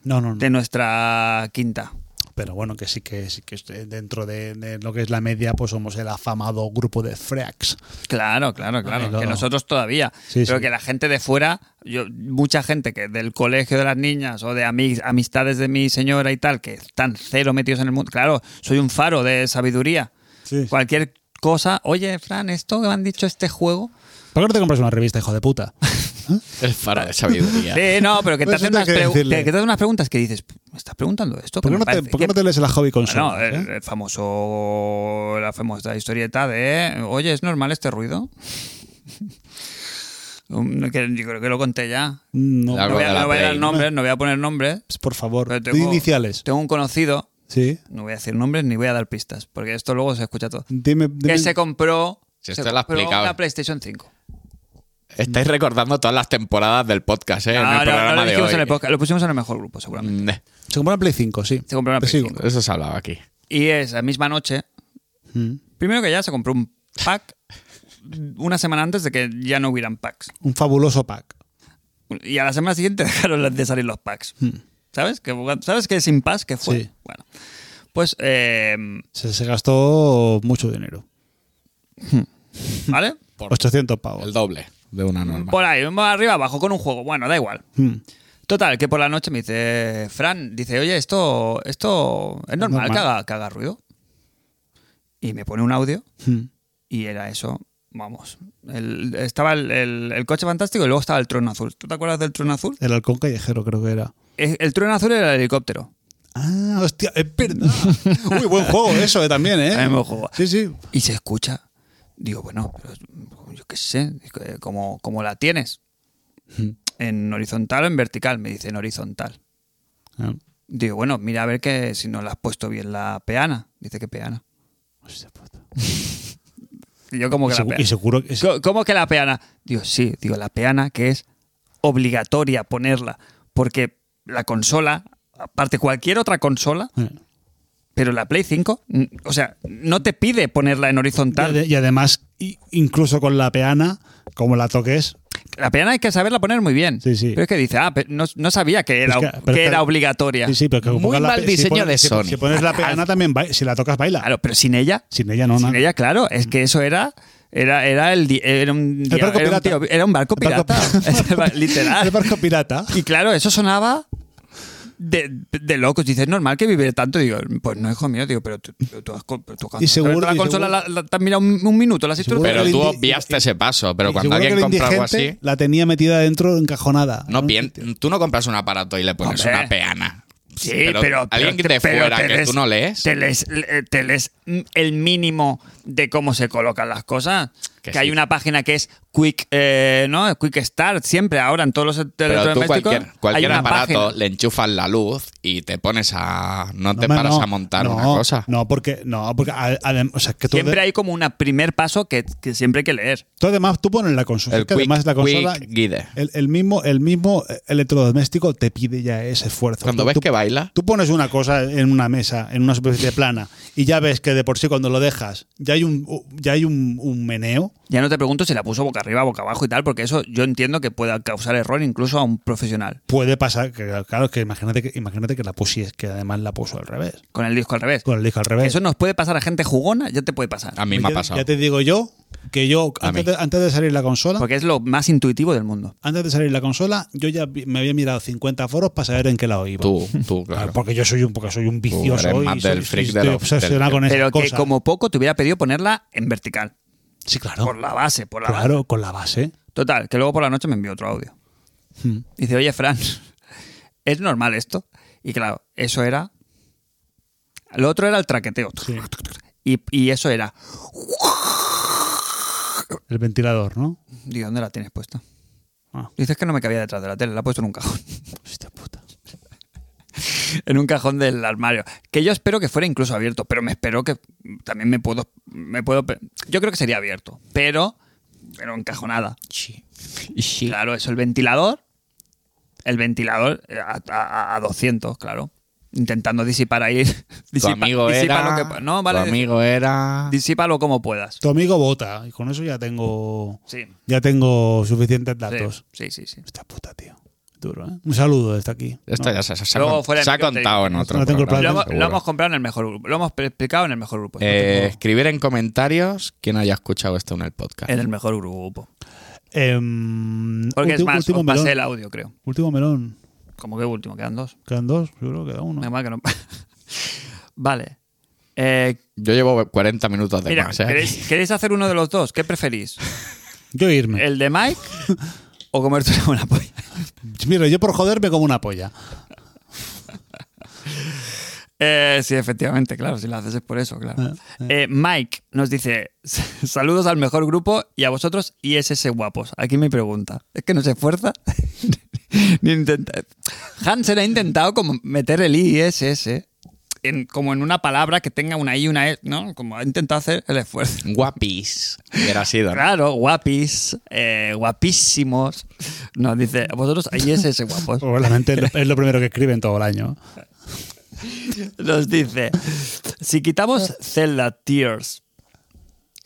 no, no, no. de nuestra quinta. Pero bueno, que sí que, sí que esté dentro de, de lo que es la media, pues somos el afamado grupo de freaks. Claro, claro, claro. claro. Que nosotros todavía. Sí, pero sí. que la gente de fuera, yo, mucha gente que del colegio de las niñas o de ami- amistades de mi señora y tal, que están cero metidos en el mundo. Claro, soy un faro de sabiduría. Sí. Cualquier cosa, oye, Fran, esto que me han dicho este juego. ¿Por qué no te compras una revista, hijo de puta? El faro de sabiduría. Sí, no, pero que te, Eso hacen te unas, quiero pregu- Pues decirle. te- que te hacen unas preguntas que dices, ¿me estás preguntando esto? ¿Por Que qué no me te, parece por qué que- no te lees la hobby eh? Bueno, eh, consola? el, el famoso, la famosa historieta de, oye, ¿es normal este ruido? <laughs> Um, que yo creo que lo conté ya. No, pues, La No voy, a, de no voy a dar Play. nombres, no voy a poner nombres. por favor, Pero di tengo- iniciales. Tengo un conocido, Sí. no voy a decir nombres ni voy a dar pistas, porque esto luego se escucha todo. Dime, Que dime- se compró, Si se esto lo ha compró explicado. una PlayStation 5. Estáis recordando todas las temporadas del podcast, ¿eh? en No, el no, programa no Ah, lo de dijimos hoy. en el podcast, lo pusimos en el mejor grupo, seguramente. Mm, se compró una Play 5, sí. Se compró una Te Play sigo. 5. Eso se ha hablado aquí. Y esa misma noche, Mm. primero que ya se compró un pack una semana antes de que ya no hubieran packs. Un fabuloso pack. Y a la semana siguiente <laughs> dejaron de salir los packs. ¿Sabes? Que, ¿Sabes que sin packs que fue? Mm. Sí. Bueno, pues, eh, <laughs> Se, se gastó mucho dinero. ¿vale? Por 800 pavos. el doble de una norma. Por ahí, arriba, abajo con un juego. Bueno, da igual. Mm. Total, que por la noche me dice, Fran, dice, oye, esto, esto es normal, normal. Que, haga, que haga ruido. Y me pone un audio Mm. y era eso, vamos. El- estaba el, el- el coche fantástico y luego estaba el trono azul. ¿Tú te acuerdas del trono azul? El halcón callejero creo que era. El, el trono azul era el helicóptero. Ah, hostia, es <laughs> verdad. Uy, buen juego eso eh, también, ¿eh? También buen juego. Sí, sí. Y se escucha. Digo, bueno, pero yo qué sé, como, como la <laughs> tienes. ¿En horizontal o en vertical? Me dice en horizontal. Ah, Digo, bueno, mira a ver que si no la has puesto bien la peana. Dice que peana. hostia puta. <laughs> Y yo como Y que la segu- y peana. seguro que... Co- ¿Cómo que la peana? Digo, sí, digo, la peana que es obligatoria ponerla. Porque la consola, aparte cualquier otra consola, Eh. pero la Play 5, mm, o sea, no te pide ponerla en Y horizontal. ade- Y además, i- incluso con la peana, como la toques, La peana hay que saberla poner muy bien. Sí, sí. Pero es que dice, ah, pero no, no sabía que era, Es que- pero que es que- era obligatoria. sí, sí, pero que Muy pongas la mal pe- diseño pones- de si- Sony. Si pones la peana también, ba- si la tocas baila. Claro, pero sin ella, Sin ella no, sin nada. ella, claro, es que eso era... Era, era, el, di- era, un, dia- barco era un pirata. tío- era un barco El barco pirata. <laughs> <laughs> Literal. El barco pirata. Y claro, eso sonaba de, de locos. Dices, normal que vive tanto. Digo, pues no, hijo mío, digo, pero tú, pero tú has, co- pero tú has- Y seguro- pero la y consola seguro- la, la- te has mirado un, un minuto, la has seguro introducido. Pero que el tú indi- obviaste y- ese paso. Pero Y cuando seguro que alguien el compra algo indigente así, La tenía metida dentro, encajonada. no En un pien- sitio. tú no compras un aparato y le pones Hombre. una peana. Sí, pero, alguien que pero- te pero fuera, te que tú no lees. Te lees, eh, te lees, mm, el mínimo de cómo se colocan las cosas. Que Que, sí. hay una página que es Quick, eh, ¿no? Quick Start, siempre ahora en todos los Pero tú electrodomésticos. cualquier, cualquier hay una aparato página. le enchufas la luz y te pones a... No, te hombre, paras no. a montar No, una cosa. No, porque, no, porque a- adem- o sea, que tú, Siempre de- hay como un primer paso que, que siempre hay que leer. tú además tú pones la consola. El es que quick- además la consola, quick guide. El, el mismo, el mismo eh, electrodoméstico te pide ya ese esfuerzo. Cuando Tú- ves tú- que baila, Tú pones una cosa en una mesa, en una superficie plana, y ya ves que de por sí cuando lo dejas ya hay un, ya hay un, un meneo. Ya no te pregunto si la puso boca arriba, boca abajo y tal, porque eso yo entiendo que pueda causar error incluso a un profesional. Puede pasar, que, claro, que imagínate que, imagínate que la pusies, que además la puso al revés, Con el disco al revés. con el disco al revés. Eso nos puede pasar a gente jugona, ya te puede pasar. a mí me ha ya, pasado. ya te digo yo que yo, A antes mí. de, antes de salir la consola, Porque es lo más intuitivo del mundo. antes de salir la consola, yo ya vi- me había mirado 50 foros para saber en qué lado iba. Tú, tú, Claro, claro. Porque yo soy un, porque soy un vicioso eres y más soy- del soy- freak estoy de lo- obsesionado del- con esas Pero que cosas. como poco te hubiera pedido ponerla en vertical. sí, claro, Por la base, por la base. claro, con la base. Total, que luego por la noche me envió otro audio. Hmm. Dice, oye, Fran, <laughs> ¿es normal esto? Y claro, eso era... Lo otro era el traqueteo. Y, y eso era... El ventilador, ¿no? Digo, ¿dónde la tienes puesta? Ah. <laughs> Dices que no me cabía detrás de la tele, la he puesto en un cajón. Hostia puta. en un cajón del armario. Que yo espero que fuera incluso abierto, pero me espero que también me puedo. Me puedo pe- yo creo que sería abierto, pero, pero encajonada. Sí. Sí. Claro, eso, el ventilador. El ventilador eh, a, a- a 200, claro. Intentando disipar ahí. <laughs> Tu disipa- amigo disipa era. lo que pa- no, Tu vale. amigo era. Disípalo como puedas. Tu amigo vota. Y con eso ya tengo. Sí. sí, Ya tengo suficientes datos. Sí, sí, sí. Esta puta, tío. Duro, ¿eh? Un saludo desde aquí. Esto ya se, se- se ha Luego con- fuera de se ha micro te contado digo. en otro. No tengo el plan. Lo, programa, hemos- lo seguro. hemos comprado en el mejor grupo. Lo hemos pre- explicado en el mejor grupo. Eh, escribir en comentarios quién haya escuchado esto en el podcast. En el mejor grupo. Em, Porque es ulti- más, último os pasé melón. el audio, creo. Último melón. Como que último, quedan dos. Quedan dos, yo creo que queda uno. Menos mal que no. <laughs> vale. Eh, Yo llevo 40 minutos de mira, más. ¿eh? ¿queréis, queréis hacer uno de los dos? ¿Qué preferís? Yo irme. ¿El de Mike <laughs> o comerte una polla? Mira, yo por joderme como una polla. Eh, sí, efectivamente, claro, si lo haces es por eso, claro. Eh, Mike nos dice, <laughs> saludos al mejor grupo y a vosotros y es ese guapos. Aquí mi pregunta, es que no se esfuerza. <laughs> Ni intenta- Hansen ha intentado como meter el ISS en, como en una palabra que tenga una I y una E, ¿no? Como ha intentado hacer el esfuerzo. Guapis. Hubiera sido. ¿no? Claro, guapis, eh, guapísimos. Nos dice, a vosotros ISS guapos. Probablemente es lo- es lo primero que escriben todo el año. Nos dice, si quitamos Zelda Tears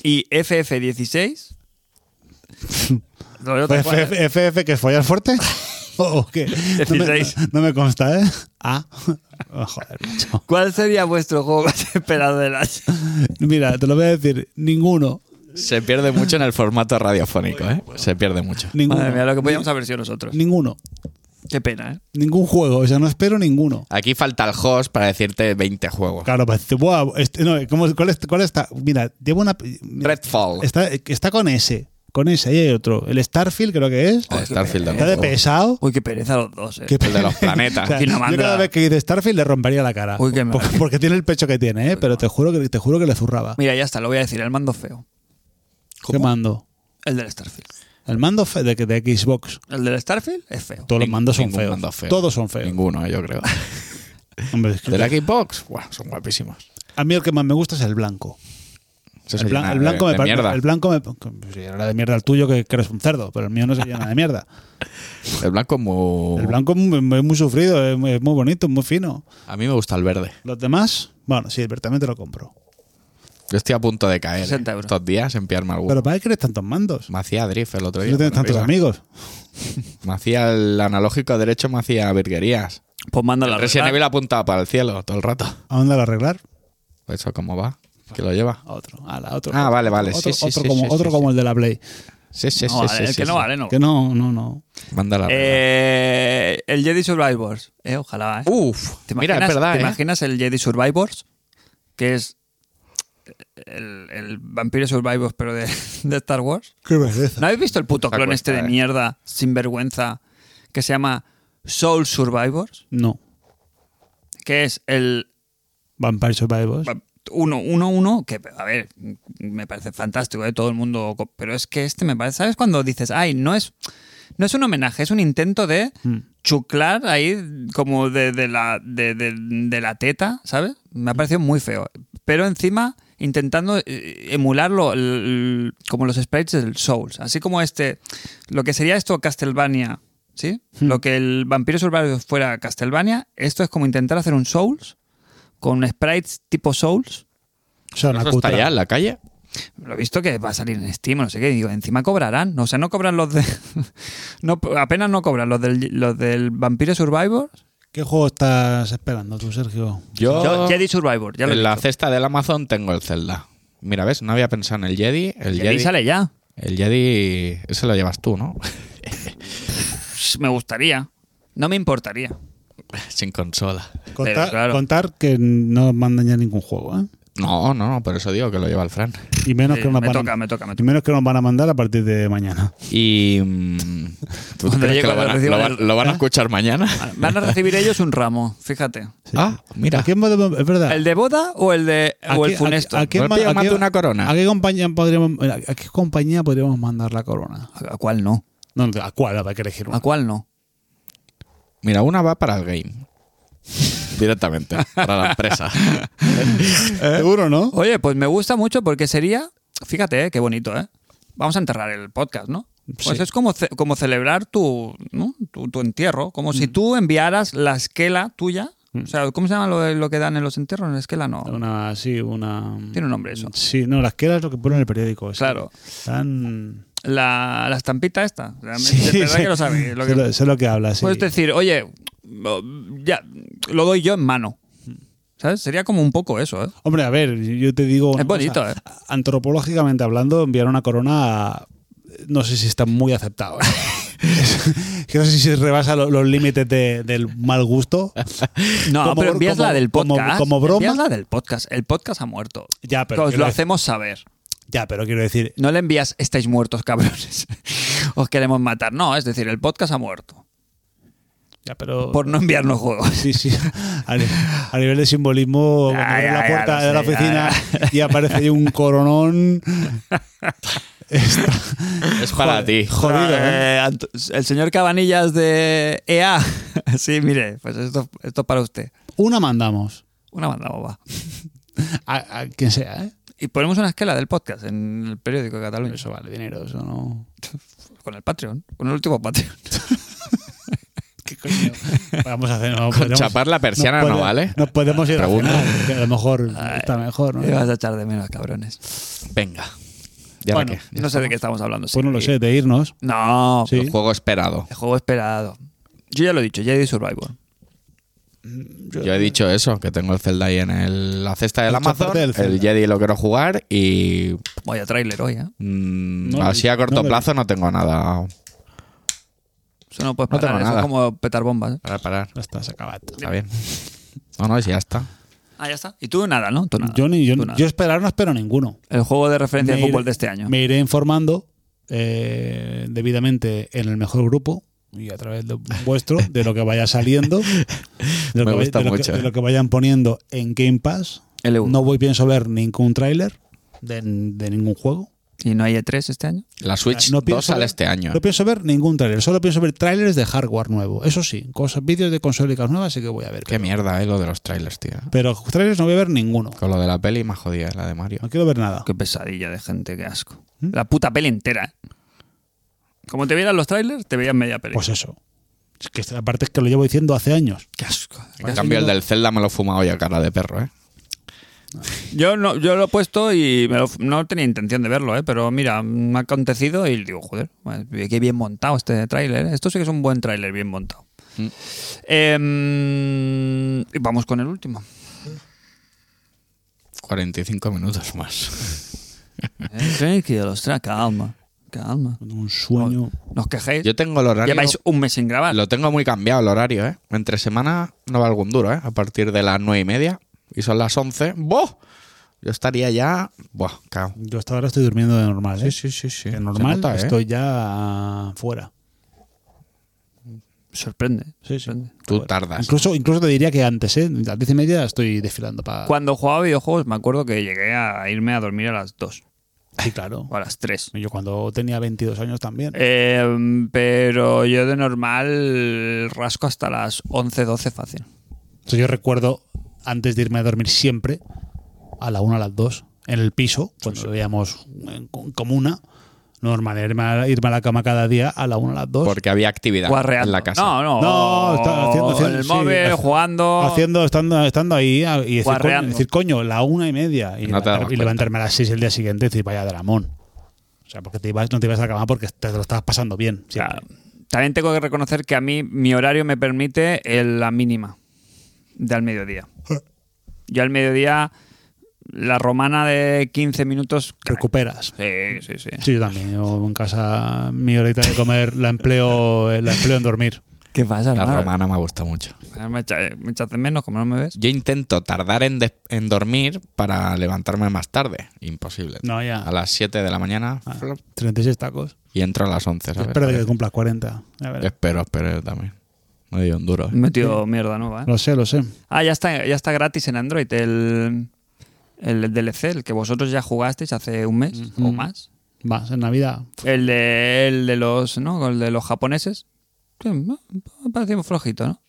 y FF16, <laughs> no, yo te acuerdo. FF, FF, que es <laughs> follar fuerte? ¿O o qué? No me, 16. no me consta, ¿eh? Ah. <laughs> Oh, joder, macho. ¿cuál sería vuestro juego más <laughs> esperado del año? Mira, te lo voy a decir. Ninguno. Se pierde mucho en el formato radiofónico, ¿eh? Se pierde mucho. Ninguno. Madre mía, lo que podíamos haber sido nosotros. Ninguno. Qué pena, ¿eh? Ningún juego. O sea, no espero ninguno. Aquí falta el host para decirte 20 juegos. Claro, pues, buah, este- no, ¿cómo- cuál, es- cuál está? Mira, llevo una. mira, Redfall. Está, está con ese. Con ese. Ahí hay otro. El Starfield, creo que es. Oh, Starfield Está de tampoco. pesado. Uy, qué pereza los dos, ¿eh? Qué El de los O planetas. sea, Y no yo manda- cada vez que dice Starfield le rompería la cara. Uy, qué mal. porque, porque tiene el pecho que tiene, ¿eh? Pero te juro que, te juro que le zurraba. Mira, ya está, lo voy a decir, el mando feo. ¿Qué mando? El del Starfield. El mando fe- de, de Xbox. El del Starfield es feo. Todos los Ning- mandos son ningún feos. mando feo. Todos son feos. Ninguno, yo creo. Hombre, es que- ¿De la Xbox? Buah, son guapísimos. a mí el que más me gusta es el blanco. el, Eso Este sería blan- una- el blanco me de- de parece. mierda. El blanco me. pues sí, era de mierda el tuyo, que, que eres un cerdo, pero el mío no sería nada de mierda. El blanco es muy... El blanco es muy, es muy sufrido, es muy, es muy bonito, es muy fino. A mí me gusta el verde. Los demás, bueno, sí, pero también te lo compro. Yo estoy a punto de caer 60 eh, euros. estos días en pillarme alguno. Pero para qué quieres tantos mandos. Me hacía drift el otro Si día. no tienes con la tantos risa. amigos. Me hacía el analógico derecho, me hacía virguerías. Pues manda la Resident Evil apuntaba para el cielo todo el rato. ¿A dónde lo arreglar? ¿Eso cómo va? ¿Qué lo lleva? A otro. A la otro. Ah, vale, vale. Sí, Otro, sí, otro sí, como, sí, otro sí, como el de la Play. Sí, sí, No, sí, vale, sí, el sí, que sí. no vale, no. Que no, no, no. Manda la Eh, el Jedi Survivors. Eh, ojalá, ¿eh? regla. Uf, ¿Te mira, imaginas, es verdad, ¿te ¿eh? imaginas el Jedi Survivors? Que es el, el vampiro Survivors, pero de, <laughs> de Star Wars. Qué belleza. ¿No habéis visto el puto Esta clon cuesta, este de eh. mierda, sinvergüenza, que se llama Soul Survivors? No. Que es el Vampire Survivors. va- uno, uno, uno, que, a ver, me parece fantástico, ¿eh? todo el mundo. co- Pero es que este me parece. ¿Sabes cuando dices, ay, no es, no es un homenaje, es un intento de chuclar ahí como de, de la, de, de- de la teta, ¿sabes? Me ha parecido muy feo. Pero encima intentando eh, emularlo l- l- como los sprites del Souls, así como este, lo que sería esto Castlevania, ¿sí? Lo que el Vampiro Survivor fuera Castlevania, esto es como intentar hacer un Souls con sprites tipo Souls. Son ¿Eso está ya en la calle? Lo he visto que va a salir en Steam, no sé qué, digo, encima cobrarán, no, o sea, no cobran los de <laughs> no apenas no cobran los del los del Vampiro Survivor ¿Qué juego estás esperando tú, Sergio? Yo, Yo, Jedi Survivor, ya lo he en la dicho. cesta del Amazon tengo el Zelda. Mira, ¿ves? No había pensado en el Jedi. El Jedi Jedi, sale ya. el Jedi ese lo llevas <laughs> tú, ¿no? Pss, Me gustaría. No me importaría. Sin consola. Contar, claro. contar que no mandan ya ningún juego, ¿eh? No, no, no, por eso digo que lo lleva el Fran. Y menos, Sí, que nos Eh, me van toca, a, me toca, me y toca. menos que nos van a mandar a partir de mañana. Y. mm, ¿tú Cuando llegue, crees que lo van, a, cuando reciban lo van- el- ¿Ah? lo van a escuchar mañana? Van a recibir ellos un ramo, fíjate. Sí. Ah, mira. ¿A quién podemos- es verdad. ¿El de boda o el de ¿A o el qué- a- funesto? ¿A, quién No he ma- pillado a más qué- de una corona. ¿A qué compañía podríamos, a qué compañía podríamos mandar la corona? ¿A a cuál no? No, no, ¿a cuál? Habrá que elegir ¿A una. cuál no? Mira, una va para el game. directamente para la empresa. Seguro, ¿no? Oye, pues me gusta mucho porque sería. Fíjate, eh, qué bonito, ¿eh? Vamos a enterrar el podcast, ¿no? Pues Sí. es como, ce- como celebrar tu, ¿no? tu, tu entierro, como Mm. si tú enviaras la esquela tuya. O sea, ¿cómo se llama lo, lo que dan en los entierros? La esquela no. Una, sí, una. mm, Tiene un nombre eso. Sí, no, las que era lo que pone en el periódico. sí. Claro. Tan- La, la estampita esta. O sea, Sí, de verdad sí. que lo <laughs> sabéis. Lo sé, que- Pues este lo, sé lo que hablas. sí. Puedes decir, oye, lo- ya, lo doy yo en mano. ¿Sabes? Sería como un poco eso, ¿eh? Hombre, a ver, yo te digo. una Es bonito, cosa. ¿eh? Antropológicamente hablando, enviar una corona. a- No sé si está muy aceptado. ¿eh? <laughs> Es que no sé si rebasa lo- los límites de- del <laughs> mal gusto. No, Como- pero envías como- la del como- podcast. como broma. Envías la del podcast. El podcast ha muerto. Ya, pero Os quiero lo decir- hacemos saber. Ya, pero quiero decir, No le envías, estáis muertos, cabrones. <laughs> Os queremos matar. No, es decir, el podcast ha muerto. Ya, pero. Por no enviarnos juegos. <laughs> Sí, sí. A, ni- a nivel de simbolismo, cuando Ya, abres ya, la ya, puerta lo de la sé, ya, oficina <laughs> y aparece ahí un coronón. Está- <laughs> Es para ti. Jodido, ¿eh? Eh, Anto- el señor Cabanillas de EA. <laughs> Sí, mire, pues esto, esto es para usted. Una mandamos. Una banda boba. A, a quien sea, ¿eh? Y ponemos una esquela del podcast en el periódico de Cataluña. Eso vale dinero, eso no. Con el Patreon. Con el último Patreon. ¿Qué coño? Vamos a <laughs> hacer. No, Con chapar la persiana no vale. Nos podemos ir Pregunta. a cenar, que a lo mejor está mejor, ¿no? <laughs> Me vas a echar de menos, cabrones. Venga. Ya Bueno, que- No sé de qué estamos hablando. sí. Pues no lo sé, de irnos. No, Sí. El juego esperado. el juego esperado. Yo ya lo he dicho, Jedi Survivor. Yo he dicho eso, que tengo el Zelda ahí en el- la cesta del El Amazon. soporte del el Zelda. Jedi lo quiero jugar y Vaya trailer hoy, ¿eh? mm, No lo he así visto, no a corto lo he plazo no tengo nada Eso no puedes No parar, tengo eso nada. es como petar bombas. ¿eh? para parar. Ya está, se acaba. Está bien. No, no, sí, ya está. Ah, ya está. Y tú nada, ¿no? Tú nada. Yo, ni, yo, Tú nada. yo esperar no espero ninguno. El juego de referencia de Me iré- fútbol de este año. Me iré informando eh, debidamente en el mejor grupo y a través de vuestro de lo que vaya <laughs> saliendo, de lo, que, Me vaya- gusta de lo que- mucho, Uh. de eh. lo que vayan poniendo en Game Pass. El EU. No voy pienso ver ningún tráiler de, de ningún juego. ¿Y no hay E3 este año? La Switch No 2 pienso sale ver- este año. No pienso ver ningún tráiler, solo pienso ver tráilers de hardware nuevo. Eso sí, cosas, vídeos de consolicas nuevas sí que voy a ver. Qué mierda, eh, lo de los trailers, tío. Pero trailers no voy a ver ninguno. Con lo de la peli más jodida, la de Mario. No quiero ver nada. Qué pesadilla de gente, qué asco. ¿Mm? La puta peli entera. ¿eh? Como te vieran los trailers, te veían media peli. Pues eso. Es que esta- aparte es que lo llevo diciendo hace años. qué asco. En cambio, el del Zelda me lo he fumado hoy a cara de perro, ¿eh? Yo, no, yo lo he puesto y me lo- no tenía intención de verlo, ¿eh? pero mira, me ha acontecido y digo, joder, bueno, qué bien montado este tráiler. ¿eh? Esto sí que es un buen tráiler bien montado. Mm. Em, y vamos con el último. 45 minutos más. Tranquilo, Eh, ostras, calma, calma. Un sueño. Nos quejéis. Yo tengo el horario. Lleváis un mes sin grabar. Lo tengo muy cambiado el horario, ¿eh? Entre semana no va algún duro, ¿eh? A partir de las 9 y media y son las 11. ¡Boh! Yo estaría ya. ¡Buah! Cao. Yo hasta ahora estoy durmiendo de normal, ¿eh? sí, sí. sí. Que normal, Se nota, ¿eh? estoy ya fuera. Sorprende. Sí, sí. sorprende. Tú tardas. Incluso, incluso te diría que antes, ¿eh? A las diez y media estoy desfilando para. Cuando jugaba videojuegos me acuerdo que llegué a irme a dormir a las 2 Sí, claro. o a las 3. Yo cuando tenía 22 años también. Em, pero yo de normal rasco hasta las 11, 12 fácil. O sea, yo recuerdo antes de irme a dormir siempre, a la una, a las dos, en el piso, cuando vivíamos en co- comuna. Normal, irme a, irme a la cama cada día a la una, a las dos. Porque había actividad Guarreando. en la casa. No, no. No, está haciendo- haciendo- en Oh, el sí, móvil, hace- jugando. Haciendo, estando, estando ahí a- y decir, coño, Guarreando. decir, coño, la una y media. Y, No te dabas levantar- y cuenta. levantarme a las seis el día siguiente y decir, vaya dramón. O sea, porque te ibas, no te ibas a la cama porque te lo estabas pasando bien. O sea, siempre. también tengo que reconocer que a mí mi horario me permite el- la mínima de al <laughs> mediodía. Yo al mediodía, la romana de 15 minutos. Recuperas. Sí, sí, sí. Sí, yo también. Yo en casa mi horita de comer la empleo, eh, la empleo en dormir. ¿Qué pasa, La romana me gusta mucho. Ah, Me echa- me echas de menos, como no me ves. Yo intento tardar en, des- en dormir para levantarme más tarde. Imposible. No, ya. A las 7 de la mañana flop, 36 tacos. y entro a las 11. ¿sabes? Espero que cumplas 40. Ya Yo verás. espero, espero yo también. Me dio un duro. Me he ¿eh? metido mierda nueva, ¿eh? Lo sé, lo sé. Ah, ya está, ya está gratis en Android el, el DLC, el que vosotros ya jugasteis hace un mes o más. Más, en Navidad. El de, el de los, ¿no? El de los japoneses. Sí, ¿no? Me pareció flojito, ¿no?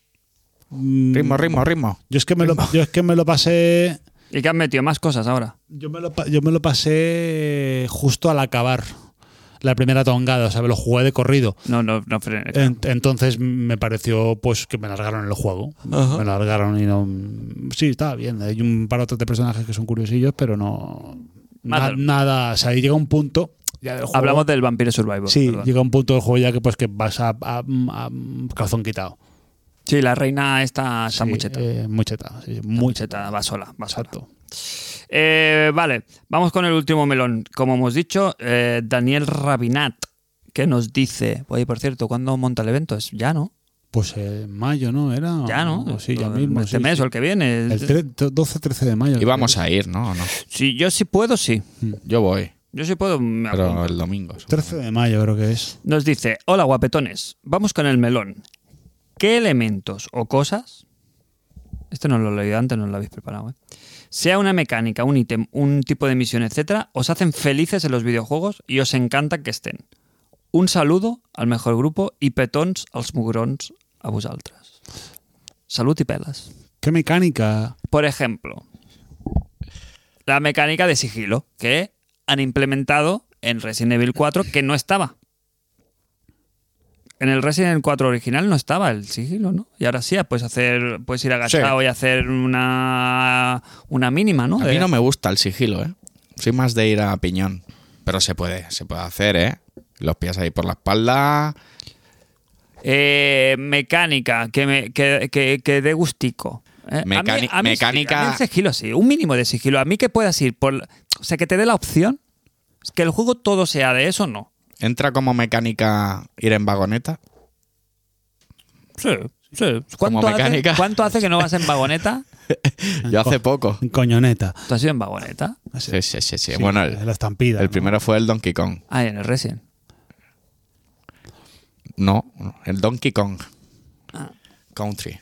mm, Ritmo, ritmo, ritmo. Yo es que me lo, yo es que me lo pasé. ¿Y que han metido? Más cosas ahora. Yo me, lo, pa- yo me lo pasé justo al acabar la primera tongada, o sea, me lo jugué de corrido. No, no, no. frenes. En- entonces me pareció pues que me largaron el juego. Ah. Me largaron y no. Sí, estaba bien. Hay un par o tres de personajes que son curiosillos, pero no. na- Madre. nada. O sea, ahí llega un punto. ya del juego- Hablamos del Vampire Survivor. Sí, perdón. llega un punto del juego ya que pues que vas a, a- a mm, calzón quitado. Sí, la reina está, está Sí, mucheta. eh, mucheta, sí, mucheta. Mucheta, va sola, va sola. Exacto. Eh, vale, vamos con el último melón. Como hemos dicho, eh, Daniel Rabinat, que nos dice, oye, por cierto, ¿cuándo monta el evento? Es ya, ¿no? Pues en mayo, ¿no? Era. Ya, ¿no? O Sí, ya Eh, mismo. Este sí, mes sí. o el que viene. El tre- 12-13 de mayo. Y vamos a ir, ¿no? ¿O no? Si yo sí puedo, sí. Yo voy, Yo sí puedo. me apunto. pero el domingo. 13 de mayo creo que es. Nos dice, hola guapetones, vamos con el melón. ¿Qué elementos o cosas, esto no lo he leído antes, no lo habéis preparado, ¿eh? sea una mecánica, un ítem, un tipo de misión, etcétera, os hacen felices en los videojuegos y os encanta que estén? Un saludo al mejor grupo y petons als mugrons a vosaltres. Salud y pelas. ¿Qué mecánica? Por ejemplo, la mecánica de sigilo que han implementado en Resident Evil 4 que no estaba. En el Resident Evil 4 original no estaba el sigilo, ¿no? Y ahora sí, puedes hacer, puedes ir agachado y hacer una, una mínima, ¿no? A De- mí no me gusta el sigilo, ¿eh? Soy más de ir a piñón. Pero se puede, se puede hacer, ¿eh? Los pies ahí por la espalda. Eh, mecánica, que, me, que, que- que dé gustico. Eh, a mí- Mecáni- a mí sí, mecánica- a mí el sigilo sí, un mínimo de sigilo. A mí que puedas ir por... O sea, que te dé la opción. Que el juego todo sea de eso, no. Entra como mecánica ir en vagoneta. Sí, sí. ¿Cuánto, Como hace, mecánica. cuánto hace que no vas en vagoneta? Yo hace poco. Coñoneta. ¿Tú has ido en vagoneta? Sí, sí, sí. sí. Sí, Bueno, el, la estampida. el ¿no? primero fue el Donkey Kong. Ah, en el Resident. No, no, el Donkey Kong. Country.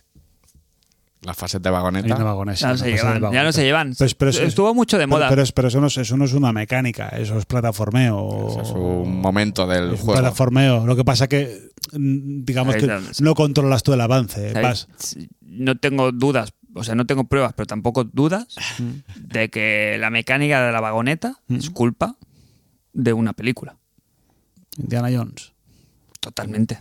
Las fases de Hay una vagoneta. vagonesa, Ya no una se cosa de llevan. Ya no vagoneta. se llevan. Pues, pero eso- Estuvo mucho de Pero- moda. Pero, es- pero eso, no es, eso no es una mecánica, eso es plataformeo. Eso Es un momento del Es un juego. plataformeo. Lo que pasa que, mm, digamos Ahí que está. no controlas tú el avance. ¿Sabéis? Vas. No tengo dudas, o sea, no tengo pruebas, pero tampoco dudas Mm. de que la mecánica de la vagoneta es culpa de una película. Indiana Jones. Totalmente.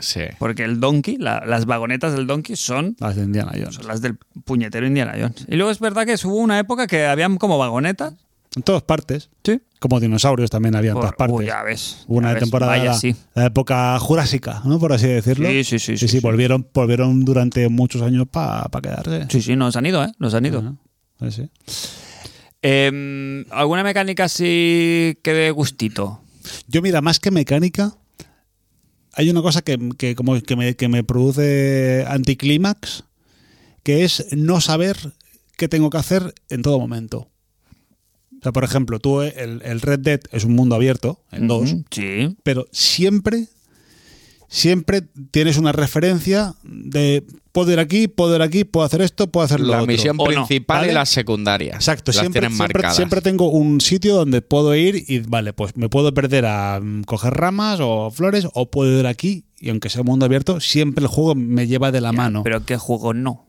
Sí. Porque el donkey, la- las vagonetas del donkey son, Las de Indiana Jones. son las del puñetero Indiana Jones. Y luego es verdad que hubo una época que habían como vagonetas. En todas partes. Sí. Como dinosaurios también había en todas Por- partes. uy, ya ves. Hubo una ya ves. temporada, Vaya, la, sí. la época jurásica, ¿no? Por así decirlo. Sí, sí, sí, sí, sí. Volvieron, volvieron durante muchos años para quedarse. Sí, sí, nos han ido, ¿eh? Nos han ido. Ajá. Sí, sí. Eh, ¿Alguna mecánica así que de gustito? Yo, mira, más que mecánica, hay una cosa que, que como que me, que me produce anticlímax, que es no saber qué tengo que hacer en todo momento. O sea, por ejemplo, tú, eh, el, el Red Dead es un mundo abierto, en dos, Ujú, Sí. pero siempre, siempre tienes una referencia de puedo ir aquí, puedo ir aquí, puedo hacer esto, puedo hacer lo La otro. misión O no, principal ¿vale? y las secundarias. Exacto, las siempre, tienen siempre, marcadas. siempre tengo un sitio donde puedo ir y vale, pues me puedo perder a mm, coger ramas o flores o puedo ir aquí y aunque sea un mundo abierto, siempre el juego me lleva de la mano. Pero qué juego no.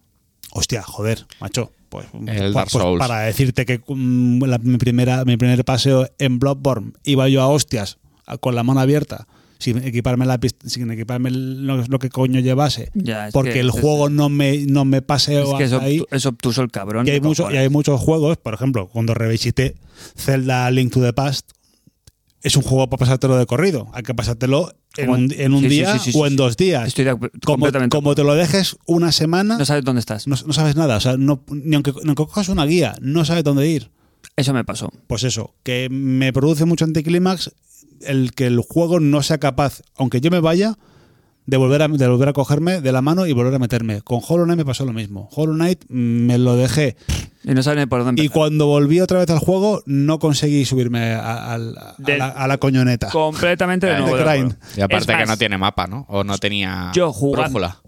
Hostia, joder, macho. Pues, El pues- Dark pues Souls. para decirte que mm, la- mi, primera, mi primer paseo en Bloodborne iba yo a hostias a- con la mano abierta. Sin equiparme, la, pist- sin equiparme lo, lo que coño llevase. Ya, es porque que- el juego no me, no me paseo Es que es, hasta ahí. obtu- es obtuso el cabrón. Y hay, de mucho- y cojones. hay muchos juegos, por ejemplo, cuando revisité Zelda Link to the Past, es un juego para pasártelo de corrido. Hay que pasártelo en Como- un, en un sí, sí, día sí, sí, o sí, en dos días. Estoy de acu- como, completamente. como te lo dejes una semana, no sabes dónde estás. no, no sabes nada. O sea, no- ni, aunque, ni aunque cojas una guía, no sabes dónde ir. Eso me pasó. Pues eso, que me produce mucho anticlímax el que el juego no sea capaz, aunque yo me vaya, de volver a, de volver a cogerme de la mano y volver a meterme. Con Hollow Knight me pasó lo mismo. Hollow Knight mm, me lo dejé Y no sabes ni por dónde y empezar. cuando volví otra vez al juego, no conseguí subirme a, al- a Del- la, a la coñoneta. <laughs> Completamente de De nuevo. de grind. acuerdo. Y aparte Es que más, no tiene mapa, ¿no? O no tenía Yo jugando- brújula.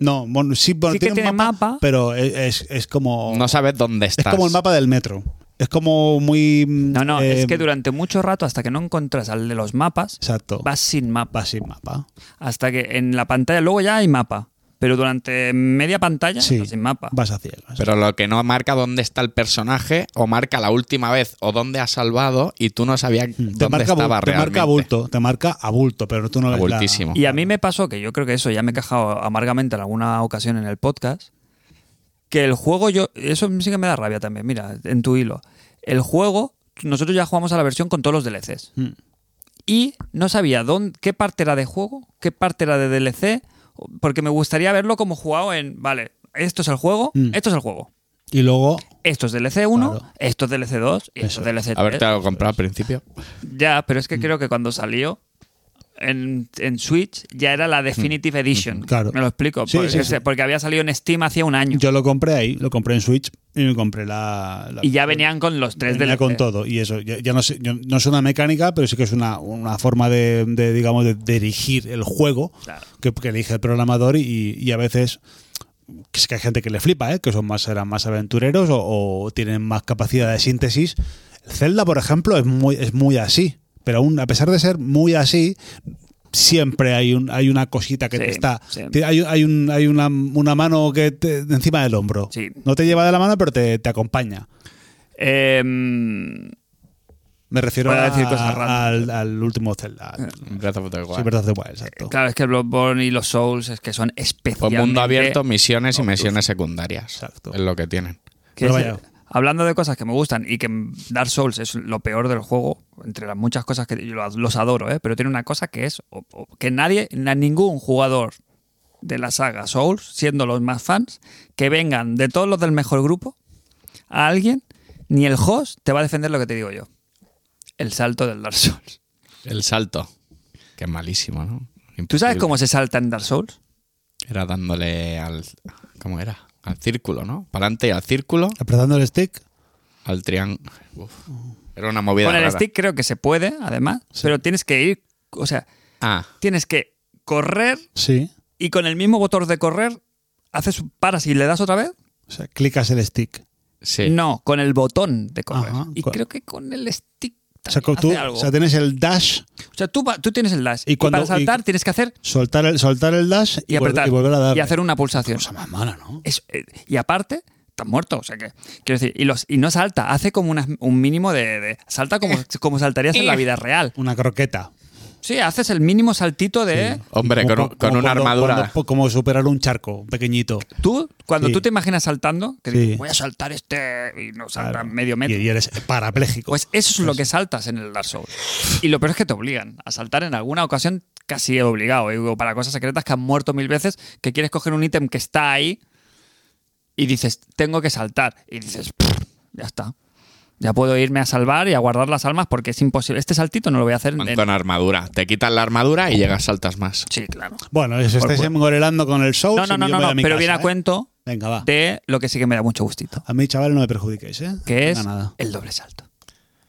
No, bueno, sí, bueno, Sí que tiene, un tiene mapa, mapa. pero es, es- es como. No sabes dónde es estás. como el mapa del metro. Es como muy. No, no, es eh, que durante mucho rato, hasta que no encuentras al de los mapas, Exacto. vas sin mapa. Vas sin mapa. Hasta que en la pantalla luego ya hay mapa. pero durante media pantalla, Sí. o sea, sin mapa. Vas a ciegas. Pero lo que no marca dónde está el personaje o marca la última vez o dónde ha salvado y tú no sabías Hmm. Mm, te dónde marca, bul- estaba te realmente. marca bulto, te marca a bulto, pero tú no ves la- Bultísimo. Y a mí me pasó, que yo creo que eso ya me he quejado amargamente en alguna ocasión en el podcast, que el juego yo, eso sí que me da rabia también, mira, en tu hilo. El juego, nosotros ya jugamos a la versión con todos los DLCs. Mm. Y no sabía dónde, qué parte era de juego, qué parte era de DLC, porque me gustaría verlo como jugado en, vale, esto es el juego, Mm. esto es el juego. Y luego, Esto es DLC 1, Claro. esto es DLC 2 y esto es DLC 3. Haberte lo comprado al principio. Ya, pero es Mm. que creo que cuando salió en, en Switch ya era la Definitive Edition. Mm. Claro. Me lo explico. Sí, porque, sí, sí. porque había salido en Steam hacía un año. yo lo compré ahí, lo compré en Switch y me compré la. la- y ya venían con los tres venía DLC. con todo. Y eso, ya, ya no, sé- yo- no es una mecánica, pero sí que es una, una forma de, de, digamos, de dirigir el juego Claro. que, que elige el programador y, y a veces. Que es que hay gente que le flipa, ¿eh? que son más, serán más aventureros o, o tienen más capacidad de síntesis. Zelda, por ejemplo, es muy, es muy así. Pero aún, a pesar de ser muy así, siempre hay un hay una cosita que Sí, te está sí. te- hay, hay un hay una, una mano que te- encima del hombro Sí. no te lleva de la mano pero te, te acompaña Eh, me refiero Para a- decir cosas Eh, al, al último Zelda Breath of the Wild. sí, Breath of the Wild, exacto claro, es que el Bloodborne y los Souls es que son Pues especialmente... mundo abierto, misiones y misiones secundarias. Exacto. Es lo que tienen. que Pero es- vaya. hablando de cosas que me gustan y que Dark Souls es lo peor del juego, entre las muchas cosas que yo los adoro, ¿eh? pero tiene una cosa que es o- o- que nadie, na- ningún jugador de la saga Souls, siendo los más fans, que vengan de todos los del mejor grupo a alguien, ni el host te va a defender lo que te digo yo. El salto del Dark Souls. El salto. Que es malísimo, ¿no? ¿Tú sabes Imposible. cómo se salta en Dark Souls? Era dándole al. ¿Cómo era? Al círculo, ¿no? Para adelante y al círculo, apretando el stick al triángulo. Era una movida. Con el rara. stick creo que se puede, además, pero tienes que ir, o sea, Ah, tienes que correr sí y con el mismo botón de correr haces un- paras y le das otra vez. o sea clicas el stick sí. No, con el botón de correr. Ajá. Y Cu- creo que con el stick o sea, también tú, hace algo. o sea, tienes el dash O sea, tú, va- tú tienes el dash Y y, cuando- para saltar y- tienes que hacer soltar el soltar el dash y, y, vol- apretar y volver a dar y hacer una pulsación. cosa más mala no Es- eh, y aparte estás muerto, o sea que quiero decir, y los y no salta, hace como unas- un mínimo de, de- salta como, Eh. como saltarías en la vida real. una croqueta Sí, haces el mínimo saltito de Hombre, Como- con, un- como con una cuando- armadura. cuando- como superar un charco pequeñito tú cuando Sí. tú te imaginas saltando, que Sí. dices, voy a saltar este y no salta Claro. medio metro. y, y eres parapléjico Pues eso es lo que saltas en el Dark Souls. Y lo peor es que te obligan a saltar en alguna ocasión casi obligado. ¿eh? Digo, Para cosas secretas que han muerto mil veces, que quieres coger un ítem que está ahí y dices, tengo que saltar. Y dices, "Pff, ya está. Ya puedo irme a salvar y a guardar las almas porque es imposible. Este saltito no lo voy a hacer en... Con armadura. Te quitan la armadura y llegas, saltas más. Sí, claro. Bueno, se Por estáis cual. engorelando con el show. No, no, no, no, no, pero viene a cuento ¿eh? Venga, va. de lo que sí que me da mucho gustito, A mí, chavales, no me perjudiquéis, ¿eh? que es Venga, nada. el doble salto.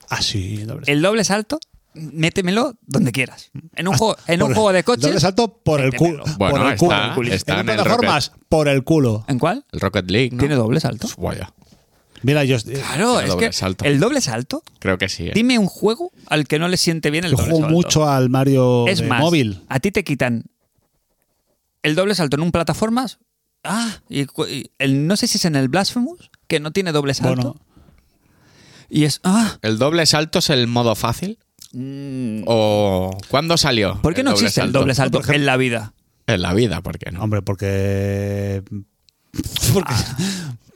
Ah, sí, el doble El doble salto, métemelo donde quieras. En un, Hasta- juego, en un Ah, por- juego de El doble coches... salto por el culo. Métemelo. Bueno, por el culo. está- está en en el plataformas, por el culo. ¿En cuál? El Rocket League, ¿no? ¿Tiene doble salto? Vaya. Mira, yo. Claro, El es doble que salto. el doble salto. Creo que sí. ¿eh? Dime un juego al que no le siente bien el yo doble juego salto. mucho al Mario es de más, móvil. a ti te quitan el doble salto en un plataformas. Ah, y, cu- y el, no sé si es en el Blasphemous, que no tiene doble salto. Bueno, Y es, ah, ¿El doble salto es el modo fácil? mm, ¿O cuándo salió? ¿por qué el no doble existe el salto? doble salto No, por ejemplo- en la <laughs> vida? En la vida, ¿por qué no? hombre, porque. <laughs> Porque. <laughs>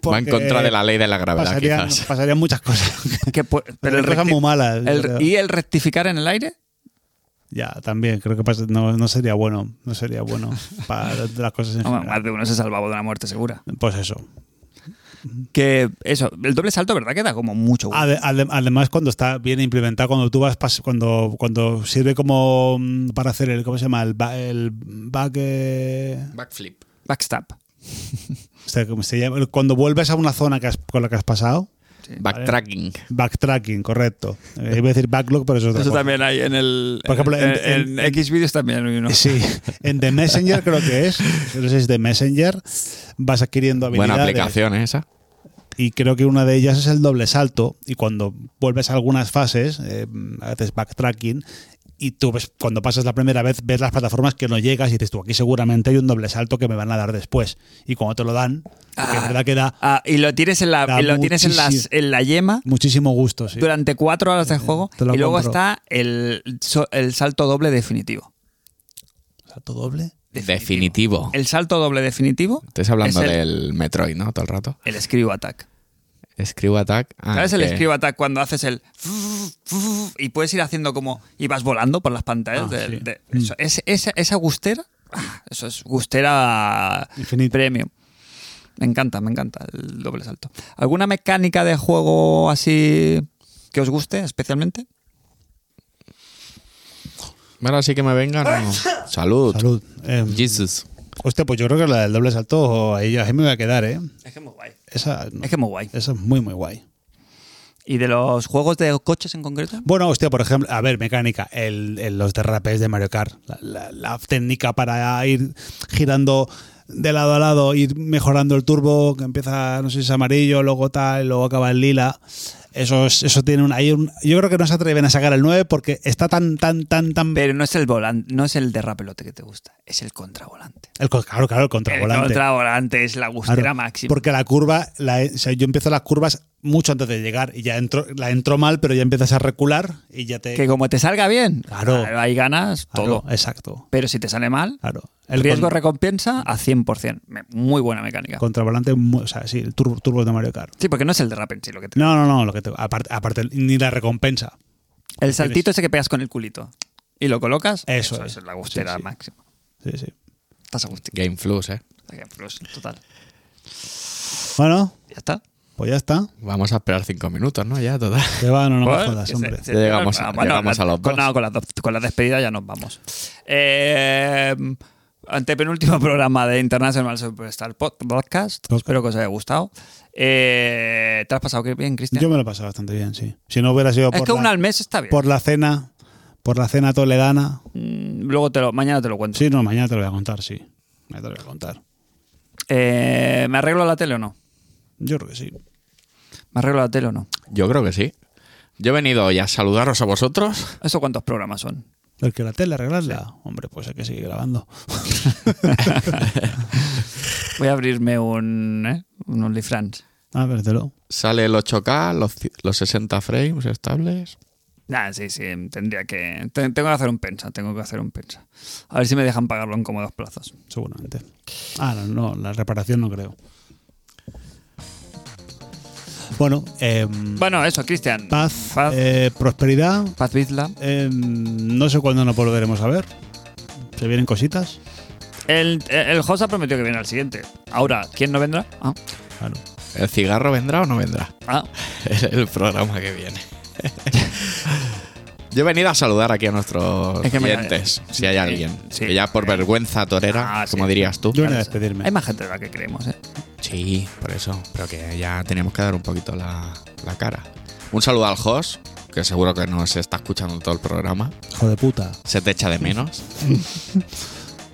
Va en porque contra de la ley de la gravedad, Pasarían, quizás. pasarían muchas <laughs> cosas. Que pu- pero el cosas recti- muy malas. yo el- creo. ¿Y el rectificar en el aire? Ya, también. Creo que pas- no, no sería bueno. No <laughs> sería bueno para las cosas en No, general. más de uno se salvaba de una muerte segura. Pues eso. Que eso, el doble salto, ¿verdad? Que da como mucho gusto. Ade- ade- además, cuando está bien implementado, cuando tú vas, pas- cuando, cuando sirve como mm, para hacer el, ¿cómo se llama? El, ba- el back, eh, Backflip. Backstab. o sea, ¿cómo se llama? cuando vuelves a una zona que has- con la que has pasado, Backtracking. backtracking, correcto. Eh, iba a decir backlog, pero eso es otra Eso cosa. también hay en el. Por ejemplo, en- en- X vídeos también hay uno. Sí, en The Messenger creo que es, no sé si es The Messenger, vas adquiriendo habilidades. Buena aplicación ¿eh, esa. y creo que una de ellas es el doble salto y cuando vuelves a algunas fases eh, haces backtracking Y tú ves, cuando pasas la primera vez, ves las plataformas que no llegas y dices tú, aquí seguramente hay un doble salto que me van a dar después. Y cuando te lo dan, que es verdad que da Ah, y lo tienes en la, Da y lo tienes en, las, muchísimo. en la yema muchísimo gusto, sí. durante cuatro horas de juego Eh, te lo y luego compro. está el, so- el salto doble definitivo. ¿Salto doble? Definitivo. El salto doble definitivo Estás hablando es el- del Metroid, ¿no? Todo el rato. el Scribe Attack. Scribe Attack. Ah, ¿Sabes el que- Scribe Attack cuando haces el... Y puedes ir haciendo como... Y vas volando por las pantallas. Ah, de- sí. de- eso- es- esa, esa gustera... ah, Eso es gustera Infinito. premium. Me encanta, me encanta el doble salto. ¿Alguna mecánica de juego así que os guste especialmente? Bueno, así que me <laughs> venga. no. Salud. Salud. Eh, Jesus. hostia, pues yo creo que la del doble salto ahí, ahí me voy a quedar, ¿eh? Es que es muy guay. Esa, Es que es muy guay. esa es muy, muy guay. ¿Y de los juegos de coches en concreto? Bueno, hostia, por ejemplo, a ver, mecánica, el, el- los derrapes de Mario Kart, la, la- la técnica para ir girando de lado a lado, ir mejorando el turbo, que empieza, no sé si es amarillo, luego tal, luego acaba en lila. Eso, es- eso tiene un, hay un- Yo creo que no se atreven a sacar el 9 porque está tan, tan, tan, tan. Pero no es el volante, no es el derrapelote que te gusta, es el contravolante. El, co- claro, claro, el El contravolante. contravolante es la gustera Claro, máxima. Porque la curva, la- o sea, yo empiezo las curvas mucho antes de llegar y ya entro, la entro mal, pero ya empiezas a recular y ya te. Que como te salga bien, Claro. ahí ganas Claro, todo. Exacto. Pero si te sale mal, Claro. el El riesgo con- recompensa a 100%. Me- Muy buena mecánica. Contravolante, mu- o sea, sí, el turbo, turbo de Mario Kart. Sí, porque no es el derrape en sí lo que te... No, no, no, lo que te- aparte, aparte ni la recompensa. El saltito ese que pegas con el culito y lo colocas, Eso es. es la gustera Sí, sí. máxima. Sí, sí. Estás a gusto. Game Flux, ¿eh? pues, Total. Bueno, Ya está. pues ya está. Vamos a esperar cinco minutos, ¿no? Ya, total. <laughs> Te va, no, no me Pues, jodas, que hombre. Ya llegamos- Ah, llegamos la- a los con, dos. no, con, las dos- con la despedida ya nos vamos. Eh, antepenúltimo <laughs> programa de International Superstar Pod- Podcast. Podcast. Espero que os haya gustado. Eh, ¿Te lo has pasado bien, Cristian? Yo me lo he pasado bastante bien, sí. Si no hubiera sido es por, que la, una al mes está bien. por la cena, por la cena toledana. Mm, Luego te lo, mañana te lo cuento. Sí, no, mañana te lo voy a contar, sí. Mañana te lo voy a contar. Eh, ¿Me arreglo la tele o no? Yo creo que sí. ¿Me arreglo la tele o no? Yo creo que sí. Yo he venido hoy a saludaros a vosotros. ¿Eso cuántos programas son? El que la tele arreglarla, hombre, pues hay que seguir grabando. <laughs> Voy a abrirme un, ¿eh? un OnlyFans. Ah, vérselo. Sale el 8K, los, ci- los 60 frames estables. Nah, sí, sí, tendría que. te- Tengo que hacer un pensa, tengo que hacer un pensa. A ver si me dejan pagarlo en cómodos plazos. seguramente. Ah, no, no, la reparación no creo. Bueno, em, Bueno, eso, Cristian. paz, Paz. eh, prosperidad. Paz Vizla. em, no sé cuándo nos volveremos a ver. Se vienen cositas. El, el host ha prometido que viene al siguiente. Ahora, ¿quién no vendrá? Ah, Claro. ¿El cigarro vendrá o no vendrá? <laughs> ah. El, el programa que viene. <laughs> Yo he venido a saludar aquí a nuestros Es que me- clientes, si hay alguien. sí. Eh, Que ya por vergüenza torera, Ah, sí. como dirías tú. Yo venía a despedirme. Hay más gente de la que creemos, ¿eh? Sí, por eso. Pero que ya tenemos que dar un poquito la, la cara. Un saludo al host, que seguro que nos está escuchando todo el programa. Hijo de puta. Se te echa de menos.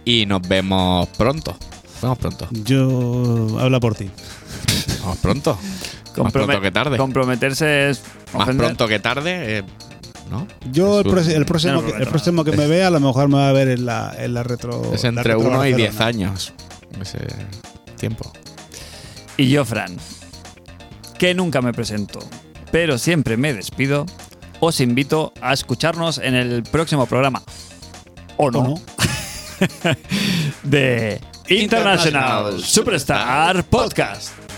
y nos vemos pronto. Nos vemos pronto. Yo habla por ti. Nos vemos pronto. Más Comprome- pronto que tarde. Comprometerse es. Más ofender. pronto que tarde, eh, ¿no? Yo el, Es un- pro- el próximo, No, que, el no, próximo que me vea a lo mejor me va a ver en la, en la retro. Es la entre retro 1 y Barcelona. 10 años. Ese tiempo. Y yo, Fran, que nunca me presento, pero siempre me despido, os invito a escucharnos en el próximo programa. ¿O no? ¿O no? de International Superstar Podcast.